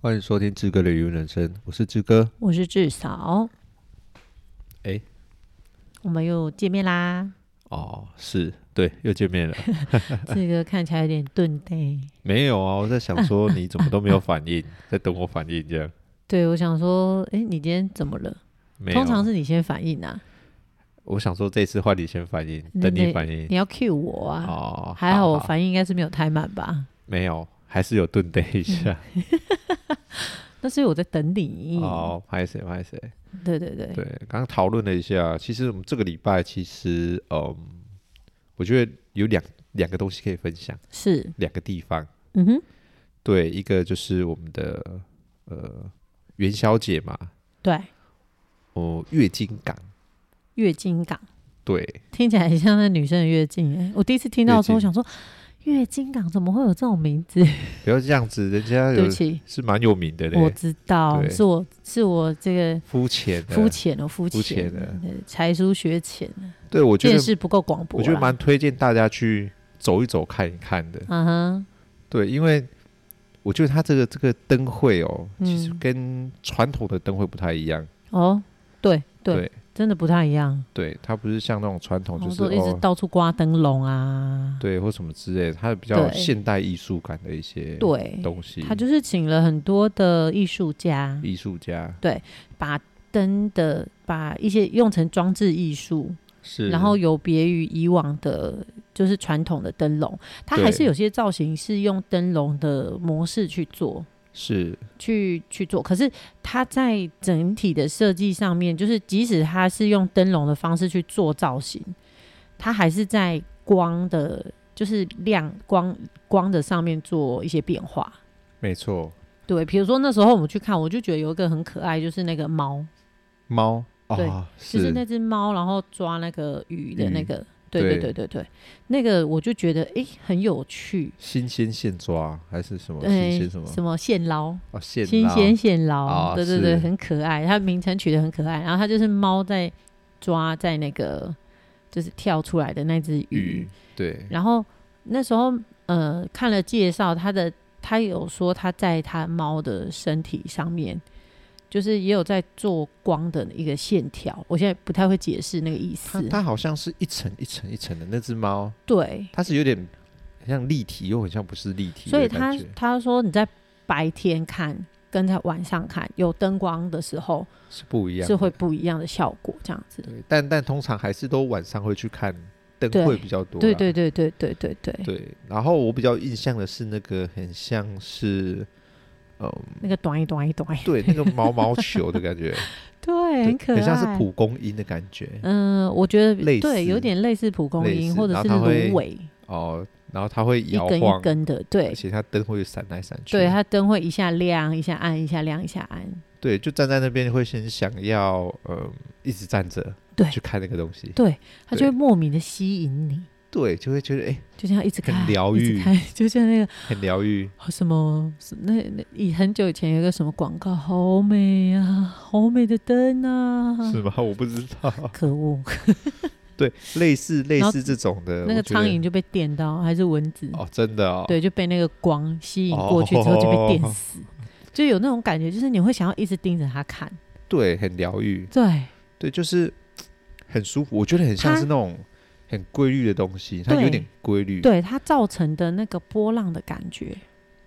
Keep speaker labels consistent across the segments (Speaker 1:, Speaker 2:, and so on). Speaker 1: 欢迎收听志哥的语文人生，我是志哥。
Speaker 2: 我是志嫂。
Speaker 1: 诶
Speaker 2: 我们又见 面啦！
Speaker 1: 哦，是对，又见面 了。
Speaker 2: 这个看起来有点钝呆。
Speaker 1: 没有啊，我在想说你怎么都没有反应， 在等我反应这样。
Speaker 2: 对，我想说，哎，你今天怎么了？
Speaker 1: 没有，
Speaker 2: 通常是你先反应啊，
Speaker 1: 我想说这次换你先反应，
Speaker 2: 那
Speaker 1: 等你
Speaker 2: 那
Speaker 1: 反应。
Speaker 2: 你要 cue 我啊。
Speaker 1: 嗯哦，
Speaker 2: 还好我
Speaker 1: 应
Speaker 2: 反应应该是没有太慢吧？
Speaker 1: 没有，还是有顿呆一下。
Speaker 2: 但是我在等你。
Speaker 1: 哦，拍谁拍谁？
Speaker 2: 对对对，
Speaker 1: 对，刚刚讨论了一下，其实我们这个礼拜其实，嗯，我觉得有两两个东西可以分享，
Speaker 2: 是，
Speaker 1: 两个地方。
Speaker 2: 嗯哼，
Speaker 1: 对，一个就是我们的呃元宵节嘛，
Speaker 2: 对，
Speaker 1: 哦，月经港，
Speaker 2: 月经港
Speaker 1: 对，
Speaker 2: 听起来很像那女生的月经、哎，我第一次听到的时候，
Speaker 1: 月
Speaker 2: 我
Speaker 1: 经
Speaker 2: 想说，月经港怎么会有这种名字？
Speaker 1: 不要这样子，人家
Speaker 2: 对
Speaker 1: 有
Speaker 2: 不起，
Speaker 1: 是蛮有名的
Speaker 2: 我
Speaker 1: 嘞，
Speaker 2: 知道，
Speaker 1: 对
Speaker 2: 是我是我这个
Speaker 1: 肤浅的，
Speaker 2: 肤。浅哦，肤
Speaker 1: 肤浅
Speaker 2: 浅
Speaker 1: 的
Speaker 2: 对才疏学浅，
Speaker 1: 对，我觉
Speaker 2: 见
Speaker 1: 得
Speaker 2: 识不够广博
Speaker 1: 我
Speaker 2: 啦。
Speaker 1: 觉得蛮推荐大家去走一走、看一看的。
Speaker 2: 嗯哼，
Speaker 1: 对，因为我觉得它这个这个灯会哦，其实
Speaker 2: 嗯
Speaker 1: 跟传统的灯会不太一样。
Speaker 2: 哦，对对，
Speaker 1: 对
Speaker 2: 真的不太一样。
Speaker 1: 对，它不是像那种传统，就是
Speaker 2: 我说一直
Speaker 1: 哦，
Speaker 2: 到处挂灯笼啊，
Speaker 1: 对，或什么之类的，它比较
Speaker 2: 对
Speaker 1: 现代艺术感的一些
Speaker 2: 对，
Speaker 1: 东西。
Speaker 2: 他就是请了很多的艺术家，
Speaker 1: 艺术家，
Speaker 2: 把灯的把一些用成装置艺术，
Speaker 1: 是，
Speaker 2: 然后有别于以往的，就是传统的灯笼，它还
Speaker 1: 对
Speaker 2: 是有些造型是用灯笼的模式去做。
Speaker 1: 是
Speaker 2: 去去做。可是它在整体的设计上面，就是即使它是用灯笼的方式去做造型，它还是在光的，就是亮光光的上面做一些变化。
Speaker 1: 没错，
Speaker 2: 对，比如说那时候我们去看，我就觉得有一个很可爱，就是那个猫，
Speaker 1: 猫
Speaker 2: 对
Speaker 1: 啊，
Speaker 2: 就是
Speaker 1: 是
Speaker 2: 那只猫，然后抓那个鱼的那
Speaker 1: 鱼
Speaker 2: 个，对对对对对，那个我就觉得诶、很有趣，
Speaker 1: 新鲜现抓还是什么新
Speaker 2: 诶
Speaker 1: 鲜什么
Speaker 2: 什么线捞，
Speaker 1: 哦，现
Speaker 2: 新
Speaker 1: 捞
Speaker 2: 鲜现捞，
Speaker 1: 啊
Speaker 2: 对对
Speaker 1: 是
Speaker 2: 对，很可爱。它名称取得很可爱，然后它就是猫在抓在那个就是跳出来的那只鱼。
Speaker 1: 鱼，对，
Speaker 2: 然后那时候呃看了介绍，它的它有说它在它猫的身体上面，就是也有在做光的一个线条。我现在不太会解释那个意
Speaker 1: 它
Speaker 2: 思。
Speaker 1: 它好像是一层一层一层的那只猫，
Speaker 2: 对，
Speaker 1: 它是有点很像立体，又很像不是立体
Speaker 2: 所以
Speaker 1: 的
Speaker 2: 他
Speaker 1: 感觉，
Speaker 2: 他说你在白天看跟在晚上看有灯光的时候
Speaker 1: 是不一样的，
Speaker 2: 是会不一样的效果，这样子。
Speaker 1: 对，但但通常还是都晚上会去看灯
Speaker 2: 对
Speaker 1: 会比较多啦，
Speaker 2: 对对对对对对对，
Speaker 1: 对。然后我比较印象的是那个很像是，嗯，
Speaker 2: 那个短一短一短一，
Speaker 1: 对，那个毛毛球的 感觉，
Speaker 2: 对，
Speaker 1: 对
Speaker 2: 很可爱，
Speaker 1: 很像是。蒲公英的感觉
Speaker 2: 嗯，我觉
Speaker 1: 类
Speaker 2: 得对，
Speaker 1: 似
Speaker 2: 有点类似蒲公
Speaker 1: 类
Speaker 2: 英
Speaker 1: 似
Speaker 2: 或者
Speaker 1: 然后
Speaker 2: 是
Speaker 1: 它会
Speaker 2: 芦苇，
Speaker 1: 哦。然后它会
Speaker 2: 一
Speaker 1: 摇
Speaker 2: 根一
Speaker 1: 晃，
Speaker 2: 根的，
Speaker 1: 而
Speaker 2: 对
Speaker 1: 且它灯会闪来闪去，
Speaker 2: 对，它灯会一下亮一下暗，一下亮一下暗，
Speaker 1: 对，就站在那边会先想要，嗯，一直站着，
Speaker 2: 对
Speaker 1: 去看那个东西，
Speaker 2: 对，它就
Speaker 1: 对
Speaker 2: 会莫名的吸引你，
Speaker 1: 对，就会觉得哎、
Speaker 2: 就像一直
Speaker 1: 很
Speaker 2: 看，
Speaker 1: 疗
Speaker 2: 一直
Speaker 1: 愈
Speaker 2: 看，就像那个
Speaker 1: 很疗愈，
Speaker 2: 好什么那那以很久以前有一个什么广告，好美啊，好美的灯啊，
Speaker 1: 是吗？我不知道，
Speaker 2: 可恶，
Speaker 1: 对，类似类
Speaker 2: 然后
Speaker 1: 似这种的，
Speaker 2: 那
Speaker 1: 我觉得
Speaker 2: 个苍蝇就被电到，还是蚊子
Speaker 1: 哦，真的哦，
Speaker 2: 对，就被那个光吸引过去之后就被电死，就有那种感觉，就是你会想要一直盯着它看。
Speaker 1: 对，很疗愈，
Speaker 2: 对
Speaker 1: 对，就是很舒服，我觉得很像
Speaker 2: 它
Speaker 1: 是那种很规律的东西，它
Speaker 2: 对
Speaker 1: 有点规律，
Speaker 2: 对，它造成的那个波浪的感觉，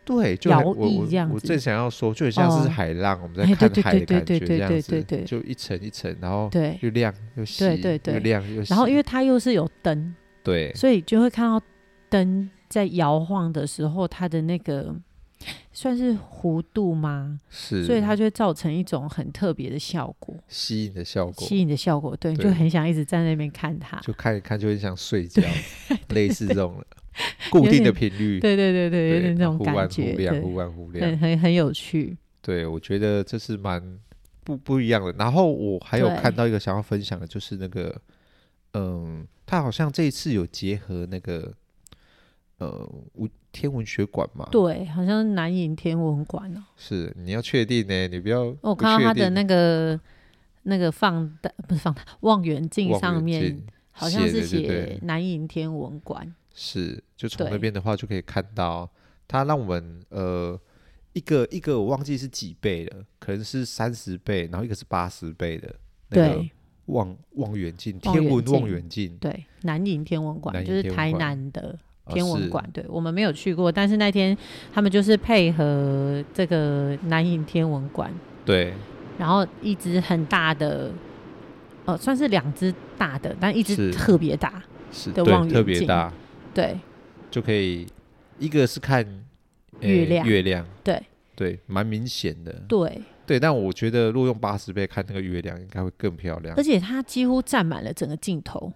Speaker 1: 对，就很
Speaker 2: 摇
Speaker 1: 我
Speaker 2: 曳
Speaker 1: 我
Speaker 2: 这样
Speaker 1: 我
Speaker 2: 子
Speaker 1: 正想要说，就很像是
Speaker 2: 哦
Speaker 1: 海浪，我们在
Speaker 2: 哎
Speaker 1: 看
Speaker 2: 对对
Speaker 1: 海的
Speaker 2: 对
Speaker 1: 感
Speaker 2: 对
Speaker 1: 觉
Speaker 2: 对
Speaker 1: 这样
Speaker 2: 对
Speaker 1: 子
Speaker 2: 对，对
Speaker 1: 就一层一层，然后
Speaker 2: 对。
Speaker 1: 又亮又细，
Speaker 2: 对对对
Speaker 1: 又亮又细，
Speaker 2: 然后因为它又是有灯，
Speaker 1: 对
Speaker 2: 所以就会看到灯在摇晃的时候，它的那个算是弧度吗？
Speaker 1: 是，
Speaker 2: 所以它就会造成一种很特别的效果，
Speaker 1: 吸引的效果，
Speaker 2: 吸引的效果。对，你就
Speaker 1: 对
Speaker 2: 很想一直在那边看它。
Speaker 1: 就看一看就很想睡觉， 类似这种的固
Speaker 2: 有
Speaker 1: 定的
Speaker 2: 点
Speaker 1: 频率，
Speaker 2: 对对对对，有点那种
Speaker 1: 忽暗
Speaker 2: 感
Speaker 1: 忽
Speaker 2: 觉，
Speaker 1: 亮，忽
Speaker 2: 对，
Speaker 1: 暗忽
Speaker 2: 很
Speaker 1: 亮。
Speaker 2: 很很有趣。
Speaker 1: 对，我觉得这是蛮不不一样的。然后我还有
Speaker 2: 对
Speaker 1: 看到一个想要分享的，就是那个，嗯，他好像这一次有结合那个，呃，文天文学馆嘛，，
Speaker 2: 对，好像是南瀛天文馆哦、
Speaker 1: 是你要确定呢，你不要
Speaker 2: 哦我
Speaker 1: 不
Speaker 2: 看到
Speaker 1: 确
Speaker 2: 它的
Speaker 1: 定
Speaker 2: 那个那个放大不是放大望远镜
Speaker 1: 望
Speaker 2: 上
Speaker 1: 远
Speaker 2: 面
Speaker 1: 镜
Speaker 2: 好像是
Speaker 1: 写的对不对
Speaker 2: 写南瀛天文馆，
Speaker 1: 是，就从那
Speaker 2: 对
Speaker 1: 边的话就可以看到，它让我们呃一个一个我忘记是几倍了，可能是三十倍，然后一个是八十倍的那个
Speaker 2: 对
Speaker 1: 望望远镜，
Speaker 2: 望
Speaker 1: 天
Speaker 2: 远
Speaker 1: 文
Speaker 2: 镜
Speaker 1: 望远镜，
Speaker 2: 对，南瀛天文馆
Speaker 1: 南瀛
Speaker 2: 就是
Speaker 1: 天文
Speaker 2: 台
Speaker 1: 馆
Speaker 2: 南的
Speaker 1: 啊
Speaker 2: 天
Speaker 1: 是
Speaker 2: 文馆，对我们没有去过，但是那天他们就是配合这个南瀛天文馆，
Speaker 1: 对，
Speaker 2: 然后一只很大的，呃，算是两只大的，但一只
Speaker 1: 是
Speaker 2: 特别大，
Speaker 1: 是
Speaker 2: 的
Speaker 1: 对
Speaker 2: 望远
Speaker 1: 特别
Speaker 2: 镜
Speaker 1: 大，
Speaker 2: 对
Speaker 1: 就可以一个是看、呃
Speaker 2: 月亮
Speaker 1: 月亮
Speaker 2: 对
Speaker 1: 对，蛮明显的，
Speaker 2: 对，
Speaker 1: 对，但我觉得如果用八十倍看那个月亮，应该会更漂亮
Speaker 2: 而。且它几乎占满了整个镜头，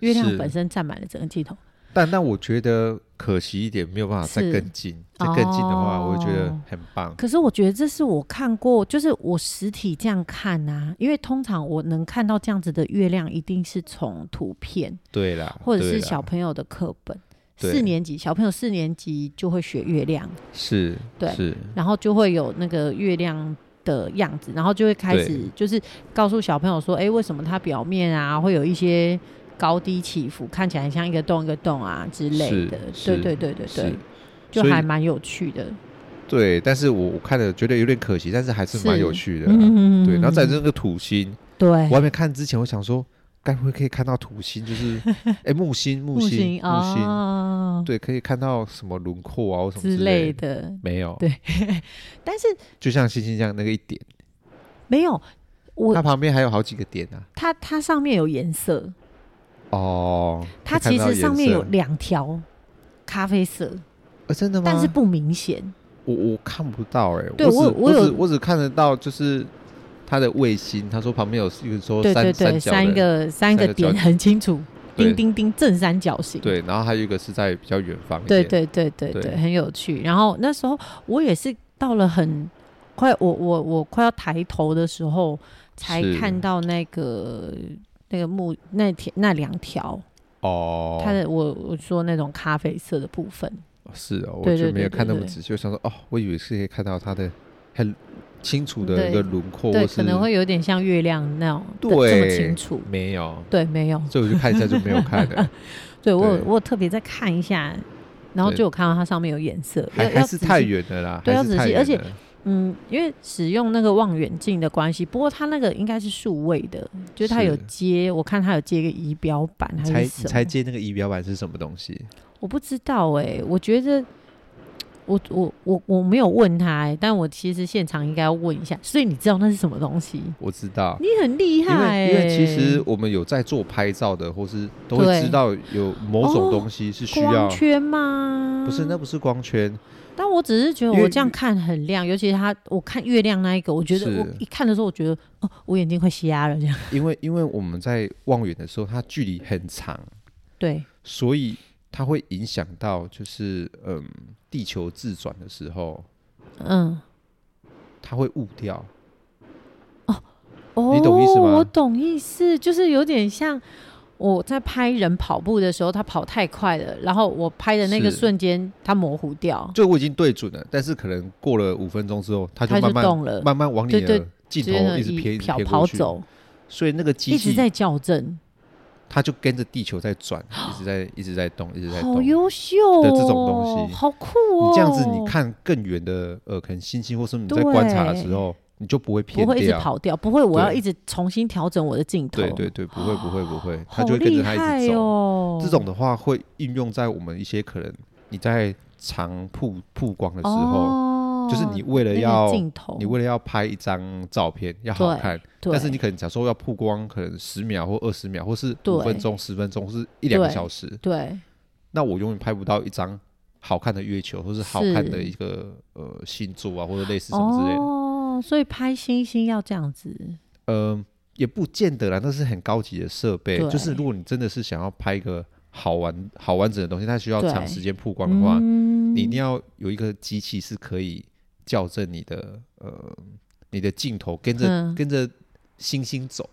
Speaker 2: 月亮
Speaker 1: 是
Speaker 2: 本身占满了整个镜头，
Speaker 1: 但但我觉得可惜一点，没有办法再
Speaker 2: 是
Speaker 1: 更近，再更近的话，我会觉得
Speaker 2: 哦
Speaker 1: 很棒。
Speaker 2: 可是我觉得这是我看过，就是我实体这样看啊，因为通常我能看到这样子的月亮，一定是从图片
Speaker 1: 对啦，
Speaker 2: 或者
Speaker 1: 对
Speaker 2: 是
Speaker 1: 啦
Speaker 2: 小朋友的课本。
Speaker 1: 对
Speaker 2: 四年级小朋友四年级就会学月亮，
Speaker 1: 是，
Speaker 2: 对
Speaker 1: 是，
Speaker 2: 然后就会有那个月亮的样子，然后就会开始
Speaker 1: 对
Speaker 2: 就是告诉小朋友说，哎、为什么它表面啊会有一些高低起伏，看起来像一个洞一个洞啊之类
Speaker 1: 是
Speaker 2: 的。对
Speaker 1: 是
Speaker 2: 对对对对
Speaker 1: 是，
Speaker 2: 就
Speaker 1: 所以
Speaker 2: 还蛮有趣的。
Speaker 1: 对。但是我我看了觉得有点可惜，但是还是蛮
Speaker 2: 是
Speaker 1: 有趣的啦。
Speaker 2: 嗯
Speaker 1: 对，然后在这个土星，
Speaker 2: 对
Speaker 1: 我还没看之前，我想说，该不会可以看到土星，就是 哎木星木星木星，
Speaker 2: 啊
Speaker 1: 对，可以看到什么轮廓啊或什么
Speaker 2: 之
Speaker 1: 类
Speaker 2: 类。的，
Speaker 1: 没有，
Speaker 2: 对但是
Speaker 1: 就像星星这样那个一点，
Speaker 2: 没有
Speaker 1: 它
Speaker 2: 我
Speaker 1: 旁边还有好几个点啊。
Speaker 2: 它它上面有颜色，
Speaker 1: 哦，
Speaker 2: 它
Speaker 1: 可以
Speaker 2: 其
Speaker 1: 看到
Speaker 2: 实上
Speaker 1: 颜
Speaker 2: 面
Speaker 1: 色
Speaker 2: 有两条咖啡色，
Speaker 1: 呃，真的吗？
Speaker 2: 但是不明显。
Speaker 1: 我我看不到哎、
Speaker 2: 对
Speaker 1: 我
Speaker 2: 我
Speaker 1: 只
Speaker 2: 我有
Speaker 1: 只我只看得到就是它的卫星，他说旁边有比如说
Speaker 2: 对
Speaker 1: 三
Speaker 2: 对
Speaker 1: 三
Speaker 2: 对，
Speaker 1: 角
Speaker 2: 三
Speaker 1: 的
Speaker 2: 个三
Speaker 1: 三
Speaker 2: 个
Speaker 1: 个
Speaker 2: 点
Speaker 1: 角
Speaker 2: 很清楚，
Speaker 1: 对
Speaker 2: 叮叮叮，正三角形。
Speaker 1: 对，然后还有一个是在比较远方一
Speaker 2: 对
Speaker 1: 点，
Speaker 2: 对对对
Speaker 1: 对
Speaker 2: 对，很有趣。然后那时候我也是到了很快，我我我快要抬头的时候，才
Speaker 1: 是
Speaker 2: 看到那个那个木那条那两条，
Speaker 1: 哦，
Speaker 2: 它的我我说那种咖啡色的部分。
Speaker 1: 是哦，我
Speaker 2: 对对
Speaker 1: 就没有
Speaker 2: 对对
Speaker 1: 看那么
Speaker 2: 对
Speaker 1: 仔细，我想说哦，我以为是可以看到它的很清楚的
Speaker 2: 对
Speaker 1: 一个轮廓，
Speaker 2: 对，
Speaker 1: 或
Speaker 2: 可
Speaker 1: 是
Speaker 2: 能会有点像月亮那种的这么
Speaker 1: 对
Speaker 2: 清楚。
Speaker 1: 没有，
Speaker 2: 对，没有。
Speaker 1: 所以我就看一下就没有看 了，
Speaker 2: 对我有
Speaker 1: 对
Speaker 2: 我有特别再看一下，然后
Speaker 1: 对
Speaker 2: 就有看到它上面有颜色，
Speaker 1: 还
Speaker 2: 要
Speaker 1: 还
Speaker 2: 要
Speaker 1: 是
Speaker 2: 仔细
Speaker 1: 太远了啦，
Speaker 2: 对
Speaker 1: 还
Speaker 2: 要
Speaker 1: 是
Speaker 2: 仔
Speaker 1: 太
Speaker 2: 细
Speaker 1: 远
Speaker 2: 而且
Speaker 1: 了
Speaker 2: 嗯，因为使用那个望远镜的关系，不过它那个应该是数位的，就是它
Speaker 1: 是
Speaker 2: 有接，我看它有接一个仪表板还
Speaker 1: 才
Speaker 2: 是
Speaker 1: 你
Speaker 2: 什
Speaker 1: 才
Speaker 2: 么，
Speaker 1: 接那个仪表板是什么东西？
Speaker 2: 我不知道哎、我觉得我我我我没有问他、欸，但我其实现场应该要问一下，所以你知道那是什么东西？
Speaker 1: 我知道，
Speaker 2: 你很厉害
Speaker 1: 因为
Speaker 2: 欸、
Speaker 1: 因为其实我们有在做拍照的，或是都会
Speaker 2: 对
Speaker 1: 知道有某种
Speaker 2: 哦
Speaker 1: 东西是需要，
Speaker 2: 光圈吗？
Speaker 1: 不是那不是光圈，
Speaker 2: 但我只是觉得
Speaker 1: 因
Speaker 2: 我
Speaker 1: 为
Speaker 2: 这样看很亮，尤其是它，我看月亮那一个，我觉得
Speaker 1: 是
Speaker 2: 我一看的时候，我觉得哦，我眼睛快瞎了这 样。
Speaker 1: 因为因为我们在望远的时候，它距离很长，
Speaker 2: 对，
Speaker 1: 所以它会影响到就是嗯地球自转的时候，
Speaker 2: 嗯，
Speaker 1: 它会误掉。
Speaker 2: 哦，
Speaker 1: 你懂意思吗
Speaker 2: 我懂意思，就是有点像我在拍人跑步的时候，他跑太快了，然后我拍的那个
Speaker 1: 是
Speaker 2: 瞬间，他模糊掉，
Speaker 1: 就我已经对准了，但是可能过了五分钟之后，它就
Speaker 2: 它就
Speaker 1: 慢慢
Speaker 2: 动了
Speaker 1: 慢慢往你
Speaker 2: 对
Speaker 1: 的
Speaker 2: 对
Speaker 1: 镜
Speaker 2: 直接
Speaker 1: 头
Speaker 2: 呢
Speaker 1: 一直偏一直
Speaker 2: 跑
Speaker 1: 偏
Speaker 2: 跑
Speaker 1: 过去，
Speaker 2: 走，
Speaker 1: 所以那个
Speaker 2: 一
Speaker 1: 机
Speaker 2: 直
Speaker 1: 器
Speaker 2: 在校正，
Speaker 1: 它就跟着地球在转，一直在一直在动，一直在
Speaker 2: 好
Speaker 1: 动。
Speaker 2: 优秀哦，
Speaker 1: 的这种东西
Speaker 2: 好酷哦！
Speaker 1: 你这样子，你看更远的呃，可能星星，或是你在
Speaker 2: 对
Speaker 1: 观察的时候，你就不会偏
Speaker 2: 不会一直
Speaker 1: 掉。
Speaker 2: 跑掉，不会，我要
Speaker 1: 对
Speaker 2: 一直重新调整我的镜头，
Speaker 1: 对对对，不会不会不会，
Speaker 2: 啊好
Speaker 1: 它就会跟
Speaker 2: 厉
Speaker 1: 着它一
Speaker 2: 害
Speaker 1: 直走。
Speaker 2: 哦！
Speaker 1: 这种的话，会应用在我们一些可能你在长曝曝光的时候，
Speaker 2: 哦、
Speaker 1: 就是你为了
Speaker 2: 那个
Speaker 1: 要
Speaker 2: 镜头，
Speaker 1: 你为了要拍一张照片要好
Speaker 2: 对
Speaker 1: 看，
Speaker 2: 对，
Speaker 1: 但是你可能假如说要曝光，可能十秒或二十秒，或是
Speaker 2: 对
Speaker 1: 五分钟、十分钟，或是一两个
Speaker 2: 对
Speaker 1: 小时，
Speaker 2: 对
Speaker 1: 那我永远拍不到一张好看的月球，或是好看的
Speaker 2: 是
Speaker 1: 一个呃星座啊，或者类似什么之类的。
Speaker 2: 哦，所以拍星星要这样子，
Speaker 1: 呃，也不见得啦，那是很高级的设备。
Speaker 2: 对
Speaker 1: 就是如果你真的是想要拍一个好玩、好完整的东西，它需要
Speaker 2: 对
Speaker 1: 长时间曝光的话，
Speaker 2: 嗯，
Speaker 1: 你一定要有一个机器是可以校正你的呃你的镜头跟着、
Speaker 2: 嗯
Speaker 1: 跟着星星走。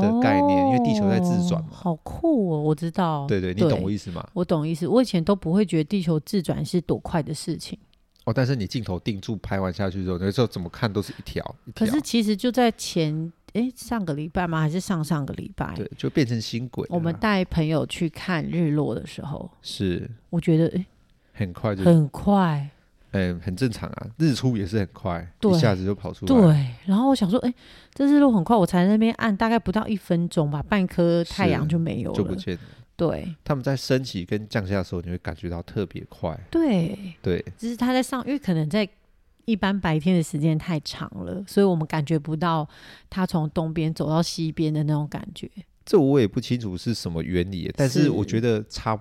Speaker 1: 的概念因为地球在自转嘛
Speaker 2: 哦好酷哦，我知道，
Speaker 1: 对对，你懂我意思吗？
Speaker 2: 我懂意思，我以前都不会觉得地球自转是多快的事情，
Speaker 1: 哦，但是你镜头定住拍完下去之后，那时候怎么看都是一条一
Speaker 2: 可
Speaker 1: 条，
Speaker 2: 是其实就在前诶上个礼拜吗？还是上上个礼拜？
Speaker 1: 对，就变成新轨了啦。
Speaker 2: 我们带朋友去看日落的时候，
Speaker 1: 是
Speaker 2: 我觉得诶
Speaker 1: 很快就
Speaker 2: 很快，
Speaker 1: 嗯，很正常啊，日出也是很快，
Speaker 2: 对
Speaker 1: 一下子就跑出来。
Speaker 2: 对，然后我想说，哎、这日落很快，我才在那边按，大概不到一分钟吧，半颗太阳
Speaker 1: 是
Speaker 2: 就没有
Speaker 1: 就不
Speaker 2: 了。
Speaker 1: 见了。
Speaker 2: 对
Speaker 1: 他们在升起跟降下的时候，你会感觉到特别快。
Speaker 2: 对，
Speaker 1: 对，
Speaker 2: 只是它在上，因为可能在一般白天的时间太长了，所以我们感觉不到它从东边走到西边的那种感觉。
Speaker 1: 这我也不清楚是什么原理，但
Speaker 2: 是
Speaker 1: 是我觉得差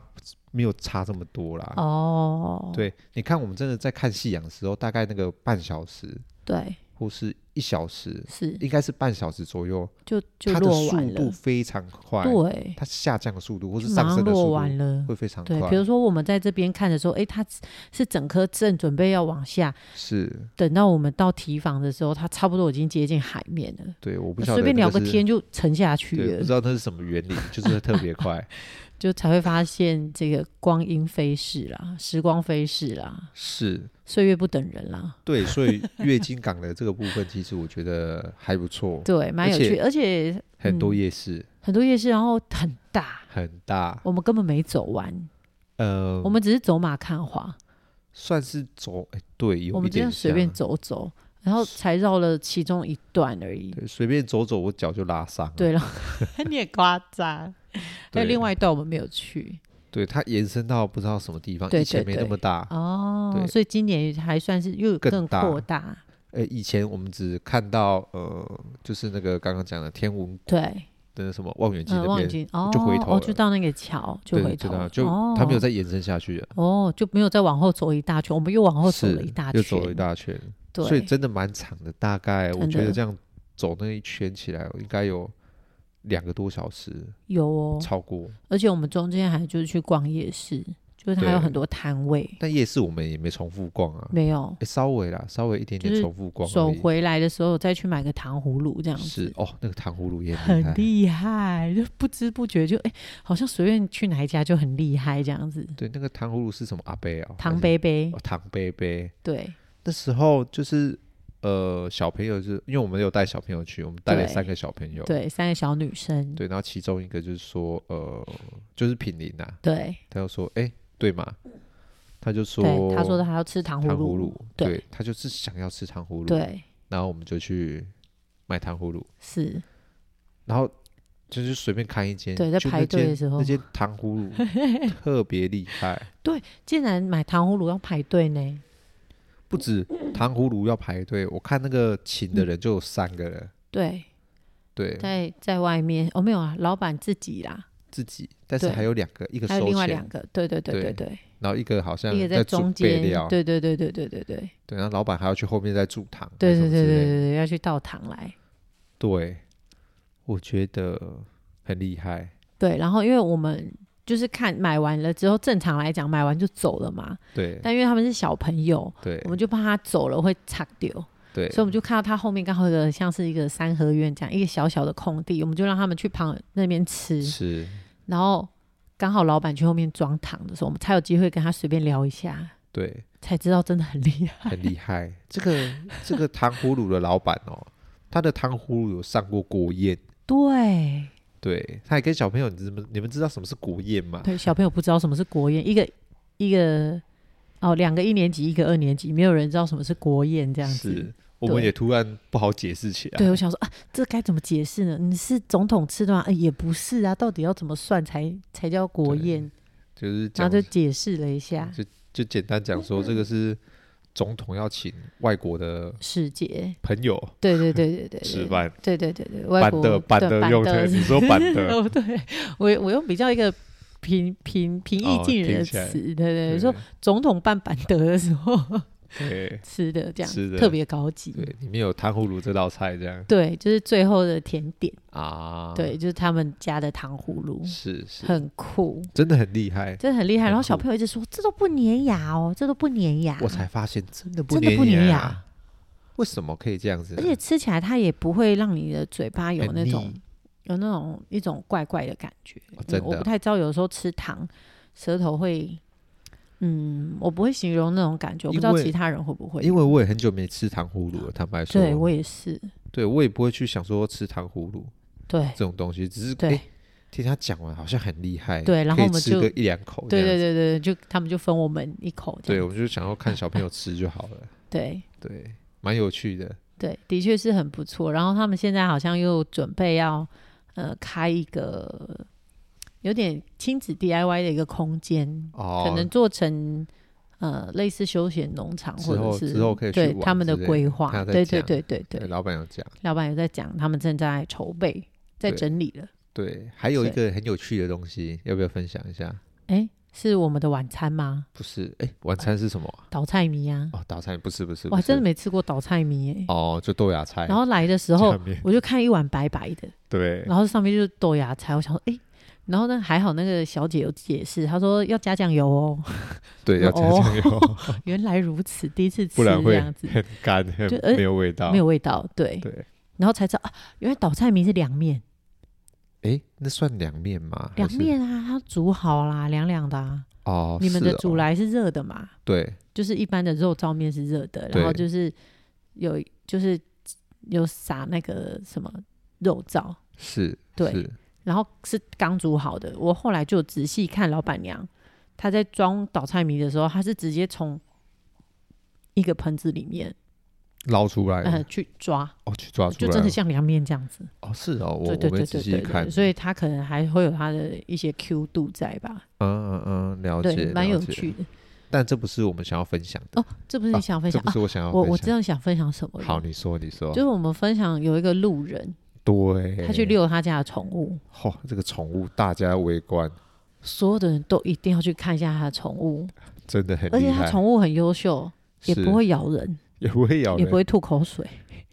Speaker 1: 没有差这么多啦。
Speaker 2: 哦，
Speaker 1: 啊对，你看我们真的在看夕阳的时候，大概那个半小时
Speaker 2: 对，
Speaker 1: 或是一小时，
Speaker 2: 是
Speaker 1: 应该是半小时左右，
Speaker 2: 就就
Speaker 1: 它的
Speaker 2: 落
Speaker 1: 速
Speaker 2: 完
Speaker 1: 度
Speaker 2: 了，
Speaker 1: 非常快，
Speaker 2: 对，
Speaker 1: 它下降的速度或是
Speaker 2: 就马
Speaker 1: 上
Speaker 2: 上
Speaker 1: 升的
Speaker 2: 落
Speaker 1: 速
Speaker 2: 完
Speaker 1: 度
Speaker 2: 了。
Speaker 1: 会非常快
Speaker 2: 对，。比如说我们在这边看的时候，哎，它是整颗正准备要往下，
Speaker 1: 是，
Speaker 2: 等到我们到提防的时候，它差不多已经接近海面了。
Speaker 1: 对，我不晓得
Speaker 2: 随便聊
Speaker 1: 那
Speaker 2: 个
Speaker 1: 是
Speaker 2: 天就沉下去
Speaker 1: 对，不
Speaker 2: 了，
Speaker 1: 知道它是什么原理，就是特别 快。
Speaker 2: 就才会发现这个光阴飞逝啦，时光飞逝啦，
Speaker 1: 是，
Speaker 2: 岁月不等人啦。
Speaker 1: 对，所 以月经港的这个部分，其实我觉得还不错，
Speaker 2: 对，蛮有趣，而且
Speaker 1: 很多
Speaker 2: 嗯
Speaker 1: 夜市、
Speaker 2: 很多夜市，然后很大，
Speaker 1: 很大，
Speaker 2: 我们根本没走完，
Speaker 1: 呃，
Speaker 2: 我们只是走马看花，
Speaker 1: 算是走，哎，对，有
Speaker 2: 我们
Speaker 1: 一
Speaker 2: 这样
Speaker 1: 点
Speaker 2: 随便
Speaker 1: 像
Speaker 2: 走走，然后才绕了其中一段而已。
Speaker 1: 对，随便走走，我脚就拉伤了。
Speaker 2: 对 了， 你也夸张。还
Speaker 1: 对
Speaker 2: 有另外一段我们没有去
Speaker 1: 对，它延伸到不知道什么地方，
Speaker 2: 对
Speaker 1: 以前没
Speaker 2: 对
Speaker 1: 那
Speaker 2: 对
Speaker 1: 么大。
Speaker 2: 哦，
Speaker 1: 对
Speaker 2: 所以今年还算是又
Speaker 1: 更
Speaker 2: 更
Speaker 1: 大
Speaker 2: 扩大，
Speaker 1: 呃，以前我们只看到呃，就是那个刚刚讲的天文
Speaker 2: 对，
Speaker 1: 的什么望远镜
Speaker 2: 嗯，
Speaker 1: 那
Speaker 2: 望
Speaker 1: 边，
Speaker 2: 远镜哦，
Speaker 1: 就回头
Speaker 2: 哦，
Speaker 1: 了
Speaker 2: 就到那个桥就
Speaker 1: 对
Speaker 2: 回
Speaker 1: 知
Speaker 2: 头
Speaker 1: 道
Speaker 2: 了，
Speaker 1: 就
Speaker 2: 哦、
Speaker 1: 它没有再延伸下去了，
Speaker 2: 哦，就没有再往后走一大圈，我们又往后走
Speaker 1: 是
Speaker 2: 了一大圈，
Speaker 1: 又走了一大圈，
Speaker 2: 对，
Speaker 1: 所以真的蛮长的，大概我
Speaker 2: 真
Speaker 1: 觉得
Speaker 2: 的
Speaker 1: 这样走那一圈起来，应该有两个多小时，
Speaker 2: 有哦，
Speaker 1: 超过。
Speaker 2: 而且我们中间还就是去逛夜市，就是它有
Speaker 1: 对
Speaker 2: 很多摊位，
Speaker 1: 但夜市我们也没重复逛啊，
Speaker 2: 没有
Speaker 1: 诶稍微啦，稍微一点
Speaker 2: 就
Speaker 1: 点
Speaker 2: 是
Speaker 1: 重复逛而
Speaker 2: 走
Speaker 1: 已。
Speaker 2: 回来的时候再去买个糖葫芦这样
Speaker 1: 是
Speaker 2: 子。
Speaker 1: 哦，那个糖葫芦也很厉
Speaker 2: 很
Speaker 1: 害
Speaker 2: 厉害，就不知不觉就哎、好像随便去哪一家就很厉害这样子。
Speaker 1: 对，那个糖葫芦是什么阿贝啊？
Speaker 2: 糖
Speaker 1: 还是
Speaker 2: 杯杯
Speaker 1: 哦，，糖贝贝。
Speaker 2: 对
Speaker 1: 那时候就是呃，小朋友就是因为我们有带小朋友去，我们带了
Speaker 2: 对
Speaker 1: 三个小朋友，
Speaker 2: 对，三个小女生，
Speaker 1: 对然后其中一个就是说呃，就是品林呐、
Speaker 2: 对
Speaker 1: 他就说哎、对嘛，他就说
Speaker 2: 对，她说她要吃糖
Speaker 1: 糖葫芦，
Speaker 2: 对
Speaker 1: 对，他就是想要吃糖葫芦，，
Speaker 2: 对，
Speaker 1: 然后我们就去买糖葫芦，
Speaker 2: 是
Speaker 1: 然后。就是随便看一间，
Speaker 2: 对在
Speaker 1: 哎就
Speaker 2: 排
Speaker 1: 那
Speaker 2: 队的
Speaker 1: 间
Speaker 2: 时候
Speaker 1: 那间糖葫芦 特别厉害，
Speaker 2: 竟然买糖葫芦要排队呢，
Speaker 1: 不止糖葫芦要排队，我看那个请的人就有三个人，
Speaker 2: 嗯对，
Speaker 1: 对，
Speaker 2: 在在外面哦没有啊，老板自己啦，
Speaker 1: 自己，但是
Speaker 2: 对
Speaker 1: 还有两个，一个
Speaker 2: 还有
Speaker 1: 收
Speaker 2: 另外
Speaker 1: 钱
Speaker 2: 两，个，对对对
Speaker 1: 对
Speaker 2: 对对，
Speaker 1: 然后一个好像
Speaker 2: 一个
Speaker 1: 准
Speaker 2: 中
Speaker 1: 备
Speaker 2: 间
Speaker 1: 料，，
Speaker 2: 对对对对对对对对
Speaker 1: 对，然后老板还要去后面再煮汤，
Speaker 2: 对
Speaker 1: 还是什么
Speaker 2: 对对
Speaker 1: 之类
Speaker 2: 对
Speaker 1: 的
Speaker 2: 对，要去倒糖来，
Speaker 1: 对，我觉得很厉害，
Speaker 2: 对，然后因为我们。就是看买完了之后，正常来讲买完就走了嘛。
Speaker 1: 对
Speaker 2: 但因为他们是小朋友，
Speaker 1: 对
Speaker 2: 我们就怕他走了会擦丢，所
Speaker 1: 对
Speaker 2: 以我们就看到他后面刚好有个像是一个三合院这样一个小小的空地，我们就让他们去旁那边吃。
Speaker 1: 是，
Speaker 2: 然后刚好老板去后面装糖的时候，我们才有机会跟他随便聊一下，
Speaker 1: 对，
Speaker 2: 才知道真的很厉害。
Speaker 1: 很厉害。这个这个糖葫芦的老板哦，他的糖葫芦有上过国宴，
Speaker 2: 对
Speaker 1: 对，他也跟小朋友，你们你们知道什么是国宴吗？
Speaker 2: 对，小朋友不知道什么是国宴，一个一个哦，两个一年级，一个二年级，没有人知道什么是国宴这样子
Speaker 1: 是。，我们
Speaker 2: 对
Speaker 1: 也突然不好解释起来，
Speaker 2: 对，我想说啊，这该怎么解释呢？你是总统吃的吗？呃也不是啊，到底要怎么算才才叫国
Speaker 1: 对
Speaker 2: 宴？
Speaker 1: 就是
Speaker 2: 然
Speaker 1: 讲
Speaker 2: 后就解释了一下
Speaker 1: 就就简单讲说，这个是总统要请外国的
Speaker 2: 世界。
Speaker 1: 朋友
Speaker 2: 对对对对对，
Speaker 1: 吃
Speaker 2: 对
Speaker 1: 饭，
Speaker 2: 对对对对，外
Speaker 1: 板
Speaker 2: 国
Speaker 1: 的板
Speaker 2: 对
Speaker 1: 的用的，你说板的，
Speaker 2: 哦，对我我用比较一个平平平易
Speaker 1: 哦
Speaker 2: 近人的
Speaker 1: 听起来
Speaker 2: 词，对对
Speaker 1: 对
Speaker 2: 对，说总统办板德的时候
Speaker 1: 对
Speaker 2: 吃的这样
Speaker 1: 吃的
Speaker 2: 特别高级，
Speaker 1: 对，里面有糖葫芦这道菜这样
Speaker 2: 对，就是最后的甜点，
Speaker 1: 啊，
Speaker 2: 对，，就是他们家的糖葫芦，
Speaker 1: 是是，
Speaker 2: 很酷，
Speaker 1: 真的很厉害。
Speaker 2: 真的很厉害。
Speaker 1: 很
Speaker 2: 然后小
Speaker 1: 酷
Speaker 2: 朋友一直说这都不粘牙哦，这都不粘牙，
Speaker 1: 我才发现真的不
Speaker 2: 真的不粘
Speaker 1: 牙啊
Speaker 2: 牙，，
Speaker 1: 为什么可以这样子呢？
Speaker 2: 而且吃起来它也不会让你的嘴巴有
Speaker 1: 很
Speaker 2: 那种
Speaker 1: 腻
Speaker 2: 有那种一种怪怪的感觉。嗯
Speaker 1: 哦真
Speaker 2: 我不
Speaker 1: 的
Speaker 2: 太知道，有时候吃糖，舌头会，嗯，我不会形容那种感觉，我不
Speaker 1: 因
Speaker 2: 知道
Speaker 1: 为
Speaker 2: 其他人会不会。
Speaker 1: 因为我也很久没吃糖葫芦了，坦白说，
Speaker 2: 对我也是，
Speaker 1: 对我也不会去想说吃糖葫芦
Speaker 2: 对
Speaker 1: 这种东西，只是
Speaker 2: 对
Speaker 1: 哎，听他讲完好像很厉害，
Speaker 2: 对然后
Speaker 1: 可以
Speaker 2: 我们
Speaker 1: 吃
Speaker 2: 就
Speaker 1: 个一两口这
Speaker 2: 对
Speaker 1: 样子，
Speaker 2: 对对对，就他们就分我们一口这
Speaker 1: 对，
Speaker 2: 样
Speaker 1: 我就想要看小朋友吃就好 了，
Speaker 2: 对
Speaker 1: 对，蛮有趣的，
Speaker 2: 对，的确是很不错。然后他们现在好像又准备要呃开一个有点亲子 DIY 的一个空间，
Speaker 1: 哦，
Speaker 2: 可能做成呃类似休闲农场，
Speaker 1: 之
Speaker 2: 或者
Speaker 1: 后
Speaker 2: 是
Speaker 1: 之后可以去
Speaker 2: 对
Speaker 1: 玩
Speaker 2: 他们的
Speaker 1: 之类的
Speaker 2: 规划
Speaker 1: 他，有在
Speaker 2: 对对
Speaker 1: 讲
Speaker 2: 对对对
Speaker 1: 对，老板有讲，
Speaker 2: 老板有在讲，他们正在筹备，在
Speaker 1: 对
Speaker 2: 整理了。
Speaker 1: 对，还有一
Speaker 2: 所
Speaker 1: 个很有趣的东西，要不要分享一下？
Speaker 2: 哎，是我们的晚餐吗？
Speaker 1: 不是，哎、晚餐是什么啊、
Speaker 2: 倒菜米啊，
Speaker 1: 哦，打菜不是不是，
Speaker 2: 我
Speaker 1: 不
Speaker 2: 还
Speaker 1: 是
Speaker 2: 真的没吃过倒菜米耶。
Speaker 1: 哦，就豆芽菜，
Speaker 2: 然后来的时候
Speaker 1: 下，面
Speaker 2: 我就看一碗白白的，
Speaker 1: 对，
Speaker 2: 然后上面就是豆芽菜，我想说，哎。然后呢，还好那个小姐有解释，她说要加酱油 哦。
Speaker 1: 对，要加
Speaker 2: 哦
Speaker 1: 酱油，
Speaker 2: 原来如此，第一次吃
Speaker 1: 不然
Speaker 2: 这
Speaker 1: 会
Speaker 2: 样子，
Speaker 1: 很干，很
Speaker 2: 就呃
Speaker 1: 没有味道。
Speaker 2: 没有味道。对，
Speaker 1: 对，
Speaker 2: 然后才知道啊，原来倒菜米是凉面。
Speaker 1: 哎，那算凉面吗？还
Speaker 2: 凉
Speaker 1: 是
Speaker 2: 面啊，它煮好啦，凉凉的、啊。
Speaker 1: 哦，
Speaker 2: 你们
Speaker 1: 是
Speaker 2: 的
Speaker 1: 哦
Speaker 2: 煮来是热的嘛？
Speaker 1: 对
Speaker 2: 就是一般的肉燥面是热的，然后
Speaker 1: 对
Speaker 2: 就是有就是有撒那个什么肉燥，
Speaker 1: 是，
Speaker 2: 对
Speaker 1: 是
Speaker 2: 然后是刚煮好的。我后来就仔细看老板娘，她在装倒菜米的时候，她是直接从一个盆子里面
Speaker 1: 捞出来
Speaker 2: 呃
Speaker 1: 的
Speaker 2: 去抓，
Speaker 1: 哦，去哎抓出
Speaker 2: 就
Speaker 1: 来
Speaker 2: 真的
Speaker 1: 了，
Speaker 2: 像凉面这样子。
Speaker 1: 哦，是哦，我
Speaker 2: 对
Speaker 1: 我
Speaker 2: 对对
Speaker 1: 没
Speaker 2: 对
Speaker 1: 仔
Speaker 2: 对
Speaker 1: 细
Speaker 2: 对，
Speaker 1: 看，
Speaker 2: 所以她可能还会有她的一些 Q 度在吧？
Speaker 1: 嗯嗯嗯，了
Speaker 2: 对，
Speaker 1: 解，
Speaker 2: 蛮
Speaker 1: 了
Speaker 2: 有
Speaker 1: 解
Speaker 2: 趣，的。
Speaker 1: 但这不是我们想要分享的，
Speaker 2: 哦，这不是你
Speaker 1: 啊
Speaker 2: 想分
Speaker 1: 这
Speaker 2: 享
Speaker 1: 不
Speaker 2: 啊？
Speaker 1: 是我想要
Speaker 2: 我
Speaker 1: 分
Speaker 2: 我知
Speaker 1: 享。
Speaker 2: 道你想分享什么了。
Speaker 1: 好，你说你说
Speaker 2: 就，是我们分享有一个路人，
Speaker 1: 对，
Speaker 2: 他去，遛他家的宠物，
Speaker 1: 嚯，这个宠物大家围观，
Speaker 2: 所有的人都一定要去看一下他的宠物，
Speaker 1: 真的很
Speaker 2: 而
Speaker 1: 厉
Speaker 2: 且
Speaker 1: 害
Speaker 2: 他，宠物很优秀，也
Speaker 1: 是
Speaker 2: 不会咬人，
Speaker 1: 也不会咬
Speaker 2: 也
Speaker 1: 人，
Speaker 2: 不会吐口水。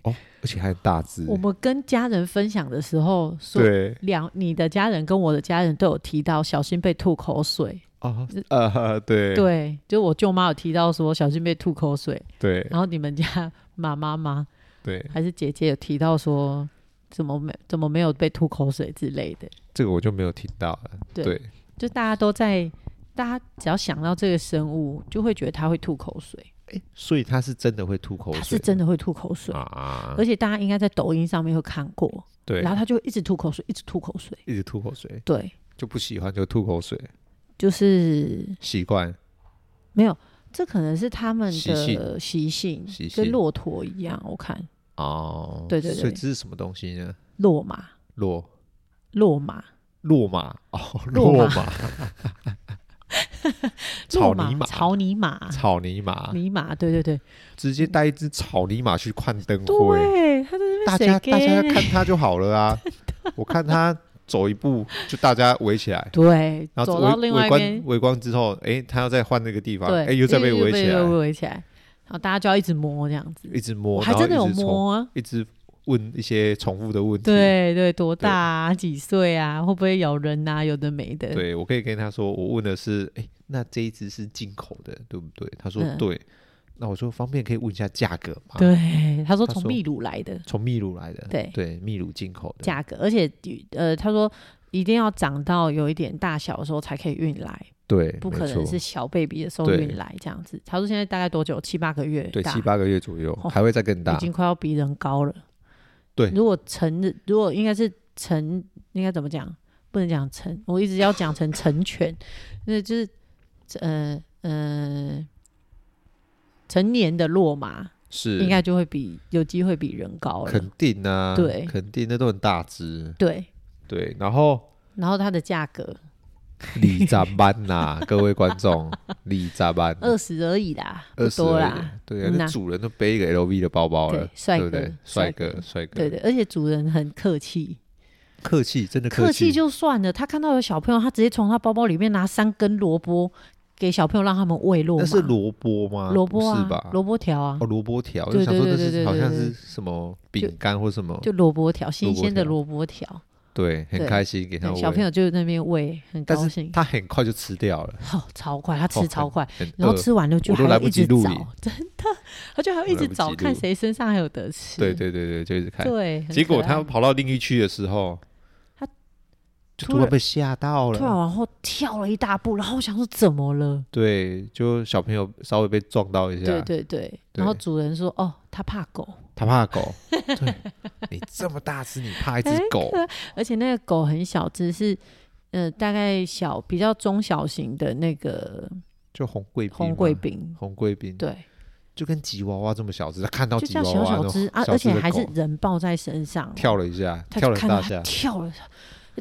Speaker 1: 而且还很大只，
Speaker 2: 我们跟家人分享的时候说。
Speaker 1: 对
Speaker 2: 两，你的家人跟我的家人都有提到小心被吐口水，
Speaker 1: 啊呃 对
Speaker 2: 对，就我舅妈有提到说小心被吐口水，
Speaker 1: 对
Speaker 2: 然后你们家妈妈吗
Speaker 1: 对，
Speaker 2: 还是姐姐有提到说怎么没怎么没有被吐口水之类的，
Speaker 1: 这个我就没有听到了，
Speaker 2: 对
Speaker 1: 对，
Speaker 2: 就大家都在，大家只要想到这个生物，就会觉得它会吐口水，
Speaker 1: 诶所以它是真的会吐口
Speaker 2: 它
Speaker 1: 水，
Speaker 2: 是真的会吐口水，
Speaker 1: 啊嗯
Speaker 2: 而，且大家应该在抖音上面会看过，
Speaker 1: 对
Speaker 2: 然，后它就会一直吐口水，一直吐口水，
Speaker 1: 一直吐口水，
Speaker 2: 对，
Speaker 1: 就不喜欢就吐口水，
Speaker 2: 就是
Speaker 1: 习惯
Speaker 2: 没有，这可能是他们
Speaker 1: 习
Speaker 2: 的习性
Speaker 1: 习，性
Speaker 2: 跟骆驼一样，我看
Speaker 1: 哦，
Speaker 2: 对对对
Speaker 1: 所以这是什么东西呢？
Speaker 2: 骆马，
Speaker 1: 落
Speaker 2: 骆马，
Speaker 1: 落马哦，
Speaker 2: 落
Speaker 1: 落
Speaker 2: 马
Speaker 1: 马，
Speaker 2: 骆
Speaker 1: 草泥马
Speaker 2: 草泥马，
Speaker 1: 草泥 马，
Speaker 2: 泥马，对对对，
Speaker 1: 直接带一只草泥马去看灯会，
Speaker 2: 对，它在那边
Speaker 1: 大家
Speaker 2: 谁
Speaker 1: 大家
Speaker 2: 给
Speaker 1: 看它就好了 啊，我看它走一步就大家围起来。
Speaker 2: 对，
Speaker 1: 然后
Speaker 2: 走到
Speaker 1: 围
Speaker 2: 另外
Speaker 1: 围
Speaker 2: 一边
Speaker 1: 观，围观之后，哎、他要再换那个地方，
Speaker 2: 对，
Speaker 1: 哎、又再被围起来，
Speaker 2: 围起来，然后大家就要一直摸这样子。
Speaker 1: 一直
Speaker 2: 我
Speaker 1: 摸，
Speaker 2: 还
Speaker 1: 然后
Speaker 2: 真的有
Speaker 1: 一直重，
Speaker 2: 摸啊，
Speaker 1: 一直问一些重复的问题。
Speaker 2: 对对，多大啊，几岁啊，会不会咬人啊，有的没的。
Speaker 1: 对，我可以跟他说，我问的是，哎、那这一只是进口的，对不对？他说、
Speaker 2: 嗯
Speaker 1: 对，那我说方便可以问一下价格吗？，
Speaker 2: 对，他说
Speaker 1: 他
Speaker 2: 从
Speaker 1: 说
Speaker 2: 秘鲁来的
Speaker 1: 从秘鲁来的，
Speaker 2: 对
Speaker 1: 对，秘鲁进口的，
Speaker 2: 价格，而且呃，他说一定要长到有一点大小的时候才可以运来，
Speaker 1: 对，
Speaker 2: 不
Speaker 1: 没
Speaker 2: 可能
Speaker 1: 错
Speaker 2: 是小 baby 的时候
Speaker 1: 对
Speaker 2: 运来这样子。他说现在大概多久？七八个月
Speaker 1: 对
Speaker 2: 大，
Speaker 1: 七八个月左右，
Speaker 2: 哦
Speaker 1: 还会再更
Speaker 2: 已
Speaker 1: 大，
Speaker 2: 经快要比人高了。
Speaker 1: 对
Speaker 2: 如果成日，如果应该是成，应该怎么讲？不能讲成，我一直要讲成成犬， 那就是呃呃成年的落马，
Speaker 1: 是
Speaker 2: 应该就会比有机会比人高了
Speaker 1: 肯。定啊，
Speaker 2: 对
Speaker 1: 肯定那都很大只，
Speaker 2: 对，
Speaker 1: 对，然后。
Speaker 2: 然后它的价格
Speaker 1: 李扎班 呐，各位观众，李扎班，
Speaker 2: 二十而已啦，不
Speaker 1: 二十
Speaker 2: 多
Speaker 1: 而已
Speaker 2: 啦。，
Speaker 1: 对啊，
Speaker 2: 嗯
Speaker 1: 那
Speaker 2: 呐
Speaker 1: 主人都背一个 LV 的包包了
Speaker 2: 对，，帅
Speaker 1: 对不
Speaker 2: 哥
Speaker 1: 对？，帅哥，，帅哥，
Speaker 2: 对对，而且主人很客气，
Speaker 1: 客气，真的
Speaker 2: 客
Speaker 1: 气，
Speaker 2: 气就算了，他看到有小朋友，他直接从他包包里面拿三根萝卜给小朋友让他们喂落
Speaker 1: 那
Speaker 2: 马。
Speaker 1: 是萝卜吗？
Speaker 2: 萝卜
Speaker 1: 不
Speaker 2: 啊
Speaker 1: 是吧，？
Speaker 2: 萝卜条啊
Speaker 1: 哦，，萝卜条，
Speaker 2: 对
Speaker 1: 就想说
Speaker 2: 对
Speaker 1: 那
Speaker 2: 对对
Speaker 1: 是好像
Speaker 2: 对对
Speaker 1: 是什么饼干或什么，
Speaker 2: 就萝卜条，
Speaker 1: 萝
Speaker 2: 新
Speaker 1: 卜
Speaker 2: 鲜的
Speaker 1: 条
Speaker 2: 萝卜条，
Speaker 1: 对，很
Speaker 2: 对
Speaker 1: 开心给他
Speaker 2: 对，小朋
Speaker 1: 友，
Speaker 2: 友就在那边喂，很
Speaker 1: 但
Speaker 2: 高
Speaker 1: 是
Speaker 2: 兴。
Speaker 1: 他很快就吃掉了，
Speaker 2: 哦，超快，他 吃
Speaker 1: 哦
Speaker 2: 超快，
Speaker 1: 很
Speaker 2: 然后
Speaker 1: 饿
Speaker 2: 吃完了就
Speaker 1: 我
Speaker 2: 还
Speaker 1: 都来
Speaker 2: 要
Speaker 1: 不
Speaker 2: 一
Speaker 1: 及
Speaker 2: 直
Speaker 1: 录
Speaker 2: 找
Speaker 1: 影，
Speaker 2: 真的，他就还要一
Speaker 1: 我来
Speaker 2: 直
Speaker 1: 不
Speaker 2: 找
Speaker 1: 及
Speaker 2: 看
Speaker 1: 录
Speaker 2: 谁身上还有得吃。
Speaker 1: 对对对对，就一直看，
Speaker 2: 对，很
Speaker 1: 结果
Speaker 2: 可
Speaker 1: 他
Speaker 2: 爱
Speaker 1: 跑到另一区的时候，
Speaker 2: 他
Speaker 1: 就
Speaker 2: 突
Speaker 1: 突然
Speaker 2: 然
Speaker 1: 被吓到
Speaker 2: 突然
Speaker 1: 了。
Speaker 2: 往后跳了一大步，然后我想说怎么了？
Speaker 1: 对，就小朋友稍微被撞到一下，
Speaker 2: 对对对，然后主人说哦，他怕狗，
Speaker 1: 他怕 狗。对，你这么大只，你怕一只
Speaker 2: 哎
Speaker 1: 狗？
Speaker 2: 而且那个狗很小只，是呃大概小比较中小型的那个
Speaker 1: 就红贵宾，
Speaker 2: 红贵，宾，
Speaker 1: 红贵宾，
Speaker 2: 对，
Speaker 1: 就跟吉娃娃这么小只，他看到
Speaker 2: 就
Speaker 1: 吉
Speaker 2: 这
Speaker 1: 娃
Speaker 2: 样小
Speaker 1: 娃那
Speaker 2: 小
Speaker 1: 种
Speaker 2: 只啊，
Speaker 1: 小
Speaker 2: 而
Speaker 1: 只
Speaker 2: 且
Speaker 1: 的
Speaker 2: 还是
Speaker 1: 狗
Speaker 2: 人抱在身上，
Speaker 1: 跳了一下，
Speaker 2: 他
Speaker 1: 跳
Speaker 2: 就
Speaker 1: 了
Speaker 2: 看
Speaker 1: 大
Speaker 2: 到他
Speaker 1: 下。
Speaker 2: 跳了，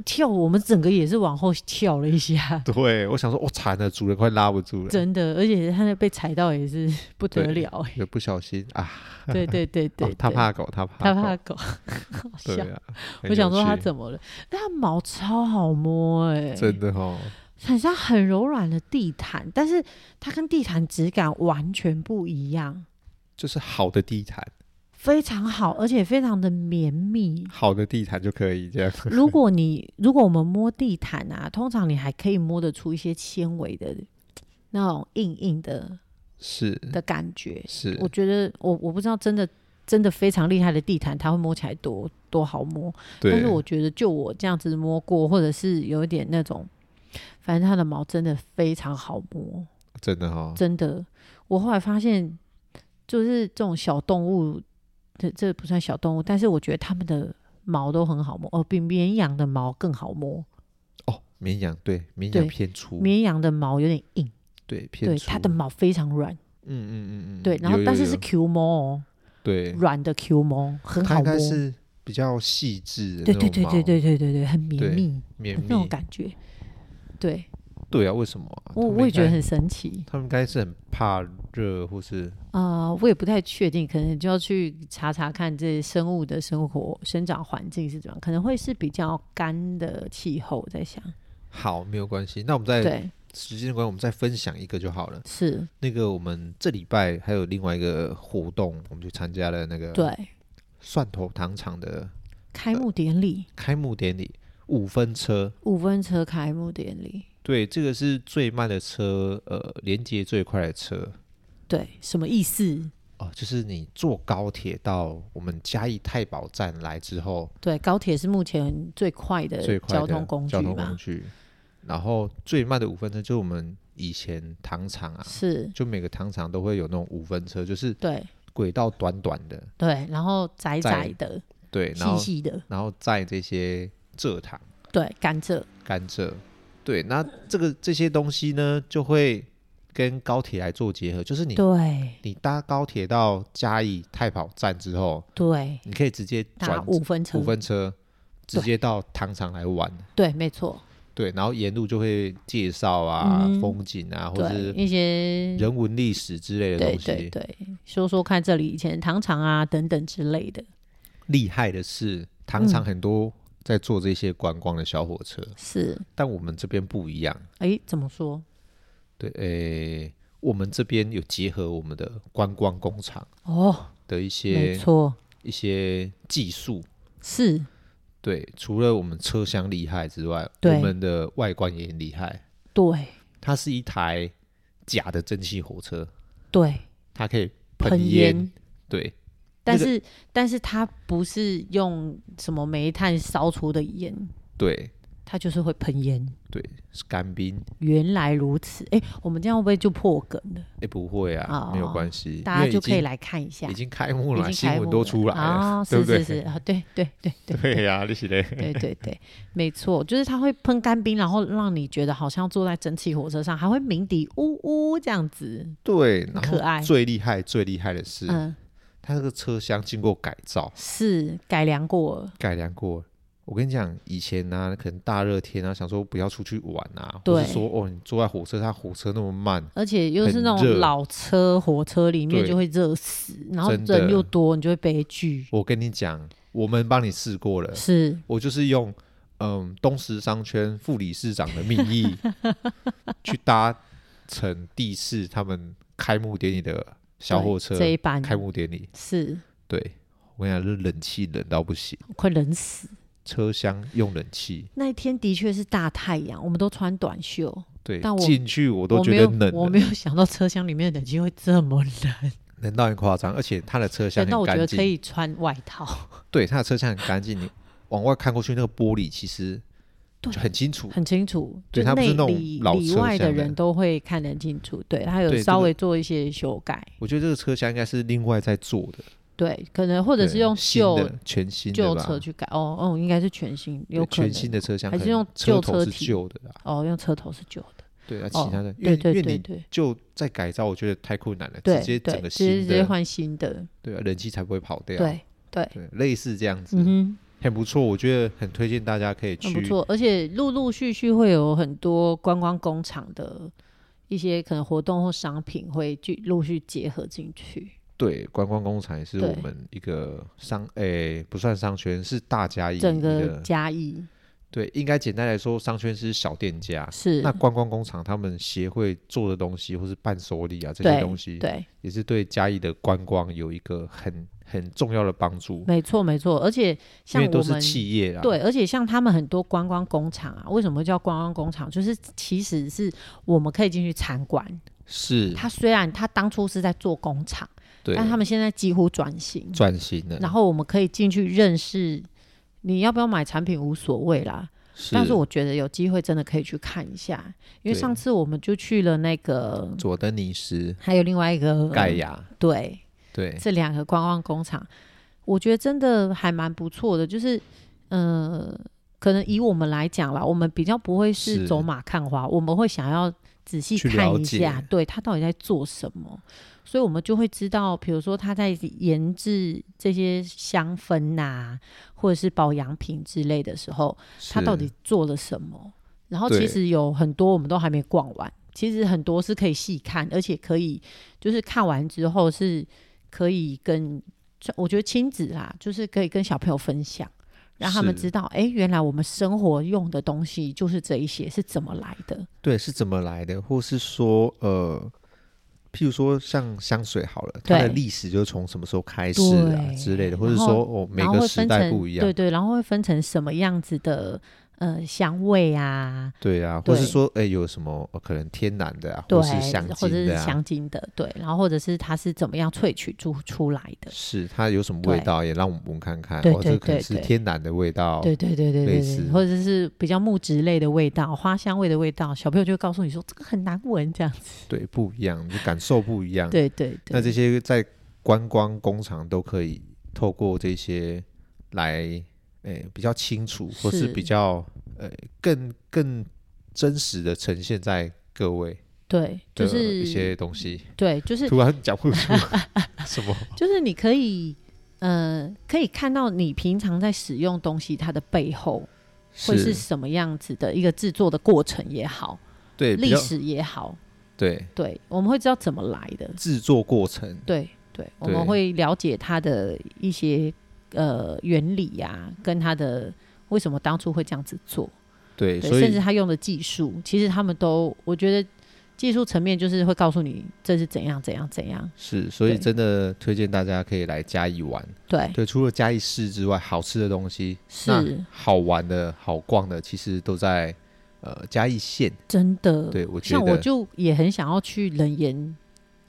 Speaker 2: 跳我们整个也是往后跳了 一下，
Speaker 1: 对，我想说，我、哦惨了，主人快拉不住了，
Speaker 2: 真的，而且他那被踩到也是不得
Speaker 1: 对
Speaker 2: 了欸，
Speaker 1: 也不小心啊，
Speaker 2: 对 对对对
Speaker 1: 哦，他
Speaker 2: 对
Speaker 1: 怕狗，他怕
Speaker 2: 他
Speaker 1: 狗
Speaker 2: 怕狗，好
Speaker 1: 对
Speaker 2: 笑。
Speaker 1: 啊，
Speaker 2: 我想说它
Speaker 1: 怎
Speaker 2: 怎么了？但它毛超好摸哎、
Speaker 1: 真的哦，
Speaker 2: 很像很柔软的地毯，但是它跟地毯质感完全不一样，
Speaker 1: 就是好的地毯，。
Speaker 2: 非常好，而且非常的绵密
Speaker 1: 好的地毯就可以这样。
Speaker 2: 如果你如果我们摸地毯啊，通常你还可以摸得出一些纤维的那种硬硬的
Speaker 1: 是
Speaker 2: 的感觉。
Speaker 1: 是，
Speaker 2: 我觉得我我不知道真的真的非常厉害的地毯，它会摸起来多多好摸。
Speaker 1: 对，
Speaker 2: 但是我觉得就我这样子摸过，或者是有一点那种，反正它的毛真的非常好摸，
Speaker 1: 真的哦，
Speaker 2: 真的。我后来发现，就是这种小动物，这这不算小动物，但是我觉得它们的毛都很好摸，哦，比绵羊的毛更好摸。
Speaker 1: 哦，绵羊对，绵羊
Speaker 2: 对
Speaker 1: 偏粗，
Speaker 2: 绵羊的毛有点硬，
Speaker 1: 对偏
Speaker 2: 对，
Speaker 1: 嗯粗，
Speaker 2: 它的毛非常软，
Speaker 1: 嗯嗯嗯嗯，
Speaker 2: 对，然后
Speaker 1: 有
Speaker 2: 但
Speaker 1: 有
Speaker 2: 是是
Speaker 1: 有
Speaker 2: Q 毛哦，
Speaker 1: 对，
Speaker 2: 软的 Q 毛，很
Speaker 1: 它
Speaker 2: 好
Speaker 1: 应
Speaker 2: 摸
Speaker 1: 该。是比较细致的
Speaker 2: 对
Speaker 1: 那
Speaker 2: 对
Speaker 1: 种
Speaker 2: 对对
Speaker 1: 毛
Speaker 2: 对对对对，很绵
Speaker 1: 对
Speaker 2: 密，
Speaker 1: 绵
Speaker 2: 很
Speaker 1: 密
Speaker 2: 那种感觉。对，
Speaker 1: 对啊，为什么啊？
Speaker 2: 我
Speaker 1: 他们
Speaker 2: 我也
Speaker 1: 应
Speaker 2: 觉得
Speaker 1: 该
Speaker 2: 很神奇。
Speaker 1: 他们应该是很怕热，或是
Speaker 2: 啊，我也不太确定，可能就要去查查看这生物的生活生长环境是怎么样，可能会是比较干的气候，我在想。
Speaker 1: 好没有关系。那我们再
Speaker 2: 对，
Speaker 1: 时间的关系，我们再分享一个就好了。
Speaker 2: 是，
Speaker 1: 那个我们这礼拜还有另外一个活动，我们去参加了那个
Speaker 2: 对。
Speaker 1: 蒜头糖厂的
Speaker 2: 开幕典礼，
Speaker 1: 开幕典礼，五分车。
Speaker 2: 五分车开幕典礼，
Speaker 1: 对，这个是最慢的车，呃，连接最快的车
Speaker 2: 对，什么意思？
Speaker 1: 哦、就是你坐高铁到我们嘉义太保站来之后，
Speaker 2: 对，高铁是目前最快的
Speaker 1: 最快的
Speaker 2: 交通工具
Speaker 1: 交通
Speaker 2: 嘛
Speaker 1: 工，具。然后最慢的五分车就是我们以前糖厂啊，
Speaker 2: 是，
Speaker 1: 就每个糖厂都会有那种五分车，就是
Speaker 2: 对
Speaker 1: 轨道短短的，
Speaker 2: 对，然后窄
Speaker 1: 窄
Speaker 2: 窄的、
Speaker 1: 对，然
Speaker 2: 细
Speaker 1: 后
Speaker 2: 细的，
Speaker 1: 然后载这些蔗糖、
Speaker 2: 对，甘蔗，
Speaker 1: 甘蔗，对，那这个这些东西呢，就会跟高铁来做结合，就是你
Speaker 2: 对
Speaker 1: 你搭高铁到嘉义太保站之后，
Speaker 2: 对，
Speaker 1: 你可以直接
Speaker 2: 打
Speaker 1: 转
Speaker 2: 五分车
Speaker 1: 五，分车，直接到糖厂来玩。
Speaker 2: 对，没错，
Speaker 1: 对，然后沿路就会介绍啊、
Speaker 2: 嗯
Speaker 1: 风景啊，或
Speaker 2: 对，
Speaker 1: 是
Speaker 2: 一些
Speaker 1: 人文历史之类的
Speaker 2: 对
Speaker 1: 东西。
Speaker 2: 对对，说说看这里以前糖厂啊等等之类的，
Speaker 1: 厉害的是，糖厂
Speaker 2: 嗯
Speaker 1: 很多在做这些观光的小火车，
Speaker 2: 是
Speaker 1: 但我们这边不一样。
Speaker 2: 哎怎么说？
Speaker 1: 对，诶、我们这边有结合我们的观光工厂
Speaker 2: 哦，
Speaker 1: 的一
Speaker 2: 没
Speaker 1: 些
Speaker 2: 错，
Speaker 1: 一些技术。
Speaker 2: 是
Speaker 1: 对，除了我们车厢厉害之外，
Speaker 2: 对
Speaker 1: 我们的外观也很厉害。
Speaker 2: 对
Speaker 1: 它是一台假的蒸汽火车，
Speaker 2: 对，
Speaker 1: 它可以喷
Speaker 2: 喷烟，
Speaker 1: 对，
Speaker 2: 但
Speaker 1: 那个
Speaker 2: 是、但是它不是用什么煤炭烧出的烟，
Speaker 1: 对，
Speaker 2: 它就是会喷烟。
Speaker 1: 是干冰。
Speaker 2: 原来如此，哎，我们这样会不会就破梗了？
Speaker 1: 哎、不会啊，
Speaker 2: 哦
Speaker 1: 没有关系，
Speaker 2: 大
Speaker 1: 因
Speaker 2: 家
Speaker 1: 为已
Speaker 2: 就可以
Speaker 1: 经
Speaker 2: 来看一下
Speaker 1: 已，经开幕了，
Speaker 2: 已经
Speaker 1: 新
Speaker 2: 开
Speaker 1: 闻
Speaker 2: 幕
Speaker 1: 都
Speaker 2: 了
Speaker 1: 出来了，
Speaker 2: 啊，
Speaker 1: 对
Speaker 2: 是
Speaker 1: 不对？
Speaker 2: 是是啊，对对对对
Speaker 1: 对呀、你是嘞，
Speaker 2: 对对对，没错，就是它会喷干冰，然后让你觉得好像坐在蒸汽火车上，还会鸣笛呜呜这样子。
Speaker 1: 对，
Speaker 2: 很
Speaker 1: 然
Speaker 2: 可
Speaker 1: 后
Speaker 2: 爱
Speaker 1: 最厉害、最厉害的是，
Speaker 2: 嗯，
Speaker 1: 它这个车厢经过改造、
Speaker 2: 是改良过了，
Speaker 1: 改良过。我跟你讲，以前呢、可能大热天啊，想说不要出去玩啊，
Speaker 2: 对
Speaker 1: 或是说哦，你坐在火车，它火车那么慢，
Speaker 2: 而且又是
Speaker 1: 很
Speaker 2: 那
Speaker 1: 热
Speaker 2: 种老车、火车里面
Speaker 1: 对
Speaker 2: 就会热死，然后
Speaker 1: 真的
Speaker 2: 人又多，你就会悲剧。
Speaker 1: 我跟你讲，我们帮你试过了，
Speaker 2: 是
Speaker 1: 我就是用嗯东石商圈副理事长的名 义去搭乘地市他们开幕典礼的小火车
Speaker 2: 对这一班
Speaker 1: 开幕典礼，
Speaker 2: 是
Speaker 1: 对我跟你讲，这冷气冷到不行，
Speaker 2: 快冷死。
Speaker 1: 车厢用冷气，
Speaker 2: 那一天的确是大太阳，我们都穿短袖，
Speaker 1: 对
Speaker 2: 但，我
Speaker 1: 进去我
Speaker 2: 我
Speaker 1: 都觉
Speaker 2: 没
Speaker 1: 得
Speaker 2: 有
Speaker 1: 冷
Speaker 2: 我
Speaker 1: 了，
Speaker 2: 没有想到车厢里面的冷气会这么冷，
Speaker 1: 冷到很夸张，而且它的车厢
Speaker 2: 冷到
Speaker 1: 很
Speaker 2: 我觉得
Speaker 1: 干
Speaker 2: 可
Speaker 1: 净，
Speaker 2: 以穿外套。
Speaker 1: 对，它的车厢很干净，你往外看过去那个玻璃其实
Speaker 2: 对
Speaker 1: 就很清楚。
Speaker 2: 很清楚，
Speaker 1: 对
Speaker 2: 就
Speaker 1: 它不是
Speaker 2: 内
Speaker 1: 那种
Speaker 2: 里
Speaker 1: 老
Speaker 2: 里
Speaker 1: 车
Speaker 2: 外的
Speaker 1: 厢的
Speaker 2: 人都会看得清楚，对，它有
Speaker 1: 对
Speaker 2: 稍
Speaker 1: 这个
Speaker 2: 微做一些修改，
Speaker 1: 我觉得这个车厢应该是另外在做的，
Speaker 2: 对，可能或者是
Speaker 1: 对
Speaker 2: 用
Speaker 1: 新
Speaker 2: 旧
Speaker 1: 的全新的
Speaker 2: 旧
Speaker 1: 吧
Speaker 2: 车去改，哦哦，应该是全新，
Speaker 1: 对
Speaker 2: 有可能
Speaker 1: 全新的车厢，
Speaker 2: 还是
Speaker 1: 可能
Speaker 2: 用
Speaker 1: 车
Speaker 2: 旧
Speaker 1: 头
Speaker 2: 车
Speaker 1: 是
Speaker 2: 体
Speaker 1: 旧的啦，
Speaker 2: 哦，用车头是旧的，
Speaker 1: 对啊，其
Speaker 2: 哦
Speaker 1: 他的，因为
Speaker 2: 对对
Speaker 1: 因为
Speaker 2: 对
Speaker 1: 你
Speaker 2: 对
Speaker 1: 就在改造，我觉得太困难了，
Speaker 2: 对，
Speaker 1: 直接
Speaker 2: 对
Speaker 1: 整个
Speaker 2: 直接
Speaker 1: 新
Speaker 2: 直接
Speaker 1: 的，
Speaker 2: 换新的，
Speaker 1: 对啊，人气才不会跑掉，
Speaker 2: 对对，
Speaker 1: 对，类似这样子，
Speaker 2: 嗯
Speaker 1: 很不错，我觉得很推荐大家可以
Speaker 2: 哼，
Speaker 1: 去，
Speaker 2: 很不错，而且陆陆续续会有很多观光工厂的一些可能活动或商品会去陆续结合进去，
Speaker 1: 对，观光工厂也是
Speaker 2: 对
Speaker 1: 我们一个商，诶、不算商圈，是大家一
Speaker 2: 整个
Speaker 1: 个
Speaker 2: 嘉义
Speaker 1: 对，应该简单来说，商圈是小店家。啊
Speaker 2: 是
Speaker 1: 那观光工厂他们协会做的东西，或是伴手礼啊这些
Speaker 2: 对
Speaker 1: 东西，
Speaker 2: 对。
Speaker 1: 也是对嘉义的观光有一个很很重要的帮助，
Speaker 2: 没错，没错，而且
Speaker 1: 因
Speaker 2: 像
Speaker 1: 为都
Speaker 2: 我
Speaker 1: 是
Speaker 2: 们
Speaker 1: 企业啊啦，
Speaker 2: 对，，而且像他们很多观光工厂啊，为什么会叫观光工厂？就是其实是我们可以进去参观。
Speaker 1: 是，
Speaker 2: 它虽然它当初是在做工厂，
Speaker 1: 对，
Speaker 2: 但他们现在几乎转型，
Speaker 1: 转型了，
Speaker 2: 然后我们可以进去认识。你要不要买产品无所谓啦，
Speaker 1: 是，
Speaker 2: 但是我觉得有机会真的可以去看一下，因
Speaker 1: 对
Speaker 2: 为上次我们就去了那个，
Speaker 1: 佐登尼斯、
Speaker 2: 还有另外一个
Speaker 1: 盖亚，
Speaker 2: 对，
Speaker 1: 对，
Speaker 2: 这两个观光工厂，我觉得真的还蛮不错的。就是，呃，可能以我们来讲啦，我们比较不会是
Speaker 1: 是
Speaker 2: 走马看花，我们会想要仔细
Speaker 1: 去
Speaker 2: 看
Speaker 1: 了
Speaker 2: 一
Speaker 1: 解
Speaker 2: 下，对他到底在做什么，所以我们就会知道，比如说他在研制这些香氛呐、或者是保养品之类的时候，他
Speaker 1: 是
Speaker 2: 到底做了什么。然后
Speaker 1: 对
Speaker 2: 其实有很多我们都还没逛完，其实很多是可以细看，而且可以就是看完之后是可以跟，我觉得亲子啦，就是可以跟小朋友分享，让他们
Speaker 1: 是
Speaker 2: 知道，哎，原来我们生活用的东西就是这一些是怎么来的。
Speaker 1: 对，是怎么来的，或是说，呃，譬如说像香水好了，它
Speaker 2: 对
Speaker 1: 的历史就是从什么时候开始啊
Speaker 2: 对
Speaker 1: 之类的，或者
Speaker 2: 然后
Speaker 1: 说哦，每
Speaker 2: 然后
Speaker 1: 个
Speaker 2: 会
Speaker 1: 时
Speaker 2: 分
Speaker 1: 代
Speaker 2: 成
Speaker 1: 不一样
Speaker 2: 对，对，然后会分成什么样子的呃香味啊，
Speaker 1: 对啊，或是
Speaker 2: 对
Speaker 1: 说，哎，有什么呃可能天然的啊，
Speaker 2: 对，
Speaker 1: 是香
Speaker 2: 或者
Speaker 1: 精
Speaker 2: 是
Speaker 1: 的啊，
Speaker 2: 香精的，对，然后或者是它是怎么样萃取出出来的，
Speaker 1: 是它有什么味
Speaker 2: 对
Speaker 1: 道，也让我们闻看看，
Speaker 2: 对
Speaker 1: 哦，这
Speaker 2: 对
Speaker 1: 可能
Speaker 2: 对
Speaker 1: 是
Speaker 2: 对
Speaker 1: 天然的味道，
Speaker 2: 对对对对
Speaker 1: 类
Speaker 2: 对
Speaker 1: 似
Speaker 2: 对，或者是比较木质类的味道、花香味的味道，小朋友就会告诉你说这个很难闻这样子。
Speaker 1: 对，不一样，就感受不一样。
Speaker 2: 对对对，
Speaker 1: 嗯那这些在观光工厂都可以透过这些来，诶、比较清楚，或是
Speaker 2: 是
Speaker 1: 比较呃更更真实的呈现在各位
Speaker 2: 对
Speaker 1: 的
Speaker 2: 就是
Speaker 1: 一些东西。
Speaker 2: 对就是
Speaker 1: 突然讲不 出什么，
Speaker 2: 就是你可以呃可以看到你平常在使用东西它的背后会是什么样子的一个制作的过程也好，
Speaker 1: 对比
Speaker 2: 历
Speaker 1: 较
Speaker 2: 史也好，
Speaker 1: 对
Speaker 2: 对，我们会知道怎么来的。
Speaker 1: 制作过程，
Speaker 2: 对对，我
Speaker 1: 对
Speaker 2: 们会了解它的一些呃原理呀、跟它的为什么当初会这样子做。
Speaker 1: 对，
Speaker 2: 对，
Speaker 1: 所
Speaker 2: 甚至
Speaker 1: 以
Speaker 2: 他用的技术，其实他们都，我觉得技术层面就是会告诉你这是怎样怎样怎样，
Speaker 1: 是所以
Speaker 2: 对
Speaker 1: 真的推荐大家可以来嘉义玩。
Speaker 2: 对，
Speaker 1: 对，除了嘉义市之外，好吃的东西，那
Speaker 2: 是
Speaker 1: 好玩的、好逛的，其实都在呃嘉义县。
Speaker 2: 真的。
Speaker 1: 对，我觉
Speaker 2: 像我
Speaker 1: 得
Speaker 2: 就也很想要去冷岩，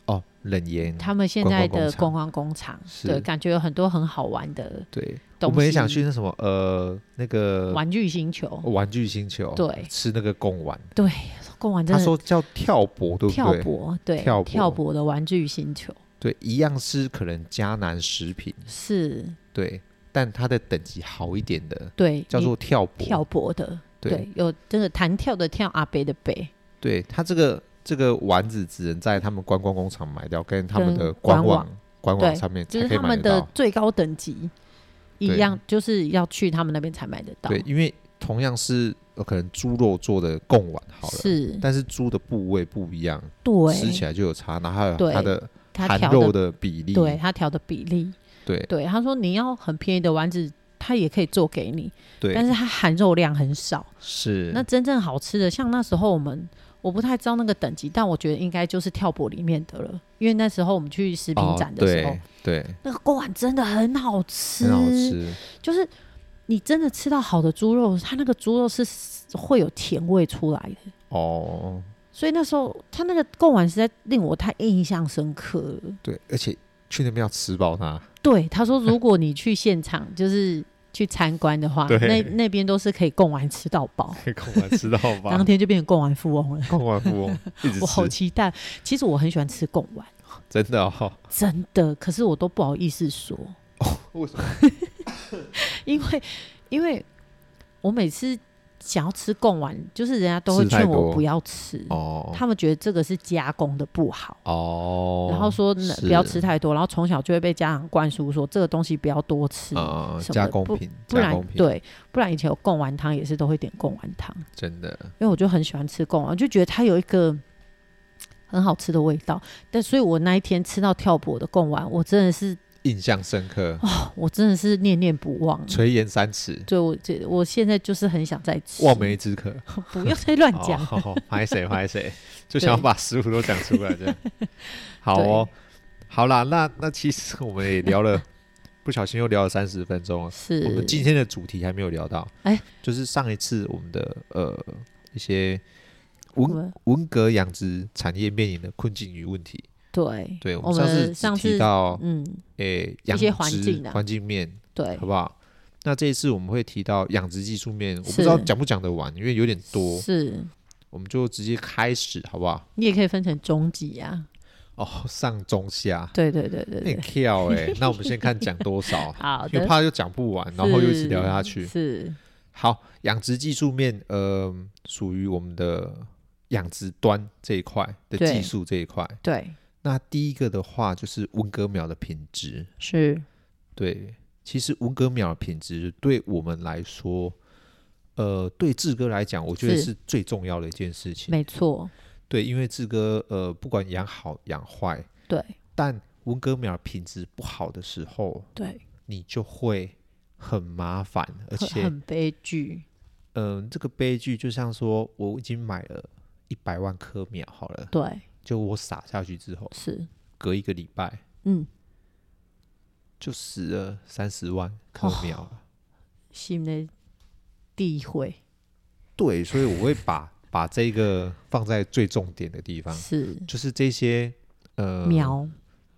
Speaker 1: 哦，冷岩，
Speaker 2: 他们现
Speaker 1: 观
Speaker 2: 在
Speaker 1: 光工
Speaker 2: 的
Speaker 1: 厂
Speaker 2: 观光工厂，
Speaker 1: 是
Speaker 2: 对，感觉有很多很好玩的
Speaker 1: 对，我
Speaker 2: 东西。
Speaker 1: 们也想去那哦什么呃那个
Speaker 2: 玩具星球，
Speaker 1: 玩具星球，
Speaker 2: 对
Speaker 1: 吃那个贡丸，
Speaker 2: 对，逛完真
Speaker 1: 他
Speaker 2: 的
Speaker 1: 说叫跳博，对不对？
Speaker 2: 跳博，对，
Speaker 1: 跳
Speaker 2: 跳
Speaker 1: 博
Speaker 2: 博的玩具星球
Speaker 1: 对，一样是可能迦南食品，
Speaker 2: 是，
Speaker 1: 对，但它的等级好一点的
Speaker 2: 对，
Speaker 1: 叫做跳博，
Speaker 2: 跳博的，
Speaker 1: 对
Speaker 2: 对，有这个弹跳的跳，阿北的北，
Speaker 1: 对，它这个这个丸子只能在他们观光工厂买掉，跟他们
Speaker 2: 跟
Speaker 1: 的官
Speaker 2: 官
Speaker 1: 网
Speaker 2: 网
Speaker 1: 官网
Speaker 2: 对
Speaker 1: 上面
Speaker 2: 就
Speaker 1: 才
Speaker 2: 是
Speaker 1: 可以
Speaker 2: 他
Speaker 1: 买
Speaker 2: 们
Speaker 1: 得
Speaker 2: 的
Speaker 1: 到，
Speaker 2: 最高等级
Speaker 1: 对
Speaker 2: 一样，就是要去他们那边才买得到。
Speaker 1: 对，因为同样是呃可能猪肉做的贡丸好了，
Speaker 2: 是，
Speaker 1: 但是猪的部位不一样，吃起
Speaker 2: 对，
Speaker 1: 来就有差，然后还有
Speaker 2: 对
Speaker 1: 它的
Speaker 2: 他
Speaker 1: 含
Speaker 2: 调
Speaker 1: 肉
Speaker 2: 的，
Speaker 1: 的比例，
Speaker 2: 对他调的比例，
Speaker 1: 对
Speaker 2: 对，他说你要很便宜的丸子，他也可以做给你，
Speaker 1: 对
Speaker 2: 但是它含肉量很少。
Speaker 1: 是
Speaker 2: 那真正好吃的，像那时候我们。我不太知道那个等级，但我觉得应该就是跳博里面的了，因为那时候我们去食品展的时候，
Speaker 1: 哦、对对，
Speaker 2: 那个锅碗真的很好吃，
Speaker 1: 很好吃，
Speaker 2: 就是你真的吃到好的猪肉，它那个猪肉是会有甜味出来的。
Speaker 1: 哦，
Speaker 2: 所以那时候他那个贡丸实在令我太印象深刻了。
Speaker 1: 对，而且去那边要吃饱它，
Speaker 2: 对，他说如果你去现场，就是去参观的话，
Speaker 1: 对
Speaker 2: 那那边都是可以贡丸吃到饱，
Speaker 1: 可以贡丸吃到
Speaker 2: 当
Speaker 1: 吧？
Speaker 2: 天就变成贡丸富翁了。
Speaker 1: 贡丸富翁一直
Speaker 2: 我好
Speaker 1: 吃，
Speaker 2: 期待，其实我很喜欢吃贡丸，
Speaker 1: 真的
Speaker 2: 嗯
Speaker 1: 哦，
Speaker 2: 真的，可是我都不好意思说，
Speaker 1: 为什么？
Speaker 2: 因为因为我每次想要吃贡丸，就是人家都会
Speaker 1: 吃太
Speaker 2: 劝我
Speaker 1: 多
Speaker 2: 不要吃，
Speaker 1: 哦
Speaker 2: 他们觉得这个是加工的不好。
Speaker 1: 哦，
Speaker 2: 然后说呢
Speaker 1: 是
Speaker 2: 不要吃太多，然后从小就会被家长灌输说这个东西不要多吃，
Speaker 1: 啊
Speaker 2: 什么
Speaker 1: 加工品，
Speaker 2: 不
Speaker 1: 加
Speaker 2: 然
Speaker 1: 工品，，
Speaker 2: 对，不然以前有贡丸汤也是都会点贡丸汤，
Speaker 1: 真的
Speaker 2: 因为我就很喜欢吃贡丸，就觉得它有一个很好吃的味道。但所以我那一天吃到跳脖的贡丸，我真的是
Speaker 1: 印象深刻，
Speaker 2: 我真的是念念不忘。
Speaker 1: 垂涎三尺，
Speaker 2: 对我这我现在就是很想再吃，
Speaker 1: 望梅止渴。
Speaker 2: 不要再乱讲。
Speaker 1: 好好，拍谁拍谁，就想要
Speaker 2: 对
Speaker 1: 把食物都讲出来，这 样。好哦，好啦，那那其实我们也聊了，不小心又聊了三十分钟了。
Speaker 2: 是
Speaker 1: 我们今天的主题还没有聊到，
Speaker 2: 哎
Speaker 1: 就是上一次我们的呃一些
Speaker 2: 我
Speaker 1: 文
Speaker 2: 们
Speaker 1: 文革养殖产业面临的困境与问题。
Speaker 2: 对，
Speaker 1: 对，我
Speaker 2: 我
Speaker 1: 们上次
Speaker 2: 们
Speaker 1: 只
Speaker 2: 上
Speaker 1: 提
Speaker 2: 次
Speaker 1: 到
Speaker 2: 嗯
Speaker 1: 诶养
Speaker 2: 一些环境
Speaker 1: 殖
Speaker 2: 啊
Speaker 1: 环境面，
Speaker 2: 对
Speaker 1: 好不好？那这一次我们会提到养殖技术面，我不知
Speaker 2: 是
Speaker 1: 道讲不讲得完，因为有点多，
Speaker 2: 是，
Speaker 1: 我们就直接开始好不好？
Speaker 2: 你也可以分成中级啊，
Speaker 1: 哦，上中下，
Speaker 2: 对对对对
Speaker 1: 那
Speaker 2: 对，
Speaker 1: 很，跳哎、那我们先看讲多少
Speaker 2: 好
Speaker 1: 因为
Speaker 2: 的。
Speaker 1: 怕又讲不完，然后又一直聊下去。
Speaker 2: 是
Speaker 1: 好，养殖技术面，呃，属于我们的养殖端这一块的
Speaker 2: 对
Speaker 1: 技术这一块。
Speaker 2: 对，
Speaker 1: 那第一个的话就是文革苗的品质，
Speaker 2: 是
Speaker 1: 对，其实文革苗的品质对我们来说，呃，对志哥来讲，我觉得
Speaker 2: 是
Speaker 1: 是最重要的一件事情。
Speaker 2: 没错，
Speaker 1: 对，因为志哥，呃，不管养好养坏，
Speaker 2: 对
Speaker 1: 但文革苗品质不好的时候，
Speaker 2: 对，
Speaker 1: 你就会很麻烦，而
Speaker 2: 很
Speaker 1: 且，
Speaker 2: 很悲剧，
Speaker 1: 嗯、这个悲剧就像说，我已经买了一百万颗苗好了，
Speaker 2: 对，
Speaker 1: 就我撒下去之后，
Speaker 2: 是，
Speaker 1: 隔一个礼拜
Speaker 2: 嗯，
Speaker 1: 就死了三十万颗
Speaker 2: 哦
Speaker 1: 苗了。
Speaker 2: 心的诋毁
Speaker 1: 对，所以我会把把这个放在最重点的地方，
Speaker 2: 是
Speaker 1: 就是这些呃
Speaker 2: 苗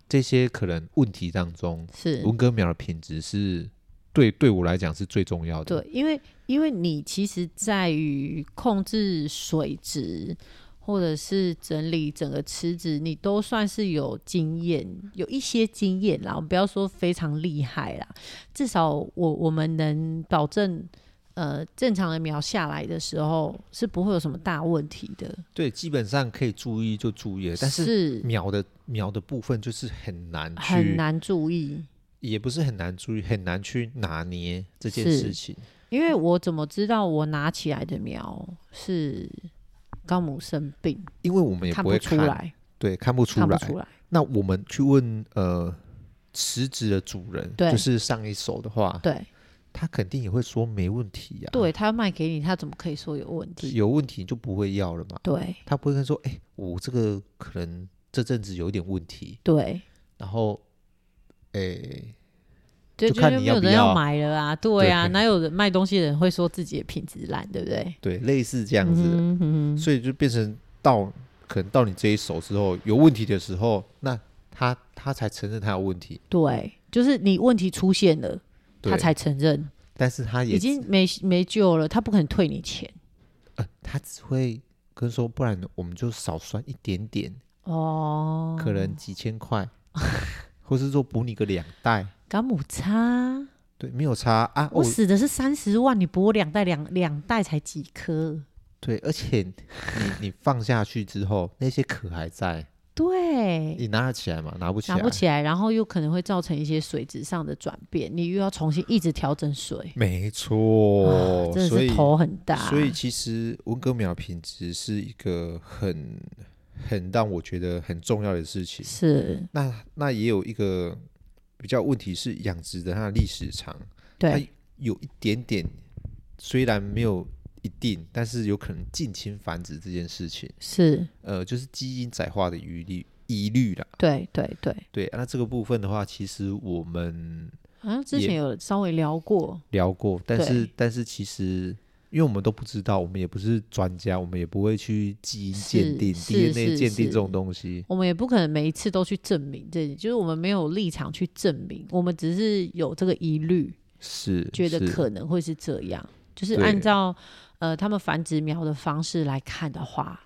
Speaker 1: 这些可能问题当中，
Speaker 2: 是
Speaker 1: 文革苗的品质是对对我来讲是最重要的。
Speaker 2: 对，因为因为你其实在于控制水质，或者是整理整个池子，你都算是有经验，有一些经验啦。我们不要说非常厉害啦，至少我我们能保证，呃，正常的苗下来的时候是不会有什么大问题的。
Speaker 1: 对，基本上可以注意就注意了，但是
Speaker 2: 是
Speaker 1: 苗的苗的部分就是很难去，
Speaker 2: 很难注意，
Speaker 1: 也不是很难注意，很难去拿捏这件
Speaker 2: 是
Speaker 1: 事情。
Speaker 2: 因为我怎么知道我拿起来的苗是高母生病，
Speaker 1: 因为我们也
Speaker 2: 看
Speaker 1: 不
Speaker 2: 不
Speaker 1: 会
Speaker 2: 出
Speaker 1: 看，
Speaker 2: 来，
Speaker 1: 对，看不出
Speaker 2: 看
Speaker 1: 来。
Speaker 2: 不出来。
Speaker 1: 那我们去问呃，辞职的主人，
Speaker 2: 对
Speaker 1: 就是上一手的话，
Speaker 2: 对，
Speaker 1: 他肯定也会说没问题呀、
Speaker 2: 对他卖给你，他怎么可以说有问
Speaker 1: 对，
Speaker 2: 题？
Speaker 1: 有问题你就不会要了嘛。
Speaker 2: 对
Speaker 1: 他不会跟说，哎、我这个可能这阵子有一点问题，
Speaker 2: 对，
Speaker 1: 然后，哎、
Speaker 2: 就
Speaker 1: 就看
Speaker 2: 就
Speaker 1: 你
Speaker 2: 没
Speaker 1: 要
Speaker 2: 有
Speaker 1: 不
Speaker 2: 人
Speaker 1: 要
Speaker 2: 要买了啊，对啊，
Speaker 1: 对
Speaker 2: 哪有人卖东西的人会说自己的品质烂，对不对？
Speaker 1: 对，类似这样
Speaker 2: 嗯
Speaker 1: 子的，
Speaker 2: 哼嗯哼
Speaker 1: 所以就变成到可能到你这一手之后有问题的时候，那他他才承认他有问题，
Speaker 2: 对，就是你问题出现了，
Speaker 1: 对
Speaker 2: 他才承认，
Speaker 1: 但是他也
Speaker 2: 已经没没救了，他不可能退你钱
Speaker 1: 呃，他只会跟说，不然我们就少算一点点，
Speaker 2: 哦。
Speaker 1: 可能几千块， 或是说补你个两袋，
Speaker 2: 港母差，
Speaker 1: 对，没有差啊。
Speaker 2: 我
Speaker 1: 哦，
Speaker 2: 死的是三十万，你补我两袋，两两袋才几颗？
Speaker 1: 对，而且你 你放下去之后，那些壳还在，
Speaker 2: 对，
Speaker 1: 你拿得起来吗？拿不起来，
Speaker 2: 拿不起来，然后又可能会造成一些水质上的转变，你又要重新一直调整水。
Speaker 1: 没错，
Speaker 2: 啊真
Speaker 1: 哦所
Speaker 2: 的
Speaker 1: 以
Speaker 2: 是头很大。啊
Speaker 1: 所以其实文革苗品质是一个很很让我觉得很重要的事情。
Speaker 2: 是
Speaker 1: 那那也有一个比较问题是养殖的它的历史长，
Speaker 2: 对，
Speaker 1: 有一点点虽然没有一定，但是有可能近亲繁殖这件事情，
Speaker 2: 是，
Speaker 1: 呃，就是基因窄化的疑虑疑虑啦。
Speaker 2: 对对对。
Speaker 1: 对，啊那这个部分的话，其实我们
Speaker 2: 好像啊之
Speaker 1: 也
Speaker 2: 前有稍微聊过，
Speaker 1: 聊过，但是
Speaker 2: 对
Speaker 1: 但是其实。因为我们都不知道，我们也不是专家，我们也不会去基因鉴
Speaker 2: 是
Speaker 1: 定、
Speaker 2: 是
Speaker 1: DNA
Speaker 2: 是
Speaker 1: 鉴定这
Speaker 2: 是
Speaker 1: 种东西。
Speaker 2: 我们也不可能每一次都去证明这，就是我们没有立场去证明，我们只是有这个疑虑。
Speaker 1: 是
Speaker 2: 觉得
Speaker 1: 是
Speaker 2: 可能会是这样。就是
Speaker 1: 对
Speaker 2: 按照呃他们繁殖苗的方式来看的话，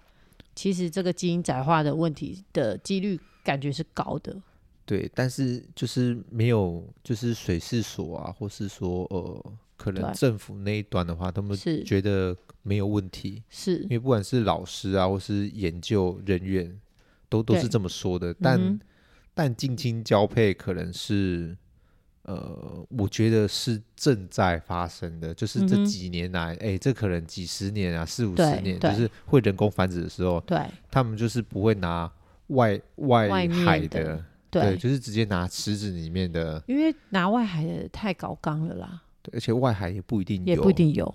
Speaker 2: 其实这个基因窄化的问题的几率感觉是高的。
Speaker 1: 对，但是就是没有，就是水事所啊，或是说呃，可能
Speaker 2: 对
Speaker 1: 政府那一端的话，他们
Speaker 2: 是
Speaker 1: 觉得没有问题，
Speaker 2: 是
Speaker 1: 因为不管是老师啊，或是研究人员，都都
Speaker 2: 对
Speaker 1: 是这么说的。但、
Speaker 2: 嗯哼
Speaker 1: 但近亲交配可能是呃，我觉得是正在发生的，就是
Speaker 2: 嗯
Speaker 1: 这
Speaker 2: 哼
Speaker 1: 几年来，哎、这可能几十年啊，四五
Speaker 2: 对
Speaker 1: 十年，就
Speaker 2: 对
Speaker 1: 是会人工繁殖的时候，
Speaker 2: 对
Speaker 1: 他们就是不会拿外外
Speaker 2: 外面
Speaker 1: 海
Speaker 2: 的
Speaker 1: 的
Speaker 2: 对，
Speaker 1: 就是直接拿池子里面的，
Speaker 2: 因为拿外海的太高纲了啦，
Speaker 1: 对而且外海也不一定有，
Speaker 2: 也不一定有。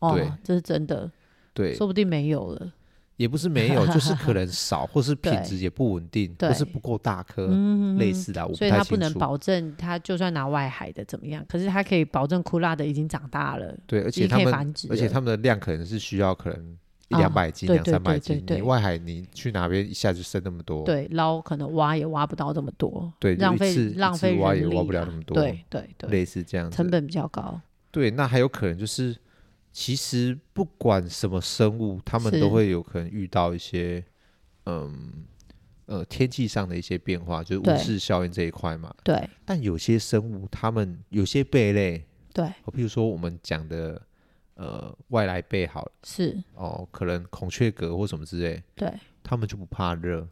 Speaker 2: 哦
Speaker 1: 对，
Speaker 2: 这是真的，
Speaker 1: 对，
Speaker 2: 说不定没有了。
Speaker 1: 也不是没 有，就是可能少，或是品
Speaker 2: 对
Speaker 1: 质也不稳定，
Speaker 2: 对
Speaker 1: 或是不够大颗，
Speaker 2: 嗯，
Speaker 1: 类似的啊、我
Speaker 2: 所以
Speaker 1: 太
Speaker 2: 他
Speaker 1: 清
Speaker 2: 不能
Speaker 1: 楚。
Speaker 2: 保证他就算拿外海的怎么样，可是他可以保证库拉的已经长大了，
Speaker 1: 对，而
Speaker 2: 已
Speaker 1: 且
Speaker 2: 经
Speaker 1: 他
Speaker 2: 可以
Speaker 1: 们，
Speaker 2: 繁殖了，
Speaker 1: 而且他们的量可能是需要可能一
Speaker 2: 啊
Speaker 1: 两百斤、
Speaker 2: 对
Speaker 1: 两三百
Speaker 2: 对对对
Speaker 1: 斤，
Speaker 2: 对
Speaker 1: 你外海你去哪边一下就生那么多，
Speaker 2: 对捞可能挖也挖不到这么多，
Speaker 1: 对，就
Speaker 2: 浪
Speaker 1: 一
Speaker 2: 费
Speaker 1: 次一
Speaker 2: 浪
Speaker 1: 次
Speaker 2: 费
Speaker 1: 挖
Speaker 2: 人
Speaker 1: 也挖
Speaker 2: 力
Speaker 1: 不了
Speaker 2: 啊
Speaker 1: 那么多
Speaker 2: 对对对，
Speaker 1: 类似这样子，
Speaker 2: 成本比较高，
Speaker 1: 对，那还有可能就是，其实不管什么生物，它们
Speaker 2: 是
Speaker 1: 都会有可能遇到一些，嗯呃天气上的一些变化，就是
Speaker 2: 对
Speaker 1: 温室效应这一块嘛。
Speaker 2: 对
Speaker 1: 但有些生物，它们有些贝类，
Speaker 2: 对
Speaker 1: 哦，譬如说我们讲的呃外来贝好了，
Speaker 2: 是，
Speaker 1: 哦，可能孔雀蛤或什么之类，
Speaker 2: 对
Speaker 1: 它们就不怕热，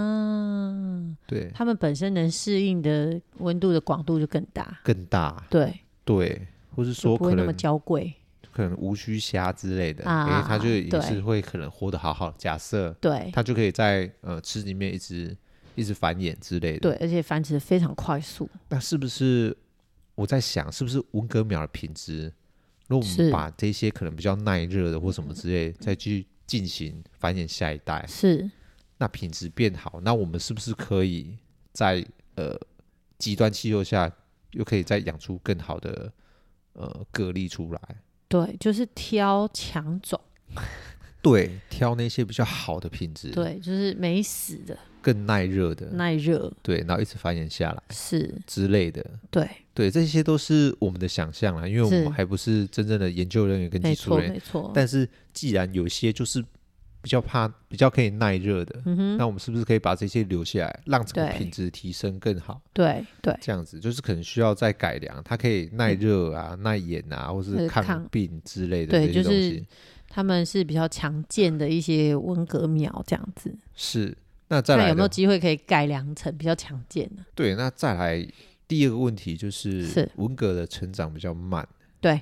Speaker 2: 啊，
Speaker 1: 对，
Speaker 2: 他们本身能适应的温度的广度就更大，
Speaker 1: 更大，
Speaker 2: 对，
Speaker 1: 对，或是
Speaker 2: 就
Speaker 1: 说
Speaker 2: 不
Speaker 1: 可
Speaker 2: 会那么
Speaker 1: 能
Speaker 2: 娇贵，
Speaker 1: 可能无须虾之类的，
Speaker 2: 啊
Speaker 1: 诶、它就也
Speaker 2: 对
Speaker 1: 是会可能活得好好的，假设。
Speaker 2: 对
Speaker 1: 它就可以在呃池里面一直一直繁衍之类的。
Speaker 2: 对，，而且繁殖得非常快速，
Speaker 1: 那是不是我在想，是不是文革苗的品质，如果我
Speaker 2: 是嗯
Speaker 1: 们把这些可能比较耐热的或什么之类，再去进行繁衍下一代，
Speaker 2: 是
Speaker 1: 那品质变好，那我们是不是可以在呃极端气候下，又可以再养出更好的呃蛤蜊出来？
Speaker 2: 对，就是挑强种，
Speaker 1: 对，挑那些比较好的品质，，
Speaker 2: 对，就是没死的，
Speaker 1: 更耐热的，
Speaker 2: 耐热，
Speaker 1: 对，然后一直繁衍下来
Speaker 2: 是，
Speaker 1: 之类的。
Speaker 2: 对，
Speaker 1: 对，这些都是我们的想象啦，因为我
Speaker 2: 是
Speaker 1: 们还不是真正的研究人员跟技
Speaker 2: 没
Speaker 1: 术
Speaker 2: 错
Speaker 1: 人员。
Speaker 2: 没错，
Speaker 1: 但是既然有些就是比较怕、比较可以耐热的，
Speaker 2: 嗯哼，
Speaker 1: 那我们是不是可以把这些留下来，让整个
Speaker 2: 对
Speaker 1: 品质提升更好？
Speaker 2: 对对，嗯
Speaker 1: 这样子就是可能需要再改良，它可以耐热啊、耐盐啊，或
Speaker 2: 呃
Speaker 1: 是
Speaker 2: 抗
Speaker 1: 抗病之类的
Speaker 2: 对
Speaker 1: 这些
Speaker 2: 就
Speaker 1: 东
Speaker 2: 是
Speaker 1: 西。
Speaker 2: 他们是比较常见的一些文革苗这样子，
Speaker 1: 是，那再
Speaker 2: 看
Speaker 1: 来
Speaker 2: 有没有
Speaker 1: 的
Speaker 2: 机会可以改良成比较常见的，
Speaker 1: 对，那再来第二个问题就是
Speaker 2: 是
Speaker 1: 文革的成长比较慢。
Speaker 2: 对，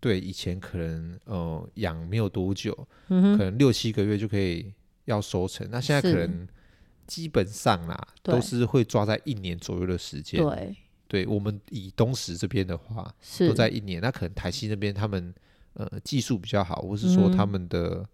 Speaker 1: 对，以前可能呃养没有多久，
Speaker 2: 嗯
Speaker 1: 可
Speaker 2: 哼，
Speaker 1: 能六七个月就可以要收成。那现在
Speaker 2: 是
Speaker 1: 可能基本上啦，
Speaker 2: 对
Speaker 1: 都是会抓在一年左右的时间。，
Speaker 2: 对，
Speaker 1: 我们以东石这边的话，
Speaker 2: 是
Speaker 1: 都在一年。那可能台西那边他们呃技术比较好，或是说
Speaker 2: 嗯
Speaker 1: 他们的、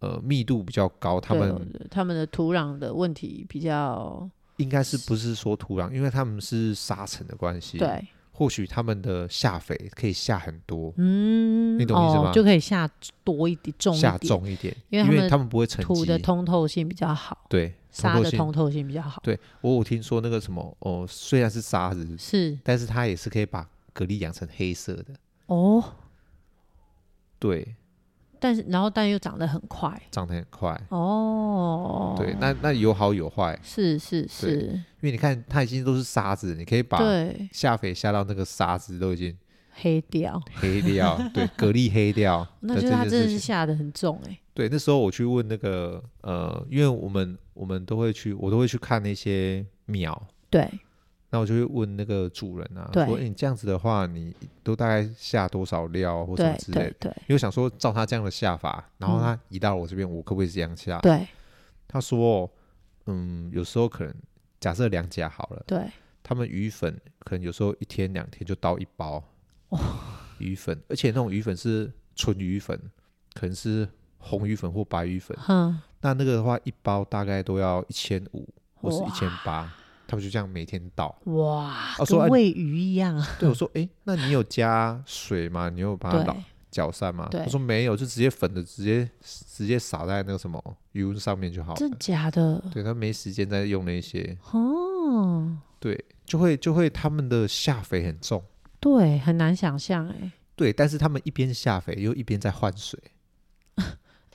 Speaker 1: 呃密度比较高，他
Speaker 2: 对
Speaker 1: 们
Speaker 2: 他们的土壤的问题比较
Speaker 1: 应该是不是说土壤，因为他们是沙尘的关系，，
Speaker 2: 对，
Speaker 1: 或许他们的下肥可以下很多。
Speaker 2: 嗯，
Speaker 1: 你懂我意思
Speaker 2: 哦
Speaker 1: 吗
Speaker 2: 就可以下多一点，重一
Speaker 1: 下
Speaker 2: 点，
Speaker 1: 重一点，
Speaker 2: 因为
Speaker 1: 因
Speaker 2: 他们
Speaker 1: 他们不会沉
Speaker 2: 土
Speaker 1: 积
Speaker 2: 的，通透性比较好，
Speaker 1: 对，
Speaker 2: 沙
Speaker 1: 透
Speaker 2: 的
Speaker 1: 性
Speaker 2: 通透性比较好，
Speaker 1: 对我有听说那个什么哦，虽然是沙子，
Speaker 2: 是
Speaker 1: 但是它也是可以把蛤蜊养成黑色的，
Speaker 2: 哦，
Speaker 1: 对，
Speaker 2: 但是然后但又长得很快，
Speaker 1: 长得很快，
Speaker 2: 哦，
Speaker 1: 对，那那有好有坏，
Speaker 2: 是是是，
Speaker 1: 因为你看它已经都是沙子，你可以把
Speaker 2: 对，
Speaker 1: 下肥下到那个沙子都已经
Speaker 2: 黑掉，
Speaker 1: 黑掉，对，蛤蜊黑 掉
Speaker 2: 那
Speaker 1: 的
Speaker 2: 就
Speaker 1: 这
Speaker 2: 是它
Speaker 1: 件
Speaker 2: 真的
Speaker 1: 事
Speaker 2: 是
Speaker 1: 情。
Speaker 2: 下的很重哎、
Speaker 1: 对，那时候我去问那个呃，因为我们我们都会去，我都会去看那些苗。
Speaker 2: 对，
Speaker 1: 那我就会问那个主人啊，
Speaker 2: 对
Speaker 1: 说、诶你这样子的话，你都大概下多少料啊或什么
Speaker 2: 对
Speaker 1: 之类的
Speaker 2: 对？对
Speaker 1: 因为我想说照他这样的下法，然后他移到我这边，我可不可以这样下？
Speaker 2: 对
Speaker 1: 他说，嗯，有时候可能假设两甲好了，
Speaker 2: 对，
Speaker 1: 他们鱼粉可能有时候一天两天就倒一包、鱼粉，而且那种鱼粉是纯鱼粉，可能是红鱼粉或白鱼粉，
Speaker 2: 哼，
Speaker 1: 那那个的话一包大概都要一千五或是
Speaker 2: 哇
Speaker 1: 一千八，他们就这样每天 倒。
Speaker 2: 哇，
Speaker 1: 哦说
Speaker 2: 跟
Speaker 1: 啊
Speaker 2: 喂鱼一样啊，
Speaker 1: 对我说，诶，那你有加水吗？你有把它倒
Speaker 2: 对
Speaker 1: 搅散吗？
Speaker 2: 对
Speaker 1: 他说没有，就直接粉的直接直接撒在那个什么余温上面就好
Speaker 2: 真
Speaker 1: 了。
Speaker 2: 假的，
Speaker 1: 对他没时间再用那些，
Speaker 2: 哦，
Speaker 1: 对，就会就会他们的下肥很重，
Speaker 2: 对，很难想象哎，
Speaker 1: 对，但是他们一边下肥又一边在换水，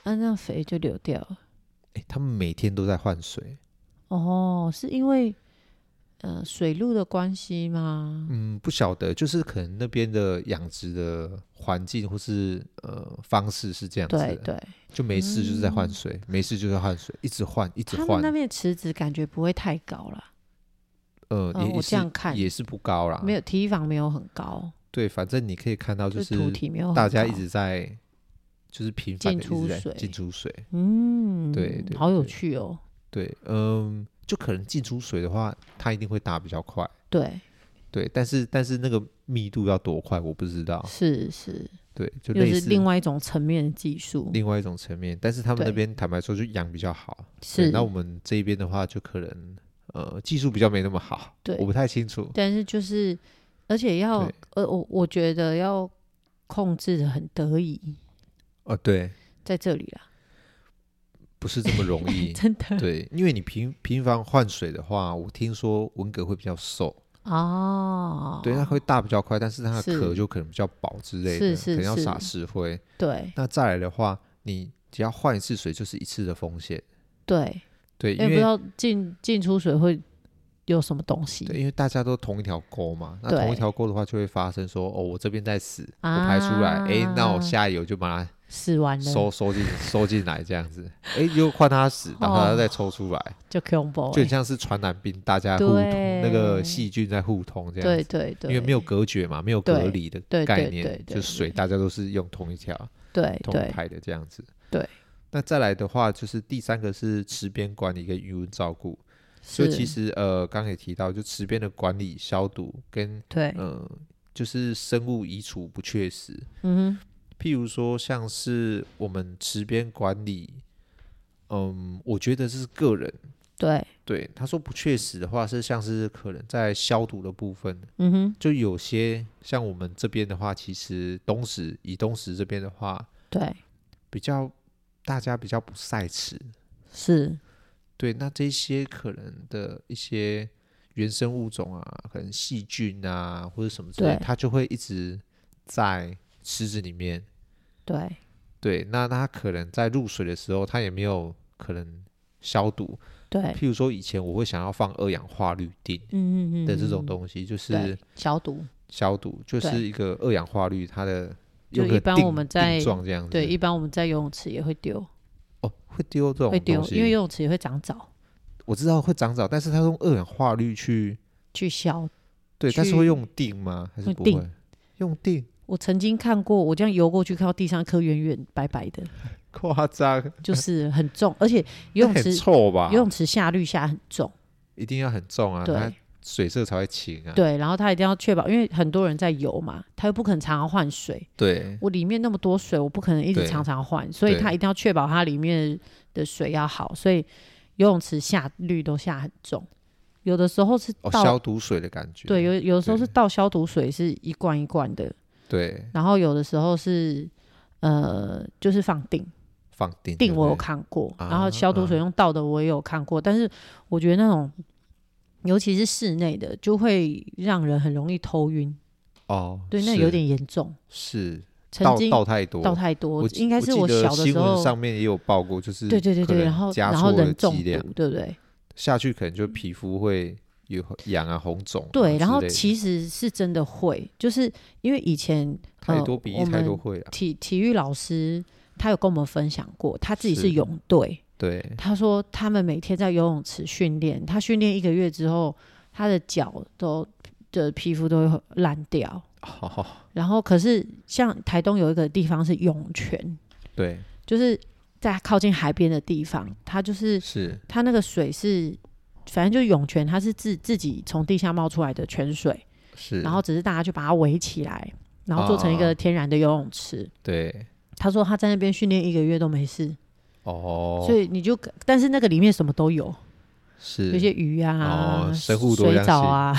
Speaker 2: 那、啊那肥就流掉了。
Speaker 1: 哎，他们每天都在换水。
Speaker 2: 哦，是因为呃水路的关系吗？
Speaker 1: 嗯，不晓得，就是可能那边的养殖的环境或是呃方式是这样子的，
Speaker 2: 对对，
Speaker 1: 就没事就是在换水，没事就是在换水，一直换，一直
Speaker 2: 他
Speaker 1: 换
Speaker 2: 们那。边的池子感觉不会太高啦，
Speaker 1: 呃，
Speaker 2: 嗯
Speaker 1: 也
Speaker 2: 我
Speaker 1: 也
Speaker 2: 这
Speaker 1: 是
Speaker 2: 样看
Speaker 1: 也是不高啦，
Speaker 2: 没有堤防没有很高，
Speaker 1: 对，反正你可以看到
Speaker 2: 就是土体没有很
Speaker 1: 大家一
Speaker 2: 高
Speaker 1: 直在就是频繁的
Speaker 2: 进出水
Speaker 1: 进出水，
Speaker 2: 嗯，
Speaker 1: 对对对
Speaker 2: 好有趣哦，
Speaker 1: 对，嗯，就可能进出水的话，它一定会打比较快，
Speaker 2: 对，
Speaker 1: 对，但是但是那个密度要多快我不知道，
Speaker 2: 是是，
Speaker 1: 对，就
Speaker 2: 又
Speaker 1: 类
Speaker 2: 是
Speaker 1: 似
Speaker 2: 另外一种层面的技术，
Speaker 1: 另外一种层面，但是他们那
Speaker 2: 对
Speaker 1: 边坦白说就养比较好，对
Speaker 2: 是
Speaker 1: 那，我们这边的话就可能呃技术比较没那么好，
Speaker 2: 对
Speaker 1: 我不太清楚，
Speaker 2: 但是就是，而且要
Speaker 1: 对
Speaker 2: 呃，我我觉得要控制的很得意，
Speaker 1: 哦，对，
Speaker 2: 在这里啦，
Speaker 1: 不是这么容易，
Speaker 2: 真的
Speaker 1: 对，因为你频频繁换水的话，我听说文蛤会比较瘦。
Speaker 2: 哦，
Speaker 1: 对，它会大比较快，但是它的
Speaker 2: 是
Speaker 1: 壳就可能比较薄之类
Speaker 2: 是
Speaker 1: 的，
Speaker 2: 是
Speaker 1: 可能要
Speaker 2: 是
Speaker 1: 撒石灰。
Speaker 2: 对
Speaker 1: 那再来的话，你只要换一次水就是一次的风险，
Speaker 2: 对，
Speaker 1: 对，
Speaker 2: 因为
Speaker 1: 因
Speaker 2: 不知
Speaker 1: 为
Speaker 2: 道进进出水会有什么东西
Speaker 1: 对，因为大家都同一条沟嘛，那
Speaker 2: 对
Speaker 1: 同一条沟的话就会发生说，哦，我这边在死，我排出来，哎、那我
Speaker 2: 啊
Speaker 1: 下游就把它
Speaker 2: 死完了
Speaker 1: 收收进收进来这样子，哎、又换它死，然后
Speaker 2: 哦
Speaker 1: 它再抽出来，
Speaker 2: 就 combo，
Speaker 1: 就
Speaker 2: 欸
Speaker 1: 很像是传染病，大家互通那个
Speaker 2: 对
Speaker 1: 细菌在互通这样
Speaker 2: 对
Speaker 1: 子。
Speaker 2: 对对，
Speaker 1: 因为没有隔绝嘛，没有隔
Speaker 2: 对
Speaker 1: 离的
Speaker 2: 对
Speaker 1: 概
Speaker 2: 对
Speaker 1: 念，
Speaker 2: 对对
Speaker 1: 就水大家都是用同一条，
Speaker 2: 对
Speaker 1: 同
Speaker 2: 对
Speaker 1: 派的这样子。
Speaker 2: 对，
Speaker 1: 那再来的话，就是第三个是池边管理跟渔文照顾。所
Speaker 2: 是
Speaker 1: 以其实呃，刚刚也提到，就池边的管理、消毒跟
Speaker 2: 对，
Speaker 1: 呃，就是生物移除不确实。
Speaker 2: 嗯哼，
Speaker 1: 譬如说，像是我们池边管理，嗯，我觉得这是个人。
Speaker 2: 对，
Speaker 1: 对，他说不确实的话，是像是可能在消毒的部分，
Speaker 2: 嗯哼，
Speaker 1: 就有些像我们这边的话，其实东石以东石这边的话，
Speaker 2: 对，
Speaker 1: 比较大家比较不晒池，
Speaker 2: 是
Speaker 1: 对，那这些可能的一些原生物种啊，可能细菌啊或者什么之类
Speaker 2: 对，
Speaker 1: 它就会一直在池子里面。
Speaker 2: 对
Speaker 1: 对，那那它可能在入水的时候，它也没有可能消毒。
Speaker 2: 对，
Speaker 1: 譬如说，以前我会想要放二氧化氯锭
Speaker 2: 嗯嗯嗯
Speaker 1: 的这种
Speaker 2: 嗯
Speaker 1: 东西，就
Speaker 2: 对
Speaker 1: 是
Speaker 2: 消毒，
Speaker 1: 消毒，就
Speaker 2: 对
Speaker 1: 是一个二氧化氯，它的
Speaker 2: 就
Speaker 1: 有个
Speaker 2: 一般
Speaker 1: 锭
Speaker 2: 我们
Speaker 1: 锭
Speaker 2: 在
Speaker 1: 状这样子，
Speaker 2: 对，一般我们在游泳池也会丢，
Speaker 1: 哦会丢这种
Speaker 2: 会丢
Speaker 1: 东，西，
Speaker 2: 因为游泳池也会长藻
Speaker 1: 我知道会长藻，但是它用二氧化氯去
Speaker 2: 去消。
Speaker 1: 对，但是
Speaker 2: 去
Speaker 1: 会用锭吗？还是
Speaker 2: 会
Speaker 1: 不
Speaker 2: 钉
Speaker 1: 会？用锭，
Speaker 2: 我曾经看过，我这样游过去，看到地上一颗圆圆白白的，
Speaker 1: 夸张，
Speaker 2: 就是很重，而且游泳
Speaker 1: 那
Speaker 2: 池
Speaker 1: 很臭吧？
Speaker 2: 游泳池下滤下很重，
Speaker 1: 一定要很重啊，它
Speaker 2: 对
Speaker 1: 水色才会清啊。
Speaker 2: 对，然后他一定要确保，因为很多人在游嘛，他又不可能常常换水，
Speaker 1: 对
Speaker 2: 我里面那么多水，我不可能一直
Speaker 1: 对
Speaker 2: 常常换，所以
Speaker 1: 对
Speaker 2: 他一定要确保它里面的水要好，所以游泳池下滤都下很重，有的时候是
Speaker 1: 哦，
Speaker 2: 倒、
Speaker 1: 消毒水的感觉。
Speaker 2: 对，有有的时候是
Speaker 1: 对
Speaker 2: 倒消毒水是一罐一罐的，
Speaker 1: 对，
Speaker 2: 然后有的时候是呃就是放定
Speaker 1: 放锭。
Speaker 2: 定我有
Speaker 1: 对不对
Speaker 2: 看过，
Speaker 1: 啊
Speaker 2: 然后消毒水用倒的我也有看过，但是我觉得那种尤其是室内的就会让人很容易头晕。
Speaker 1: 哦，
Speaker 2: 对，那
Speaker 1: 是
Speaker 2: 有点严重。
Speaker 1: 是
Speaker 2: 曾
Speaker 1: 倒
Speaker 2: 经
Speaker 1: 倒太多，
Speaker 2: 倒太多
Speaker 1: 我，记
Speaker 2: 应该是
Speaker 1: 我记得
Speaker 2: 小的
Speaker 1: 新
Speaker 2: 时
Speaker 1: 闻
Speaker 2: 候，
Speaker 1: 上面也有报过，就是
Speaker 2: 对对对
Speaker 1: 可
Speaker 2: 对，
Speaker 1: 能
Speaker 2: 然后
Speaker 1: 加
Speaker 2: 然后
Speaker 1: 错了
Speaker 2: 人中
Speaker 1: 剂量啊
Speaker 2: 毒，对不对？
Speaker 1: 下去，可能就皮肤会有痒啊、红肿啊之类
Speaker 2: 对，
Speaker 1: 的。
Speaker 2: 然后其实是真的会，就是因为以前
Speaker 1: 太
Speaker 2: 呃
Speaker 1: 多鼻
Speaker 2: 我
Speaker 1: 翼太多
Speaker 2: 们
Speaker 1: 会啊了，
Speaker 2: 体体育老师他有跟我们分享过，他自己
Speaker 1: 是
Speaker 2: 是泳队，
Speaker 1: 对，
Speaker 2: 他说他们每天在游泳池训练，他训练一个月之后，他的脚都的皮肤都会烂掉。
Speaker 1: 哦，
Speaker 2: 然后可是像台东有一个地方是涌泉，
Speaker 1: 对，
Speaker 2: 就是在靠近海边的地方，它就是
Speaker 1: 是
Speaker 2: 它那个水是，反正就是涌泉，它是自自己从地下冒出来的泉水，
Speaker 1: 是，
Speaker 2: 然后只是大家就把它围起来，然后做成一
Speaker 1: 啊啊
Speaker 2: 个
Speaker 1: 啊
Speaker 2: 天然的游泳池。
Speaker 1: 对，
Speaker 2: 他说他在那边训练一个月都没事，
Speaker 1: 哦，
Speaker 2: 所以你就但是那个里面什么都有，
Speaker 1: 是
Speaker 2: 有些鱼啊、
Speaker 1: 哦生物多
Speaker 2: 水
Speaker 1: 样
Speaker 2: 藻啊，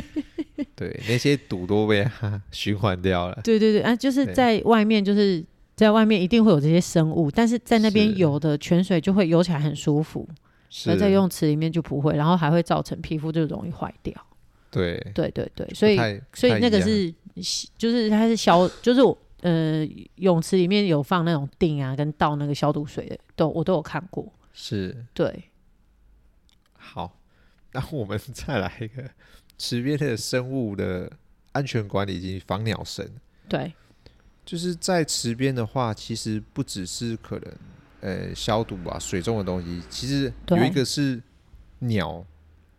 Speaker 1: 对，那些赌都被它 循环掉了。
Speaker 2: 对对对，啊，就是
Speaker 1: 对
Speaker 2: 在外面就是。在外面一定会有这些生物，但是在那边
Speaker 1: 是
Speaker 2: 游的泉水就会游起来很舒服，
Speaker 1: 是
Speaker 2: 而在游泳池里面就不会，然后还会造成皮肤就容易坏掉。
Speaker 1: 对，
Speaker 2: 对对对，
Speaker 1: 不
Speaker 2: 所以
Speaker 1: 太
Speaker 2: 所以
Speaker 1: 太
Speaker 2: 那
Speaker 1: 一
Speaker 2: 个
Speaker 1: 样
Speaker 2: 是就是它是消，就是我呃泳池里面有放那种锭啊，跟倒那个消毒水的，都我都有看过。
Speaker 1: 是
Speaker 2: 对，
Speaker 1: 好，那我们 再来一个池边的生物的安全管理以及防鸟绳。
Speaker 2: 对，
Speaker 1: 就是在池边的话，其实不只是可能呃消毒啊水中的东西，其实有
Speaker 2: 对
Speaker 1: 一个是鸟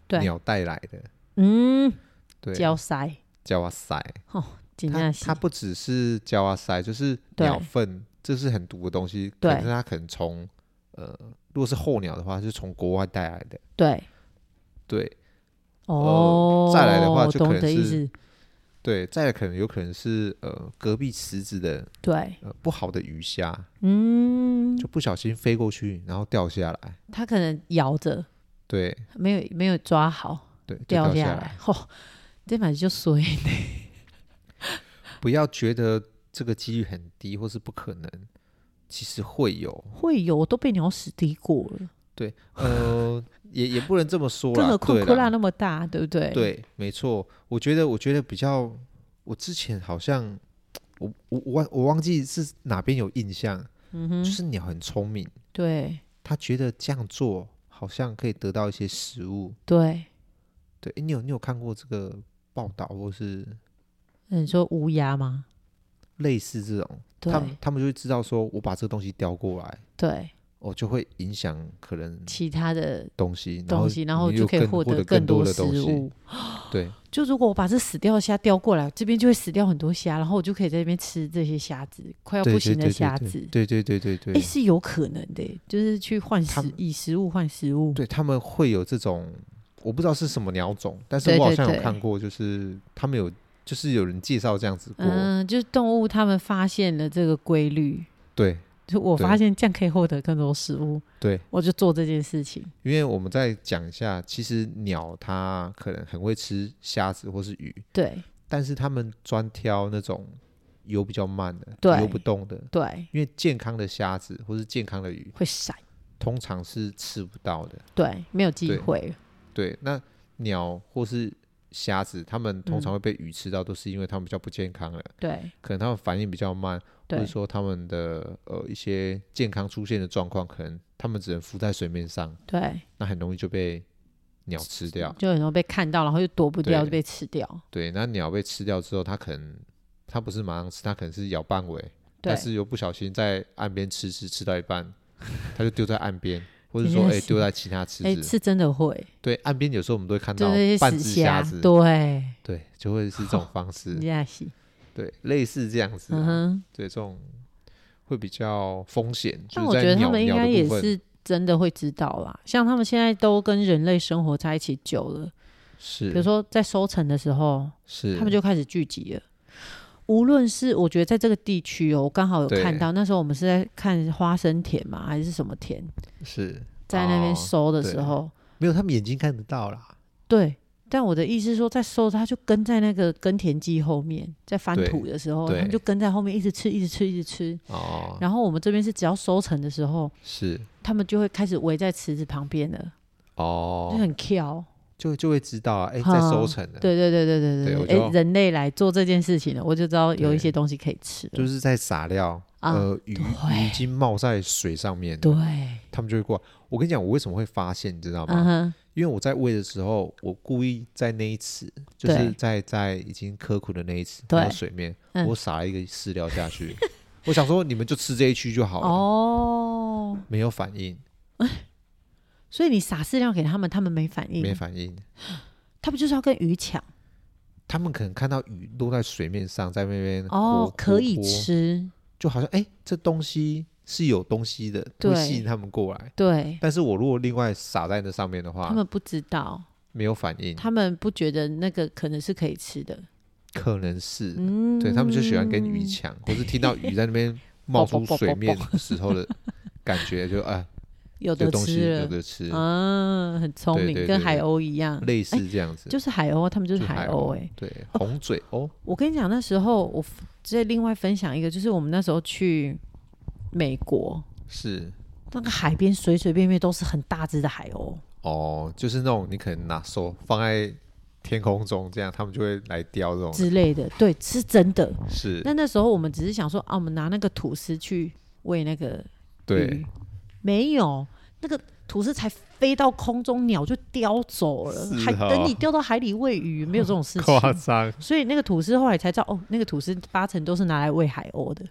Speaker 2: 对
Speaker 1: 鸟带来的，
Speaker 2: 嗯，
Speaker 1: 对，啊
Speaker 2: 胶塞，
Speaker 1: 叫哇塞，
Speaker 2: 真
Speaker 1: 它
Speaker 2: 的
Speaker 1: 它
Speaker 2: 是，
Speaker 1: 不只是叫哇塞，就是
Speaker 2: 对
Speaker 1: 鸟粪，这是很毒的东西，
Speaker 2: 对
Speaker 1: 可是它可能从呃如果是候鸟的话，是从国外带来的，
Speaker 2: 对，
Speaker 1: 对
Speaker 2: 哦，
Speaker 1: 再来的话就可
Speaker 2: 懂
Speaker 1: 能
Speaker 2: 的意
Speaker 1: 是
Speaker 2: 思，
Speaker 1: 对，再来可能有可能是呃隔壁池子的
Speaker 2: 对，
Speaker 1: 呃不好的鱼虾，
Speaker 2: 嗯，
Speaker 1: 就不小心飞过去，然后掉下来，
Speaker 2: 它可能摇着，
Speaker 1: 对
Speaker 2: 没有没有抓好，
Speaker 1: 对，就
Speaker 2: 掉
Speaker 1: 下
Speaker 2: 来，吼，这反正就衰呢。
Speaker 1: 不要觉得这个几率很低或是不可能，其实会有。
Speaker 2: 会有，我都被鸟屎滴过了，
Speaker 1: 对，呃，也也不能这么 说
Speaker 2: 更
Speaker 1: 啦，
Speaker 2: 何况
Speaker 1: 对
Speaker 2: 库拉
Speaker 1: 啦
Speaker 2: 那么大，对不对？，
Speaker 1: 对，没错。我觉得，我觉得比较，我之前好像我我我忘我忘记是哪边有印象，
Speaker 2: 嗯哼
Speaker 1: 就，是鸟很聪明，
Speaker 2: 对
Speaker 1: 它觉得这样做好像可以得到一些食物。
Speaker 2: 对，
Speaker 1: 对，诶你有你有看过这个报道或是
Speaker 2: 你说乌鸦吗？
Speaker 1: 类似这种，
Speaker 2: 对
Speaker 1: 他们他们就会知道说，我把这个东西叼过来，
Speaker 2: 对，
Speaker 1: 我就会影响可能
Speaker 2: 其他的
Speaker 1: 东西，然后
Speaker 2: 东西，然后
Speaker 1: 你
Speaker 2: 就
Speaker 1: 又
Speaker 2: 可以
Speaker 1: 更
Speaker 2: 获
Speaker 1: 得
Speaker 2: 更
Speaker 1: 多的
Speaker 2: 食
Speaker 1: 东西。
Speaker 2: 物。
Speaker 1: 对，
Speaker 2: 就如果我把这死掉的虾叼过来，这边就会死掉很多虾，然后我就可以在这边吃这些虾子，快要
Speaker 1: 对
Speaker 2: 不
Speaker 1: 对
Speaker 2: 行的
Speaker 1: 对
Speaker 2: 虾
Speaker 1: 对
Speaker 2: 子。
Speaker 1: 对对对对
Speaker 2: 哎，
Speaker 1: 对，
Speaker 2: 是有可能的耶，就是去换
Speaker 1: 他
Speaker 2: 食
Speaker 1: 们，
Speaker 2: 以食物换食物。
Speaker 1: 对他们会有这种，我不知道是什么鸟种，但是
Speaker 2: 对
Speaker 1: 我好
Speaker 2: 对
Speaker 1: 像有
Speaker 2: 对
Speaker 1: 看过，就是他们有，就是有人介绍这样子过，
Speaker 2: 嗯，就是动物他们发现了这个规律，
Speaker 1: 对
Speaker 2: 就我
Speaker 1: 对
Speaker 2: 发现这样可以获得更多食物，
Speaker 1: 对，
Speaker 2: 我就做这件事情。
Speaker 1: 因为我们再讲一下，其实鸟它可能很会吃虾子或是鱼，
Speaker 2: 对
Speaker 1: 但是它们专挑那种游比较慢的、
Speaker 2: 对
Speaker 1: 游不动的，
Speaker 2: 对，
Speaker 1: 因为健康的虾子或是健康的鱼，
Speaker 2: 会闪，
Speaker 1: 通常是吃不到的。
Speaker 2: 对，没有机
Speaker 1: 对
Speaker 2: 会。
Speaker 1: 对，那鸟或是虾子，它们
Speaker 2: 嗯
Speaker 1: 通常会被鱼吃到，都是因为它们比较不健康了，
Speaker 2: 对
Speaker 1: 可能它们反应比较慢，或
Speaker 2: 对
Speaker 1: 者说它们的呃一些健康出现的状况，可能它们只能浮在水面上，
Speaker 2: 对，
Speaker 1: 那很容易就被鸟吃掉。
Speaker 2: 就很容易被看到，然后又躲不掉，
Speaker 1: 对
Speaker 2: 就被吃掉。
Speaker 1: 对，那鸟被吃掉之后，它可能它不是马上吃，它可能是咬半尾，
Speaker 2: 对
Speaker 1: 但，是又不小心在岸边吃吃吃到一半，它就丢在岸边，或者
Speaker 2: 真
Speaker 1: 说
Speaker 2: 的
Speaker 1: 哎
Speaker 2: 是
Speaker 1: 丢在其他池
Speaker 2: 哎，
Speaker 1: 子。
Speaker 2: 是真的会，
Speaker 1: 对，岸边有时候我们都会看
Speaker 2: 就
Speaker 1: 到
Speaker 2: 是
Speaker 1: 半
Speaker 2: 死
Speaker 1: 只虾
Speaker 2: 虾
Speaker 1: 子，，
Speaker 2: 对，
Speaker 1: 对，就会是这种方式。
Speaker 2: 人家是，
Speaker 1: 对，类似这样子、
Speaker 2: 嗯
Speaker 1: 啊，
Speaker 2: 哼。
Speaker 1: 对这种会比较风险，就
Speaker 2: 但
Speaker 1: 是
Speaker 2: 我觉
Speaker 1: 在
Speaker 2: 得他
Speaker 1: 鸟
Speaker 2: 们应
Speaker 1: 鸟
Speaker 2: 该
Speaker 1: 的
Speaker 2: 也
Speaker 1: 部分
Speaker 2: 是真的会知道啦，像他们现在都跟人类生活在一起久了，
Speaker 1: 是，
Speaker 2: 比如说在收成的时候，
Speaker 1: 是
Speaker 2: 他们就开始聚集了。无论是我觉得在这个地区哦，我刚好有
Speaker 1: 对
Speaker 2: 看到，那时候我们是在看花生田嘛，还是什么田，
Speaker 1: 是
Speaker 2: 在那边
Speaker 1: 哦
Speaker 2: 收的时
Speaker 1: 对
Speaker 2: 候，
Speaker 1: 没有，他们眼睛看得到啦，
Speaker 2: 对。但我的意思是说，在收它就跟在那个耕田机后面，在翻
Speaker 1: 对
Speaker 2: 土的时候，
Speaker 1: 对
Speaker 2: 它就跟在后面一直吃，一直吃，一直吃。
Speaker 1: 哦，
Speaker 2: 然后我们这边是只要收成的时候，
Speaker 1: 是
Speaker 2: 他们就会开始围在池子旁边了，就
Speaker 1: 哦，
Speaker 2: 很跳。
Speaker 1: 就就会知道啊，哎，在收
Speaker 2: 哈
Speaker 1: 成的，
Speaker 2: 嗯对对对对
Speaker 1: 对我就
Speaker 2: 对对，哎，人类来做这件事情了，我就知道有一
Speaker 1: 对
Speaker 2: 些东西可以吃了。
Speaker 1: 就是在撒料，
Speaker 2: 啊
Speaker 1: 呃，鱼
Speaker 2: 对
Speaker 1: 鱼已经冒在水上面了，
Speaker 2: 对，
Speaker 1: 他们就会过来。我跟你讲，我为什么会发现，你知道
Speaker 2: 嗯
Speaker 1: 吗？
Speaker 2: 哼，
Speaker 1: 因为我在喂的时候，我故意在那一池，就
Speaker 2: 对
Speaker 1: 是在在已经刻苦的那一池，
Speaker 2: 对
Speaker 1: 还有水面，
Speaker 2: 嗯
Speaker 1: 我撒了一个饲料下去。我想说，你们就吃这一区就好了，
Speaker 2: 哦，
Speaker 1: 没有反应，
Speaker 2: 所以你撒饲料给他们，他们没反
Speaker 1: 没
Speaker 2: 应，
Speaker 1: 反应。
Speaker 2: 他们就是要跟鱼抢
Speaker 1: 他们可能看到鱼落在水面上，在那边
Speaker 2: 哦
Speaker 1: 活，
Speaker 2: 可以，
Speaker 1: 活活
Speaker 2: 吃，
Speaker 1: 就好像哎、这东西是有东西的，
Speaker 2: 对
Speaker 1: 会吸引他们过来。
Speaker 2: 对
Speaker 1: 但是我如果另外撒在那上面的
Speaker 2: 他
Speaker 1: 话，
Speaker 2: 们不知道，
Speaker 1: 没有反应，
Speaker 2: 他们不觉得那个可能是可以吃的，
Speaker 1: 可能是、
Speaker 2: 嗯，
Speaker 1: 对他们就喜欢跟鱼抢，或是听到鱼在那边冒出水面的时候的感觉，就哎，
Speaker 2: 有
Speaker 1: 有
Speaker 2: 的
Speaker 1: 东西
Speaker 2: 吃
Speaker 1: 有
Speaker 2: 了，
Speaker 1: 的吃，
Speaker 2: 嗯，很聪
Speaker 1: 对
Speaker 2: 明，
Speaker 1: 对
Speaker 2: 跟
Speaker 1: 对
Speaker 2: 海鸥一样，
Speaker 1: 类似这样子，
Speaker 2: 哎就是海鸥，他们就是
Speaker 1: 就
Speaker 2: 海鸥，哎，
Speaker 1: 对，红嘴哦鸥
Speaker 2: 我跟你讲，那时候我再另外分享一个，就是我们那时候去美国，
Speaker 1: 是
Speaker 2: 那个海边
Speaker 1: 哦
Speaker 2: 随随便便都是很大只的海鸥。
Speaker 1: 哦，就是那种你可能拿手放在天空中这样，他们就会来雕这种。
Speaker 2: 之类的，对，是真的。
Speaker 1: 是，
Speaker 2: 但那时候我们只是想说啊，我们拿那个吐司去喂那个
Speaker 1: 对
Speaker 2: 鱼，，嗯没有那个吐司才飞到空中，鸟就叼走了，
Speaker 1: 是
Speaker 2: 还
Speaker 1: 哦
Speaker 2: 等你掉到海里喂鱼，没有这种 事
Speaker 1: 夸
Speaker 2: 情。
Speaker 1: 张，
Speaker 2: 所以那个吐司后来才知道，哦，那个吐司八成都是拿来喂海 鸥的，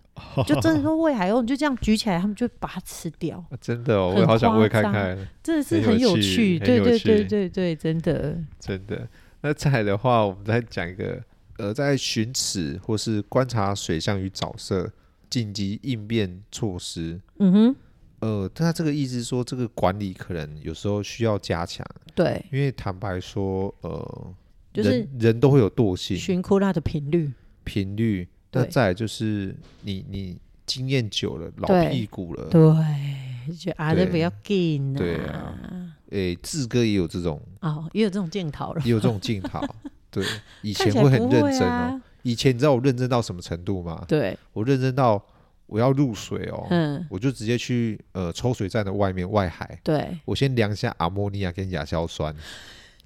Speaker 2: 就真的说喂海鸥，你就这样举起来，他们就会把它吃掉，
Speaker 1: 真的哦，我
Speaker 2: 很
Speaker 1: 也好想
Speaker 2: 夸
Speaker 1: 喂看
Speaker 2: 张
Speaker 1: 看，
Speaker 2: 真的是
Speaker 1: 很有
Speaker 2: 有
Speaker 1: 趣很
Speaker 2: 对
Speaker 1: 有
Speaker 2: 对
Speaker 1: 趣
Speaker 2: 对对对，真的，
Speaker 1: 真的。那再来的话，我们再讲一个，呃，在寻齿或是观察水象与沼色，紧急应变措施。
Speaker 2: 嗯哼，
Speaker 1: 呃，他这个意思说，这个管理可能有时候需要加强，
Speaker 2: 对，
Speaker 1: 因为坦白说，呃，
Speaker 2: 就是
Speaker 1: 人人都会有惰性、
Speaker 2: 寻哭拉的频率，
Speaker 1: 频率。那
Speaker 2: 对
Speaker 1: 再来就是你你经验久了，老
Speaker 2: 对
Speaker 1: 屁股了，
Speaker 2: 对，就啊，
Speaker 1: 对
Speaker 2: 这不要紧
Speaker 1: 对
Speaker 2: 啊，
Speaker 1: 诶，志哥也有这种
Speaker 2: 哦，也有这种镜头 了，
Speaker 1: 也有这种镜头。对，以
Speaker 2: 以
Speaker 1: 前会很认真哦。
Speaker 2: 啊，
Speaker 1: 以前你知道我认真到什么程度吗？
Speaker 2: 对，
Speaker 1: 我认真到我要入水哦，
Speaker 2: 嗯，
Speaker 1: 我就直接去呃抽水站的外面外海，
Speaker 2: 对，
Speaker 1: 我先量一下阿莫尼亚跟亚硝酸。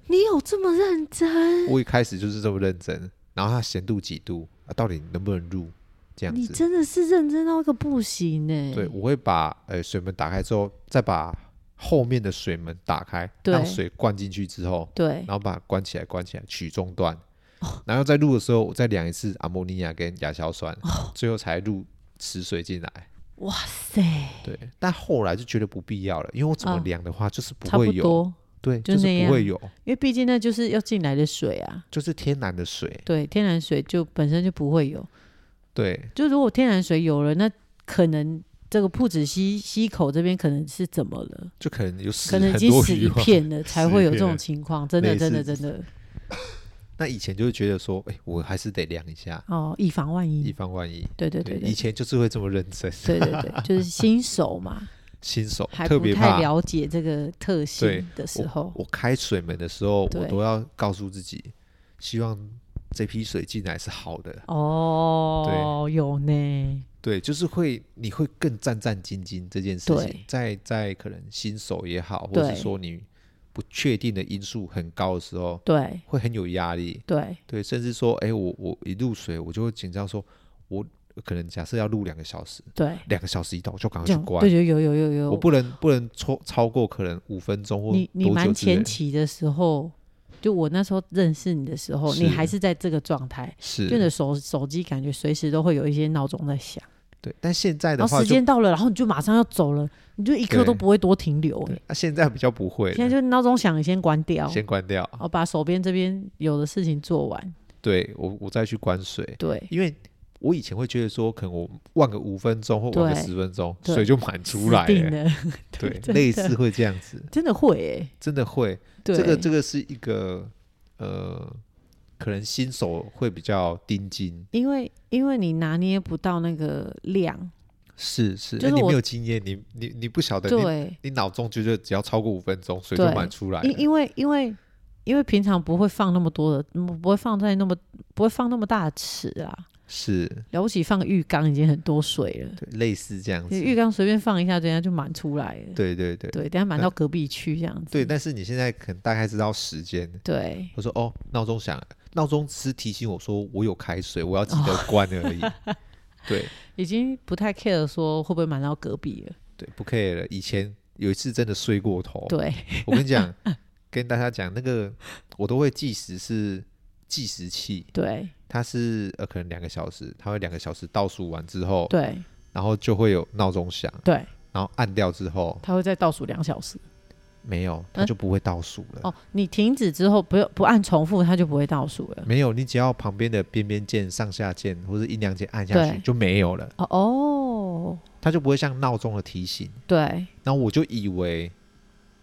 Speaker 2: 你有这么认真？
Speaker 1: 我一开始就是这么认真，然后它咸度几度啊，到底能不能入这样
Speaker 2: 你
Speaker 1: 子？
Speaker 2: 真的是认真到一个不行呢。
Speaker 1: 对，，我会把呃水门打开之后，再把后面的水门打开，
Speaker 2: 对
Speaker 1: 让水灌进去之后，
Speaker 2: 对
Speaker 1: 然，后把它关起来，关起来取中断，
Speaker 2: 哦
Speaker 1: 然后再入的时候，我再量一次阿莫尼亚跟亚硝酸，
Speaker 2: 哦
Speaker 1: 最后才入池水进来。
Speaker 2: 哇塞，
Speaker 1: 对，但后来就觉得不必要了，因为我怎么
Speaker 2: 嗯
Speaker 1: 量的话，就是不
Speaker 2: 差
Speaker 1: 会
Speaker 2: 不
Speaker 1: 有，
Speaker 2: 多，
Speaker 1: 对，
Speaker 2: 就
Speaker 1: 就是
Speaker 2: 那
Speaker 1: 不
Speaker 2: 样
Speaker 1: 会有，
Speaker 2: 因为毕竟那就是要进来的水啊。
Speaker 1: 就是天然的水，
Speaker 2: 对，天然水就本身就不会有，
Speaker 1: 对，
Speaker 2: 就如果天然水有了，那可能这个铺子溪溪口这边可能是怎么了？
Speaker 1: 就可能有死
Speaker 2: 可能已
Speaker 1: 很
Speaker 2: 经
Speaker 1: 多
Speaker 2: 死
Speaker 1: 鱼
Speaker 2: 一
Speaker 1: 嘛。
Speaker 2: 片了，才会有这
Speaker 1: 类
Speaker 2: 种情况。真的，
Speaker 1: 啊类似
Speaker 2: 真的，真的
Speaker 1: 那以前就会觉得说，哎、我还是得量一下，
Speaker 2: 哦，以防万
Speaker 1: 以
Speaker 2: 一。
Speaker 1: 防 万一。
Speaker 2: 对对对
Speaker 1: 以
Speaker 2: 对
Speaker 1: 前就是会这么认真，
Speaker 2: 对对对，就是新手嘛，
Speaker 1: 新手
Speaker 2: 还
Speaker 1: 特
Speaker 2: 不
Speaker 1: 别
Speaker 2: 太
Speaker 1: 怕。
Speaker 2: 了解这个特性的时候，
Speaker 1: 我开水门的时候，我
Speaker 2: 对
Speaker 1: 都要告诉自己，希望这批水进来是好的。
Speaker 2: 哦，有呢，
Speaker 1: 对，就是会你会更战战兢兢这件事情
Speaker 2: 对，
Speaker 1: 在在可能新手也好，或
Speaker 2: 对
Speaker 1: 是说你不确定的因素很高的时候，
Speaker 2: 对
Speaker 1: 会很有压力。
Speaker 2: 对
Speaker 1: 对，甚至说，哎、我我一入水，我就会紧张，说我可能假设要入两个小时，
Speaker 2: 对，
Speaker 1: 两个小时一到我就赶快
Speaker 2: 这
Speaker 1: 去
Speaker 2: 样
Speaker 1: 关，
Speaker 2: 对对有有有
Speaker 1: 我
Speaker 2: 有。
Speaker 1: 不能不能超超过可能五分钟或
Speaker 2: 你你
Speaker 1: 多久
Speaker 2: 蛮
Speaker 1: 之类
Speaker 2: 前期的时候，就我那时候认识你的时候，
Speaker 1: 是
Speaker 2: 你还是在这个状态，
Speaker 1: 是
Speaker 2: 就你的手手机感觉随时都会有一些闹钟在响。
Speaker 1: 对，但现在的
Speaker 2: 然后
Speaker 1: 话
Speaker 2: 哦时
Speaker 1: 就
Speaker 2: 间到了，然后你就马上要走了，你就一刻
Speaker 1: 对
Speaker 2: 都不会多停留、
Speaker 1: 对
Speaker 2: 欸。
Speaker 1: 啊现在比较不会了，
Speaker 2: 现在就闹钟响，你先关掉，
Speaker 1: 先关掉。
Speaker 2: 然后把手边这边有的事情做完。
Speaker 1: 对我我再去关水，
Speaker 2: 对，
Speaker 1: 因为我以前会觉得说，可能我晚个五分钟或晚个
Speaker 2: 对
Speaker 1: 十分钟，
Speaker 2: 对
Speaker 1: 水就满出来欸
Speaker 2: 死定
Speaker 1: 了。
Speaker 2: 了，
Speaker 1: 对，
Speaker 2: 真
Speaker 1: 类
Speaker 2: 的
Speaker 1: 似会这样子，
Speaker 2: 真的会、欸。
Speaker 1: 真的会。
Speaker 2: 对，
Speaker 1: 这个这个是一个呃，可能新手会比较盯紧，
Speaker 2: 因为因为你拿捏不到那个量，
Speaker 1: 是是，
Speaker 2: 就
Speaker 1: 哎
Speaker 2: 是
Speaker 1: 你
Speaker 2: 我
Speaker 1: 没有经验，你你你不晓得你
Speaker 2: 对，
Speaker 1: 你脑中觉得只要超过五分钟，水就
Speaker 2: 对
Speaker 1: 满出来了。
Speaker 2: 因因为因为因为平常不会放那么多的，嗯不会放在那么不会放那么大的池啊，
Speaker 1: 是
Speaker 2: 了不起放浴缸已经很多水了，
Speaker 1: 对，类似这样子。
Speaker 2: 浴缸随便放一下，等下就满出来了。
Speaker 1: 对对对
Speaker 2: 对，等下满到隔壁去这样子。
Speaker 1: 对，但是你现在可能大概知道时间。
Speaker 2: 对
Speaker 1: 我说哦，闹钟响了，闹钟只是提醒我说我有开水，我要记得关 而已。对
Speaker 2: 已经不太 care 说会不会瞒到隔壁了。
Speaker 1: 对，不 care 了。以前有一次真的睡过头，
Speaker 2: 对，
Speaker 1: 我跟你讲，跟大家讲，那个我都会计时是计时器，
Speaker 2: 对，
Speaker 1: 它是呃可能两个小时，它会两个小时倒数完之后，
Speaker 2: 对，
Speaker 1: 然后就会有闹钟响，
Speaker 2: 对，
Speaker 1: 然后按掉之后
Speaker 2: 他会再倒数两小时。
Speaker 1: 没有，它
Speaker 2: 嗯
Speaker 1: 就不会倒数了。
Speaker 2: 哦，你停止之后不要不按重复，他就不会倒数了。
Speaker 1: 没有，你只要旁边的边边键、上下键或者音量键按下去
Speaker 2: 对
Speaker 1: 就没有了，
Speaker 2: 哦哦，
Speaker 1: 它就不会像闹钟的提醒。
Speaker 2: 对
Speaker 1: 然后我就以为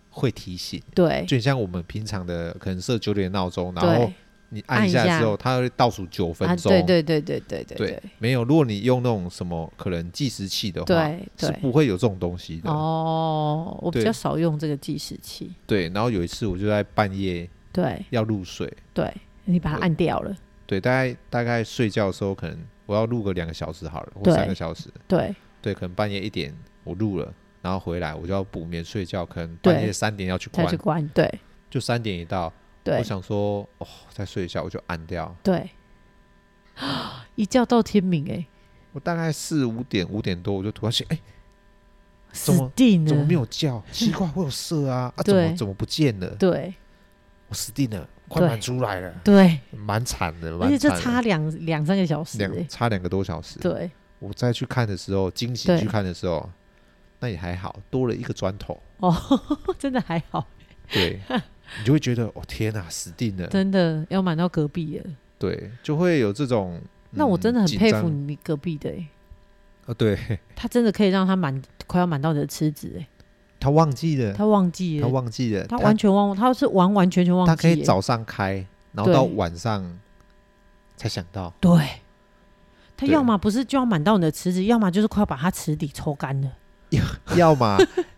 Speaker 1: 会提醒，
Speaker 2: 对
Speaker 1: 就很像我们平常的可能设九点闹钟，然后
Speaker 2: 对
Speaker 1: 你按一
Speaker 2: 按一
Speaker 1: 下
Speaker 2: 下
Speaker 1: 之后，它会倒数九分
Speaker 2: 啊，
Speaker 1: 钟。
Speaker 2: 对对对对对对
Speaker 1: 对没有。如果你用那种什么可能计时器的话，
Speaker 2: 对
Speaker 1: 是
Speaker 2: 对。
Speaker 1: 不会有这种东西的。
Speaker 2: 哦，我比
Speaker 1: 对
Speaker 2: 较少用这个计时器。
Speaker 1: 对，然后有一次我就在半夜
Speaker 2: 对
Speaker 1: 要入睡，
Speaker 2: 对，你把它
Speaker 1: 对
Speaker 2: 按掉了。
Speaker 1: 对，大概大概睡觉的时候，可能我要录个两个小时好了，或
Speaker 2: 对
Speaker 1: 三个小时。
Speaker 2: 对
Speaker 1: 对，可能半夜一点我录了，然后回来我就要补眠睡觉，可能半
Speaker 2: 对
Speaker 1: 夜三点要去
Speaker 2: 再
Speaker 1: 关
Speaker 2: 去，关。对
Speaker 1: 就三点一到，
Speaker 2: 对
Speaker 1: 我想说，哦，再睡一下，我就按掉。
Speaker 2: 对，一觉到天明、欸，
Speaker 1: 我大概四五点、五点多，我就突然醒，哎、
Speaker 2: 哎，
Speaker 1: 怎么
Speaker 2: 死定了，
Speaker 1: 怎么没有叫？ 奇怪，我有射啊，啊，怎
Speaker 2: 对
Speaker 1: 么怎么不见了？
Speaker 2: 对
Speaker 1: 我死定了，快
Speaker 2: 对
Speaker 1: 满出来了，
Speaker 2: 对，
Speaker 1: 蛮惨的，
Speaker 2: 而
Speaker 1: 蛮
Speaker 2: 且这
Speaker 1: 惨的
Speaker 2: 差两两三个小时、欸
Speaker 1: 两，差两个多小时。
Speaker 2: 对，
Speaker 1: 我再去看的时候，惊醒
Speaker 2: 对
Speaker 1: 去看的时候，那也还好，多了一个砖头。
Speaker 2: 哦， 真的还好，
Speaker 1: 对，你就会觉得，哦天哪、死定了。
Speaker 2: 真的要满到隔壁了。
Speaker 1: 对，就会有这种。
Speaker 2: 那我
Speaker 1: 嗯
Speaker 2: 真的很
Speaker 1: 紧
Speaker 2: 佩
Speaker 1: 张
Speaker 2: 服你隔壁的、欸，
Speaker 1: 哦，对
Speaker 2: 他真的可以让他满快要满到你的池子、欸，
Speaker 1: 他忘记了，
Speaker 2: 他忘记
Speaker 1: 他
Speaker 2: 了，
Speaker 1: 忘记了，
Speaker 2: 他完全忘，他是完完全全忘记、
Speaker 1: 他
Speaker 2: 欸，
Speaker 1: 可以早上开，然后
Speaker 2: 对
Speaker 1: 到晚上才想到。
Speaker 2: 对，他
Speaker 1: 对
Speaker 2: 要么不是就要满到你的池子，要么就是快要把他池底抽干了。
Speaker 1: 要么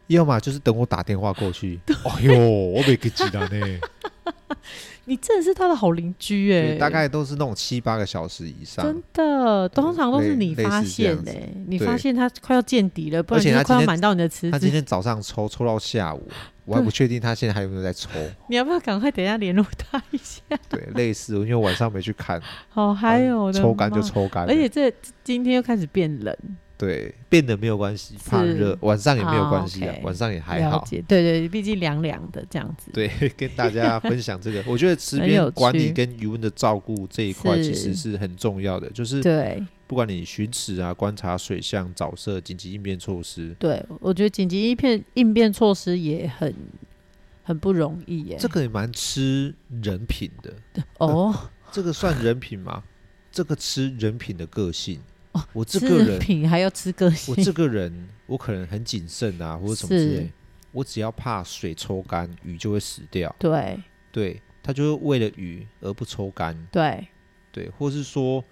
Speaker 1: 要么就是等我打电话过 去。哎呦，我没给记得呢。
Speaker 2: 你真的是他的好邻居哎、
Speaker 1: 对，大概都是那种七八个小时以上。
Speaker 2: 真的，通常都是你
Speaker 1: 类类似
Speaker 2: 发现
Speaker 1: 这
Speaker 2: 哎、
Speaker 1: 样
Speaker 2: 你
Speaker 1: 对
Speaker 2: 发现他快要见底了，不然
Speaker 1: 而且
Speaker 2: 就
Speaker 1: 他
Speaker 2: 是快要
Speaker 1: 今天
Speaker 2: 满到你的池
Speaker 1: 他今
Speaker 2: 子。
Speaker 1: 天早上抽抽到下午，我还不确定他现在还有没有在抽。
Speaker 2: 你要不要赶快等一下联络他一 下？
Speaker 1: 对，类似，因为晚上没去看，
Speaker 2: 好嗨哦，我
Speaker 1: 嗯
Speaker 2: 的
Speaker 1: 抽干就
Speaker 2: 妈。
Speaker 1: 抽干了。
Speaker 2: 而且这今天又开始变冷，
Speaker 1: 对，变得没有关系，怕
Speaker 2: 是
Speaker 1: 热，晚上也没有
Speaker 2: 啊
Speaker 1: 关系啊
Speaker 2: OK，
Speaker 1: 晚上也还
Speaker 2: 了
Speaker 1: 好。
Speaker 2: 解，对对，毕竟凉凉的这样子。
Speaker 1: 对， 跟大家分享这个，我觉得池
Speaker 2: 很
Speaker 1: 边
Speaker 2: 有
Speaker 1: 管
Speaker 2: 趣
Speaker 1: 理跟余温的照顾这一块其实
Speaker 2: 是
Speaker 1: 是很重要的，就是
Speaker 2: 对
Speaker 1: 不管你巡池啊、观察水象、早射、紧急应变措施，
Speaker 2: 对，我觉得紧急应变应变措施也很很不容易耶、
Speaker 1: 这个也呃蛮吃人品的。
Speaker 2: 哦，
Speaker 1: 这个算人品吗？ 这个吃人品的个性。我这
Speaker 2: 哦吃
Speaker 1: 个
Speaker 2: 人
Speaker 1: 人，
Speaker 2: 品还要吃个性
Speaker 1: 我，这个人，我可能很谨慎 啊，或者什么之
Speaker 2: 是
Speaker 1: 类。我只要怕水抽干，鱼就会死掉。
Speaker 2: 对
Speaker 1: 对，他就会为了鱼而不抽干。
Speaker 2: 对
Speaker 1: 对，或是说，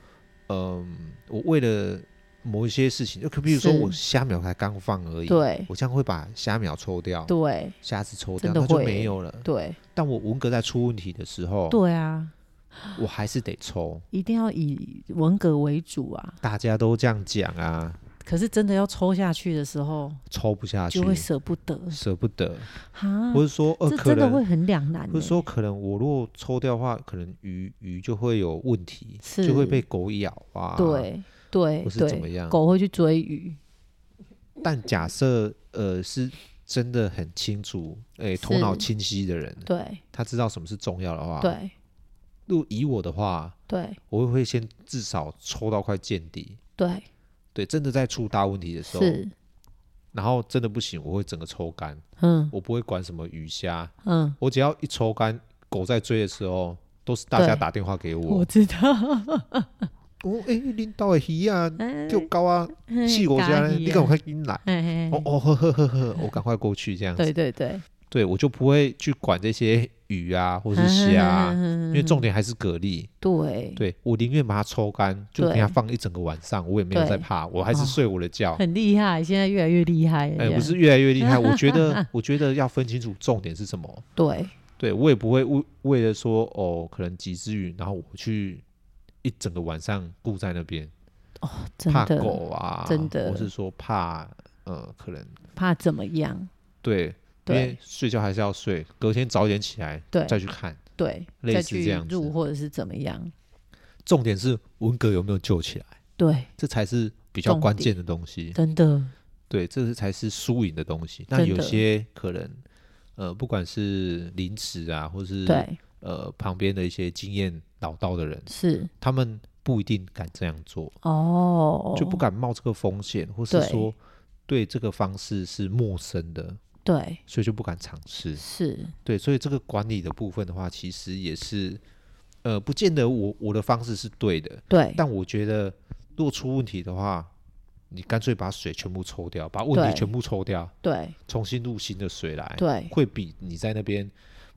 Speaker 1: 嗯，我为了某一些事情，就可比如说
Speaker 2: 是
Speaker 1: 我虾苗才刚放而已，
Speaker 2: 对
Speaker 1: 我这样会把虾苗抽掉，
Speaker 2: 对
Speaker 1: 虾子抽掉，
Speaker 2: 真的
Speaker 1: 那就
Speaker 2: 会
Speaker 1: 没有了。
Speaker 2: 对
Speaker 1: 但我文革在出问题的时候，
Speaker 2: 对啊，
Speaker 1: 我还是得抽。
Speaker 2: 一定要以文革为主啊。
Speaker 1: 大家都这样讲啊，
Speaker 2: 可是真的要抽下去的时候，
Speaker 1: 抽不下去
Speaker 2: 就，会舍不得
Speaker 1: 舍不得，
Speaker 2: 哈
Speaker 1: 或，是说，呃，
Speaker 2: 这
Speaker 1: 可
Speaker 2: 真的会
Speaker 1: 能，
Speaker 2: 很两难、
Speaker 1: 或
Speaker 2: 欸。
Speaker 1: 是说，可能我如果抽掉的话，可能鱼鱼就会有问题，
Speaker 2: 是
Speaker 1: 就会被狗咬啊。
Speaker 2: 对对
Speaker 1: 或是怎么
Speaker 2: 对，
Speaker 1: 样
Speaker 2: 狗会去追鱼，
Speaker 1: 但假设呃是真的很清楚，诶、头
Speaker 2: 是
Speaker 1: 脑清晰的人，
Speaker 2: 对
Speaker 1: 他知道什么是重要的话，，
Speaker 2: 对
Speaker 1: 如果以我的话，
Speaker 2: 对
Speaker 1: 我会先至少抽到快见底，
Speaker 2: 对，
Speaker 1: 对，真的在出大问题的时候，
Speaker 2: 是，
Speaker 1: 然后真的不行，我会整个抽干，
Speaker 2: 嗯
Speaker 1: 我不会管什么鱼虾，
Speaker 2: 嗯，
Speaker 1: 我只要一抽干，狗在追的时候。都是大家
Speaker 2: 对
Speaker 1: 打电话给
Speaker 2: 我
Speaker 1: 我，
Speaker 2: 知道，
Speaker 1: 哦，哎、领导的鱼
Speaker 2: 嗯
Speaker 1: 啊，就高啊，细国家呢，你赶
Speaker 2: 赶
Speaker 1: 快进来，
Speaker 2: 哎，
Speaker 1: 哦哦 呵呵呵呵，我赶快过去这样子
Speaker 2: 对，对对，
Speaker 1: 对我就不会去管这些鱼啊或是虾、啊，因
Speaker 2: 因
Speaker 1: 为重点还是蛤蜊。
Speaker 2: 嗯对
Speaker 1: 对我宁愿把它抽干，就
Speaker 2: 对
Speaker 1: 给它放一整个晚上，我也没有在
Speaker 2: 对
Speaker 1: 怕，我还是
Speaker 2: 哦
Speaker 1: 睡我的 觉。
Speaker 2: 很厉害，现在越来越厉害了。
Speaker 1: 啊哎、
Speaker 2: 这
Speaker 1: 不
Speaker 2: 样
Speaker 1: 是越来越厉害，我觉 得我觉得要分清楚重点是什么。
Speaker 2: 对
Speaker 1: 对我也不会为为了说哦，可能几只鱼，然后我去一整个晚上顾在那边，
Speaker 2: 真
Speaker 1: 怕
Speaker 2: 的
Speaker 1: 狗啊，
Speaker 2: 真的
Speaker 1: 或是说怕呃，可能
Speaker 2: 怕怎么样？
Speaker 1: 对，因为
Speaker 2: 对
Speaker 1: 睡觉还是要睡，隔天早点起来
Speaker 2: 对
Speaker 1: 再去看。
Speaker 2: 对，
Speaker 1: 类
Speaker 2: 再
Speaker 1: 似
Speaker 2: 去
Speaker 1: 这样
Speaker 2: 入
Speaker 1: 子
Speaker 2: 或者是怎么样？
Speaker 1: 重点是文革有没有救起来，
Speaker 2: 对，
Speaker 1: 这才是比较
Speaker 2: 重
Speaker 1: 关键的东西。
Speaker 2: 真的
Speaker 1: 对，这是才是输赢的东西。那
Speaker 2: 真的
Speaker 1: 有些可能，呃，不管是临时啊，或是
Speaker 2: 对
Speaker 1: 呃旁边的一些经验老道的人，
Speaker 2: 是
Speaker 1: 他们不一定敢这样做，
Speaker 2: 哦，
Speaker 1: 就不敢冒这个风险，或是
Speaker 2: 对
Speaker 1: 说对这个方式是陌生的，
Speaker 2: 对
Speaker 1: 所以就不敢尝试。
Speaker 2: 是
Speaker 1: 对，所以这个管理的部分的话，其实也是，呃，不见得我我的方式是对的，
Speaker 2: 对
Speaker 1: 但我觉得，如果出问题的话，你干脆把水全部抽掉，把问题
Speaker 2: 对
Speaker 1: 全部抽掉，
Speaker 2: 对
Speaker 1: 重新入新的水来，
Speaker 2: 对，
Speaker 1: 会比你在那边，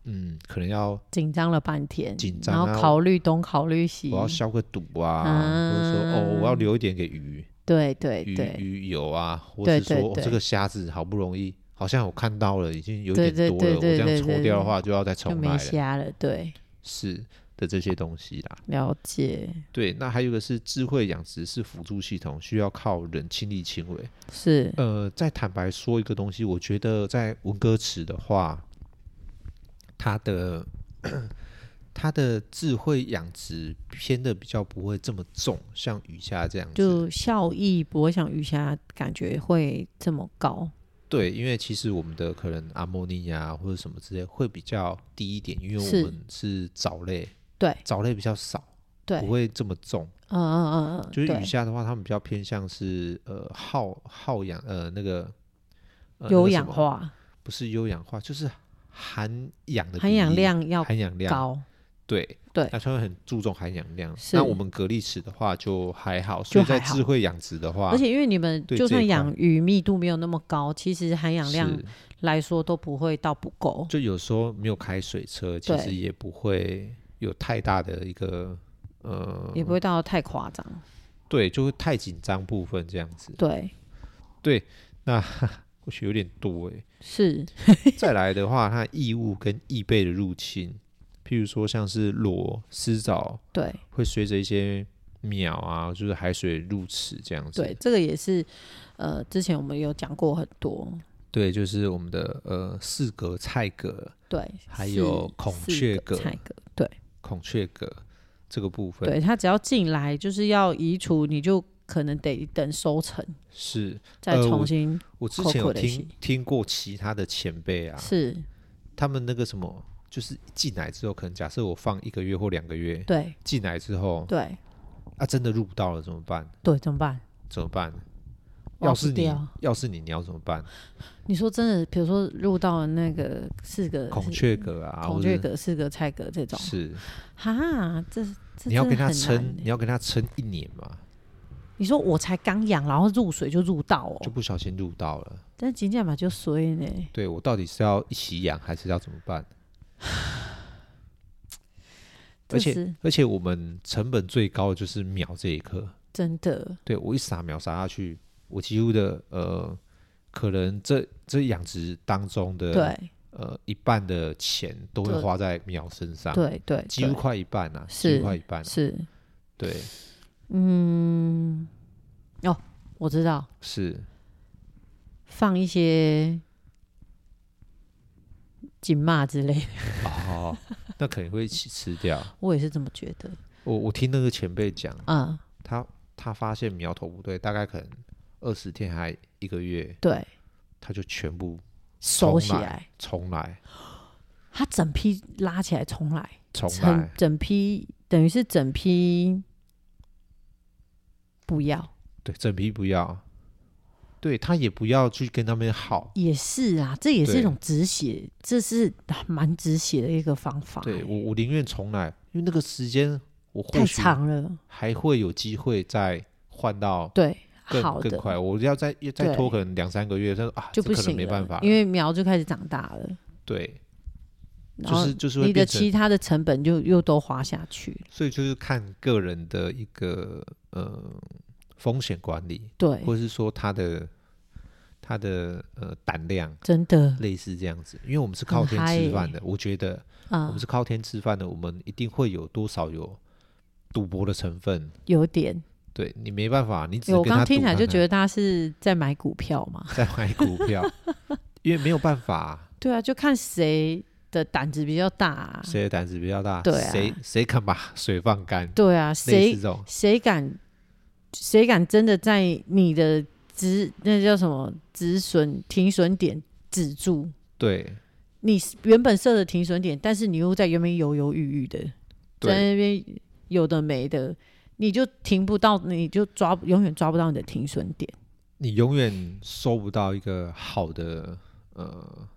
Speaker 1: 嗯，可能要
Speaker 2: 紧张了半天，
Speaker 1: 紧张啊
Speaker 2: 然后考虑东考虑西
Speaker 1: 我，要消个毒啊，或者说
Speaker 2: 嗯
Speaker 1: 哦，我要留一点给鱼
Speaker 2: 对对
Speaker 1: 鱼
Speaker 2: 对
Speaker 1: 鱼油啊，或
Speaker 2: 对
Speaker 1: 是说
Speaker 2: 对
Speaker 1: 哦
Speaker 2: 对
Speaker 1: 这个虾子好不容易。好像我看到了，已经有
Speaker 2: 对
Speaker 1: 点多了。
Speaker 2: 对对对
Speaker 1: 我这
Speaker 2: 对
Speaker 1: 样抽
Speaker 2: 对
Speaker 1: 掉的
Speaker 2: 对
Speaker 1: 话，就要再
Speaker 2: 就
Speaker 1: 重来
Speaker 2: 没
Speaker 1: 了。
Speaker 2: 瞎了，对，
Speaker 1: 是的，这些东西啦。
Speaker 2: 了解
Speaker 1: 对，那还有一个是智慧养殖是辅助系统，需要靠人亲力亲为。
Speaker 2: 是
Speaker 1: 呃，再坦白说一个东西，我觉得在文歌池的话，它的 它的智慧养殖偏的比较不会这么重，像鱼虾这样子。
Speaker 2: 就效益不会像鱼虾感觉会这么高。
Speaker 1: 对，因为其实我们的可能阿莫尼亚或者什么之类会比较低一点，因为
Speaker 2: 是
Speaker 1: 我们是藻类，
Speaker 2: 对
Speaker 1: 藻类比较少，
Speaker 2: 对，
Speaker 1: 不会这么重。
Speaker 2: 嗯嗯嗯嗯，
Speaker 1: 就是
Speaker 2: 对
Speaker 1: 鱼虾的话，它们比较偏向是呃耗耗氧呃那个呃
Speaker 2: 有
Speaker 1: 那个什
Speaker 2: 氧
Speaker 1: 么
Speaker 2: 化，
Speaker 1: 不是优氧化，就是含氧的
Speaker 2: 含
Speaker 1: 比
Speaker 2: 氧
Speaker 1: 例
Speaker 2: 量要
Speaker 1: 含氧量
Speaker 2: 高，
Speaker 1: 对
Speaker 2: 对
Speaker 1: 那他们很注重含氧量。
Speaker 2: 是
Speaker 1: 那我们蛤蜊池的话就还好，所以在
Speaker 2: 还好
Speaker 1: 智慧养殖的话，
Speaker 2: 而且因为你们
Speaker 1: 对
Speaker 2: 就
Speaker 1: 这
Speaker 2: 算
Speaker 1: 一块
Speaker 2: 养鱼密度没有那么高，其实含氧量
Speaker 1: 是
Speaker 2: 来说都不会到不够。
Speaker 1: 就有时候没有开水车，其
Speaker 2: 对
Speaker 1: 实也不会有太大的一个呃，
Speaker 2: 也不会到太夸张，
Speaker 1: 对，就会太紧张部分这样子。
Speaker 2: 对，
Speaker 1: 那 或许有点多 哎、
Speaker 2: 是
Speaker 1: 再来的话，它异物跟异贝的入侵，譬如说像是螺、丝藻，
Speaker 2: 对
Speaker 1: 会随着一些鸟啊，就是海水入池这样子。
Speaker 2: 对，这个也是呃，之前我们有讲过很多，
Speaker 1: 对，就是我们的呃四格菜蛤、
Speaker 2: 对，
Speaker 1: 还
Speaker 2: 是
Speaker 1: 有孔
Speaker 2: 四
Speaker 1: 雀
Speaker 2: 个
Speaker 1: 蛤
Speaker 2: 菜蛤，对
Speaker 1: 孔雀蛤这个部分。
Speaker 2: 对，它只要进来就是要移除，你就可能得等收成，
Speaker 1: 是
Speaker 2: 再
Speaker 1: 呃
Speaker 2: 重
Speaker 1: 我
Speaker 2: 新、
Speaker 1: 我之前有
Speaker 2: 扣扣的戏
Speaker 1: 听听过其他的前辈啊，
Speaker 2: 是，
Speaker 1: 他们那个什么，就是进来之后，可能假设我放一个月或两个月，
Speaker 2: 对
Speaker 1: 进来之后
Speaker 2: 对
Speaker 1: 啊，真的入不到了怎么办？
Speaker 2: 对，怎么办？
Speaker 1: 怎么办？
Speaker 2: 挖
Speaker 1: 要
Speaker 2: 不
Speaker 1: 是你
Speaker 2: 掉，
Speaker 1: 要是你，你要怎么办？
Speaker 2: 你说真的，比如说入到了那个四个
Speaker 1: 孔雀蛤啊，
Speaker 2: 呃嗯孔
Speaker 1: 或
Speaker 2: 雀
Speaker 1: 者
Speaker 2: 蛤、四个菜蛤这种，
Speaker 1: 是
Speaker 2: 哈，这这
Speaker 1: 你要
Speaker 2: 真
Speaker 1: 跟
Speaker 2: 的
Speaker 1: 他
Speaker 2: 很难
Speaker 1: 撑，
Speaker 2: 欸
Speaker 1: 你要跟他撑一年嘛，
Speaker 2: 你说我才刚养，然后入水就入到哦、
Speaker 1: 就不小心入到了。
Speaker 2: 但金价嘛就衰呢、
Speaker 1: 对我到底是要一起养，还是要怎么 办？
Speaker 2: 这
Speaker 1: 而且
Speaker 2: 是
Speaker 1: 而且我们成本最高的就是秒这一刻，
Speaker 2: 真的
Speaker 1: 对我一撒苗撒下去，我几乎的呃，可能这这养殖当中的
Speaker 2: 对
Speaker 1: 呃一半的钱都会
Speaker 2: 对
Speaker 1: 花在苗身上，，
Speaker 2: 对对，
Speaker 1: 啊几乎
Speaker 2: 对
Speaker 1: 快一半啊，
Speaker 2: 是
Speaker 1: 几乎快一半、啊，
Speaker 2: 是
Speaker 1: 对，
Speaker 2: 嗯哦，我知道
Speaker 1: 是
Speaker 2: 放一些锦骂之类的，
Speaker 1: 哦， 那可能会一起吃掉。
Speaker 2: 我也是这么觉得
Speaker 1: 我我听那个前辈讲，
Speaker 2: 啊、
Speaker 1: 他他发现苗头不对，大概可能二十天还一个月，
Speaker 2: 对，
Speaker 1: 他就全部
Speaker 2: 收
Speaker 1: 重
Speaker 2: 起
Speaker 1: 来
Speaker 2: 来，
Speaker 1: 重来，
Speaker 2: 他整批拉起来重来，
Speaker 1: 重
Speaker 2: 整
Speaker 1: 来，
Speaker 2: 整批等于是整批不要。
Speaker 1: 对，整批不要，对他也不要去跟他们好。
Speaker 2: 也是啊，这也是
Speaker 1: 对
Speaker 2: 一种止血，这是啊蛮止血的一个方法欸、
Speaker 1: 对我，我宁愿重来，因为那个时间我或
Speaker 2: 太
Speaker 1: 许
Speaker 2: 长了，
Speaker 1: 还会有机会再换到
Speaker 2: 对，
Speaker 1: 更
Speaker 2: 好
Speaker 1: 更
Speaker 2: 的
Speaker 1: 快。我要再再
Speaker 2: 对
Speaker 1: 拖可能两三个月，他说啊，
Speaker 2: 就不
Speaker 1: 这可能
Speaker 2: 行
Speaker 1: 没
Speaker 2: 了
Speaker 1: 办法，
Speaker 2: 因为苗就开始长大了，
Speaker 1: 对，
Speaker 2: 然
Speaker 1: 就
Speaker 2: 后
Speaker 1: 是就是会
Speaker 2: 你的
Speaker 1: 变成
Speaker 2: 其他的成本就又都花下去了，
Speaker 1: 所以就是看个人的一个呃风险管理，
Speaker 2: 对，
Speaker 1: 或是说他的他的呃胆量，
Speaker 2: 真的
Speaker 1: 类似这样子。因为我们是靠
Speaker 2: 很
Speaker 1: 天
Speaker 2: 嗨
Speaker 1: 吃
Speaker 2: 欸
Speaker 1: 饭的，我觉得我
Speaker 2: 啊
Speaker 1: 们，是靠天吃饭的，我们一定会有多少有赌博的成分。
Speaker 2: 有点。
Speaker 1: 对你没办法，你只
Speaker 2: 因为
Speaker 1: 能
Speaker 2: 我
Speaker 1: 跟
Speaker 2: 刚
Speaker 1: 他
Speaker 2: 刚听
Speaker 1: 赌
Speaker 2: 起来
Speaker 1: 看
Speaker 2: 就
Speaker 1: 看
Speaker 2: 觉得他是在买股票嘛，
Speaker 1: 在买股 票，因为没有办法啊、
Speaker 2: 对啊，就看谁的胆子比较大、啊，
Speaker 1: 谁的胆子比较大，
Speaker 2: 对啊
Speaker 1: 谁谁敢把 水放干，
Speaker 2: 对啊，
Speaker 1: 类
Speaker 2: 谁
Speaker 1: 似这种
Speaker 2: 谁敢谁敢真的在你的止那叫什么止损停损点止住？
Speaker 1: 对
Speaker 2: 你原本设的停损点，但是你又在原本犹犹豫豫的，在
Speaker 1: 对
Speaker 2: 那边有的没的，你就停不到，你就抓永远抓不到你的停损点。
Speaker 1: 你永远收不到一个好的呃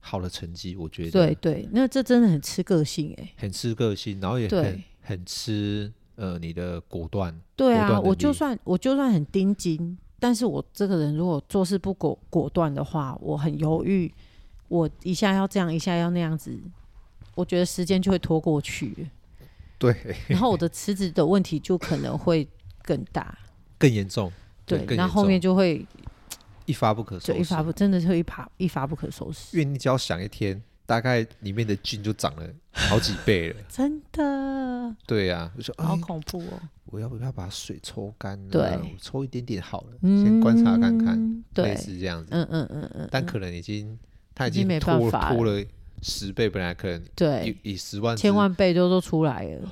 Speaker 1: 好的成绩，我觉得
Speaker 2: 对对，那这真的很吃个性哎、
Speaker 1: 很吃个性，然后也很
Speaker 2: 对
Speaker 1: 很吃呃你的果断，
Speaker 2: 对
Speaker 1: 果
Speaker 2: 啊，
Speaker 1: 断能
Speaker 2: 我就
Speaker 1: 力
Speaker 2: 算我就算很盯紧，但是我这个人如果做事不果果断的话，我很犹豫，我一下要这样，一下要那样子，我觉得时间就会拖 过去，
Speaker 1: 对，
Speaker 2: 然后我的池子的问题就可能会更 大。
Speaker 1: 更严重，
Speaker 2: 对，
Speaker 1: 更
Speaker 2: 那
Speaker 1: 严
Speaker 2: 后面
Speaker 1: 重
Speaker 2: 就会
Speaker 1: 一发不可收
Speaker 2: 就
Speaker 1: 拾，
Speaker 2: 一发不，真的是一发一发不可收拾，，
Speaker 1: 因为你只要想一天，大概里面的菌就涨了好几倍了
Speaker 2: 真的
Speaker 1: 对呀、啊，就说
Speaker 2: 好
Speaker 1: 哎
Speaker 2: 恐怖哦。
Speaker 1: 我要不要把水抽干、啊？
Speaker 2: 对
Speaker 1: 我抽一点点好了，
Speaker 2: 嗯，
Speaker 1: 先观察看看，
Speaker 2: 对
Speaker 1: 类，似这样子。
Speaker 2: 嗯嗯嗯嗯，
Speaker 1: 但可能已经他
Speaker 2: 已经没
Speaker 1: 拖
Speaker 2: 办法
Speaker 1: 拖了十倍本来可能
Speaker 2: 对，
Speaker 1: 以以十万只
Speaker 2: 千万倍都都出来了，因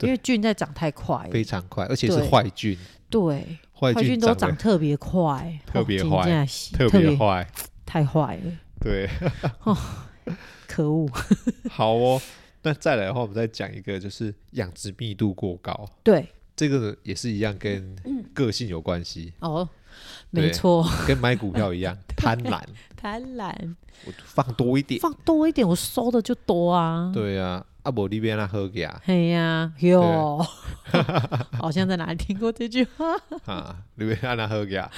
Speaker 1: 对
Speaker 2: 为菌在长太快了
Speaker 1: 非常快，而且是
Speaker 2: 对
Speaker 1: 坏菌，
Speaker 2: 对，
Speaker 1: 坏
Speaker 2: 坏菌
Speaker 1: 菌
Speaker 2: 都
Speaker 1: 得
Speaker 2: 长特 别快，
Speaker 1: 特别
Speaker 2: 哦
Speaker 1: 坏
Speaker 2: 真的是
Speaker 1: 特别坏，
Speaker 2: 太坏了，
Speaker 1: 对，
Speaker 2: 可恶！
Speaker 1: 好哦。那再来的话，我们再讲一个，就是养殖密度过高，
Speaker 2: 对，
Speaker 1: 这个也是一样跟
Speaker 2: 嗯
Speaker 1: 个性有关系，
Speaker 2: 哦，
Speaker 1: 对
Speaker 2: 没错，
Speaker 1: 跟买股票一样，贪婪，
Speaker 2: 贪婪，
Speaker 1: 我放多一点。
Speaker 2: 放多一点，我收的就多啊。
Speaker 1: 对啊，阿伯那边那喝给啊，
Speaker 2: 嘿呀，哟， 好像在哪里听过这句 话。
Speaker 1: 啊，那边那喝给啊，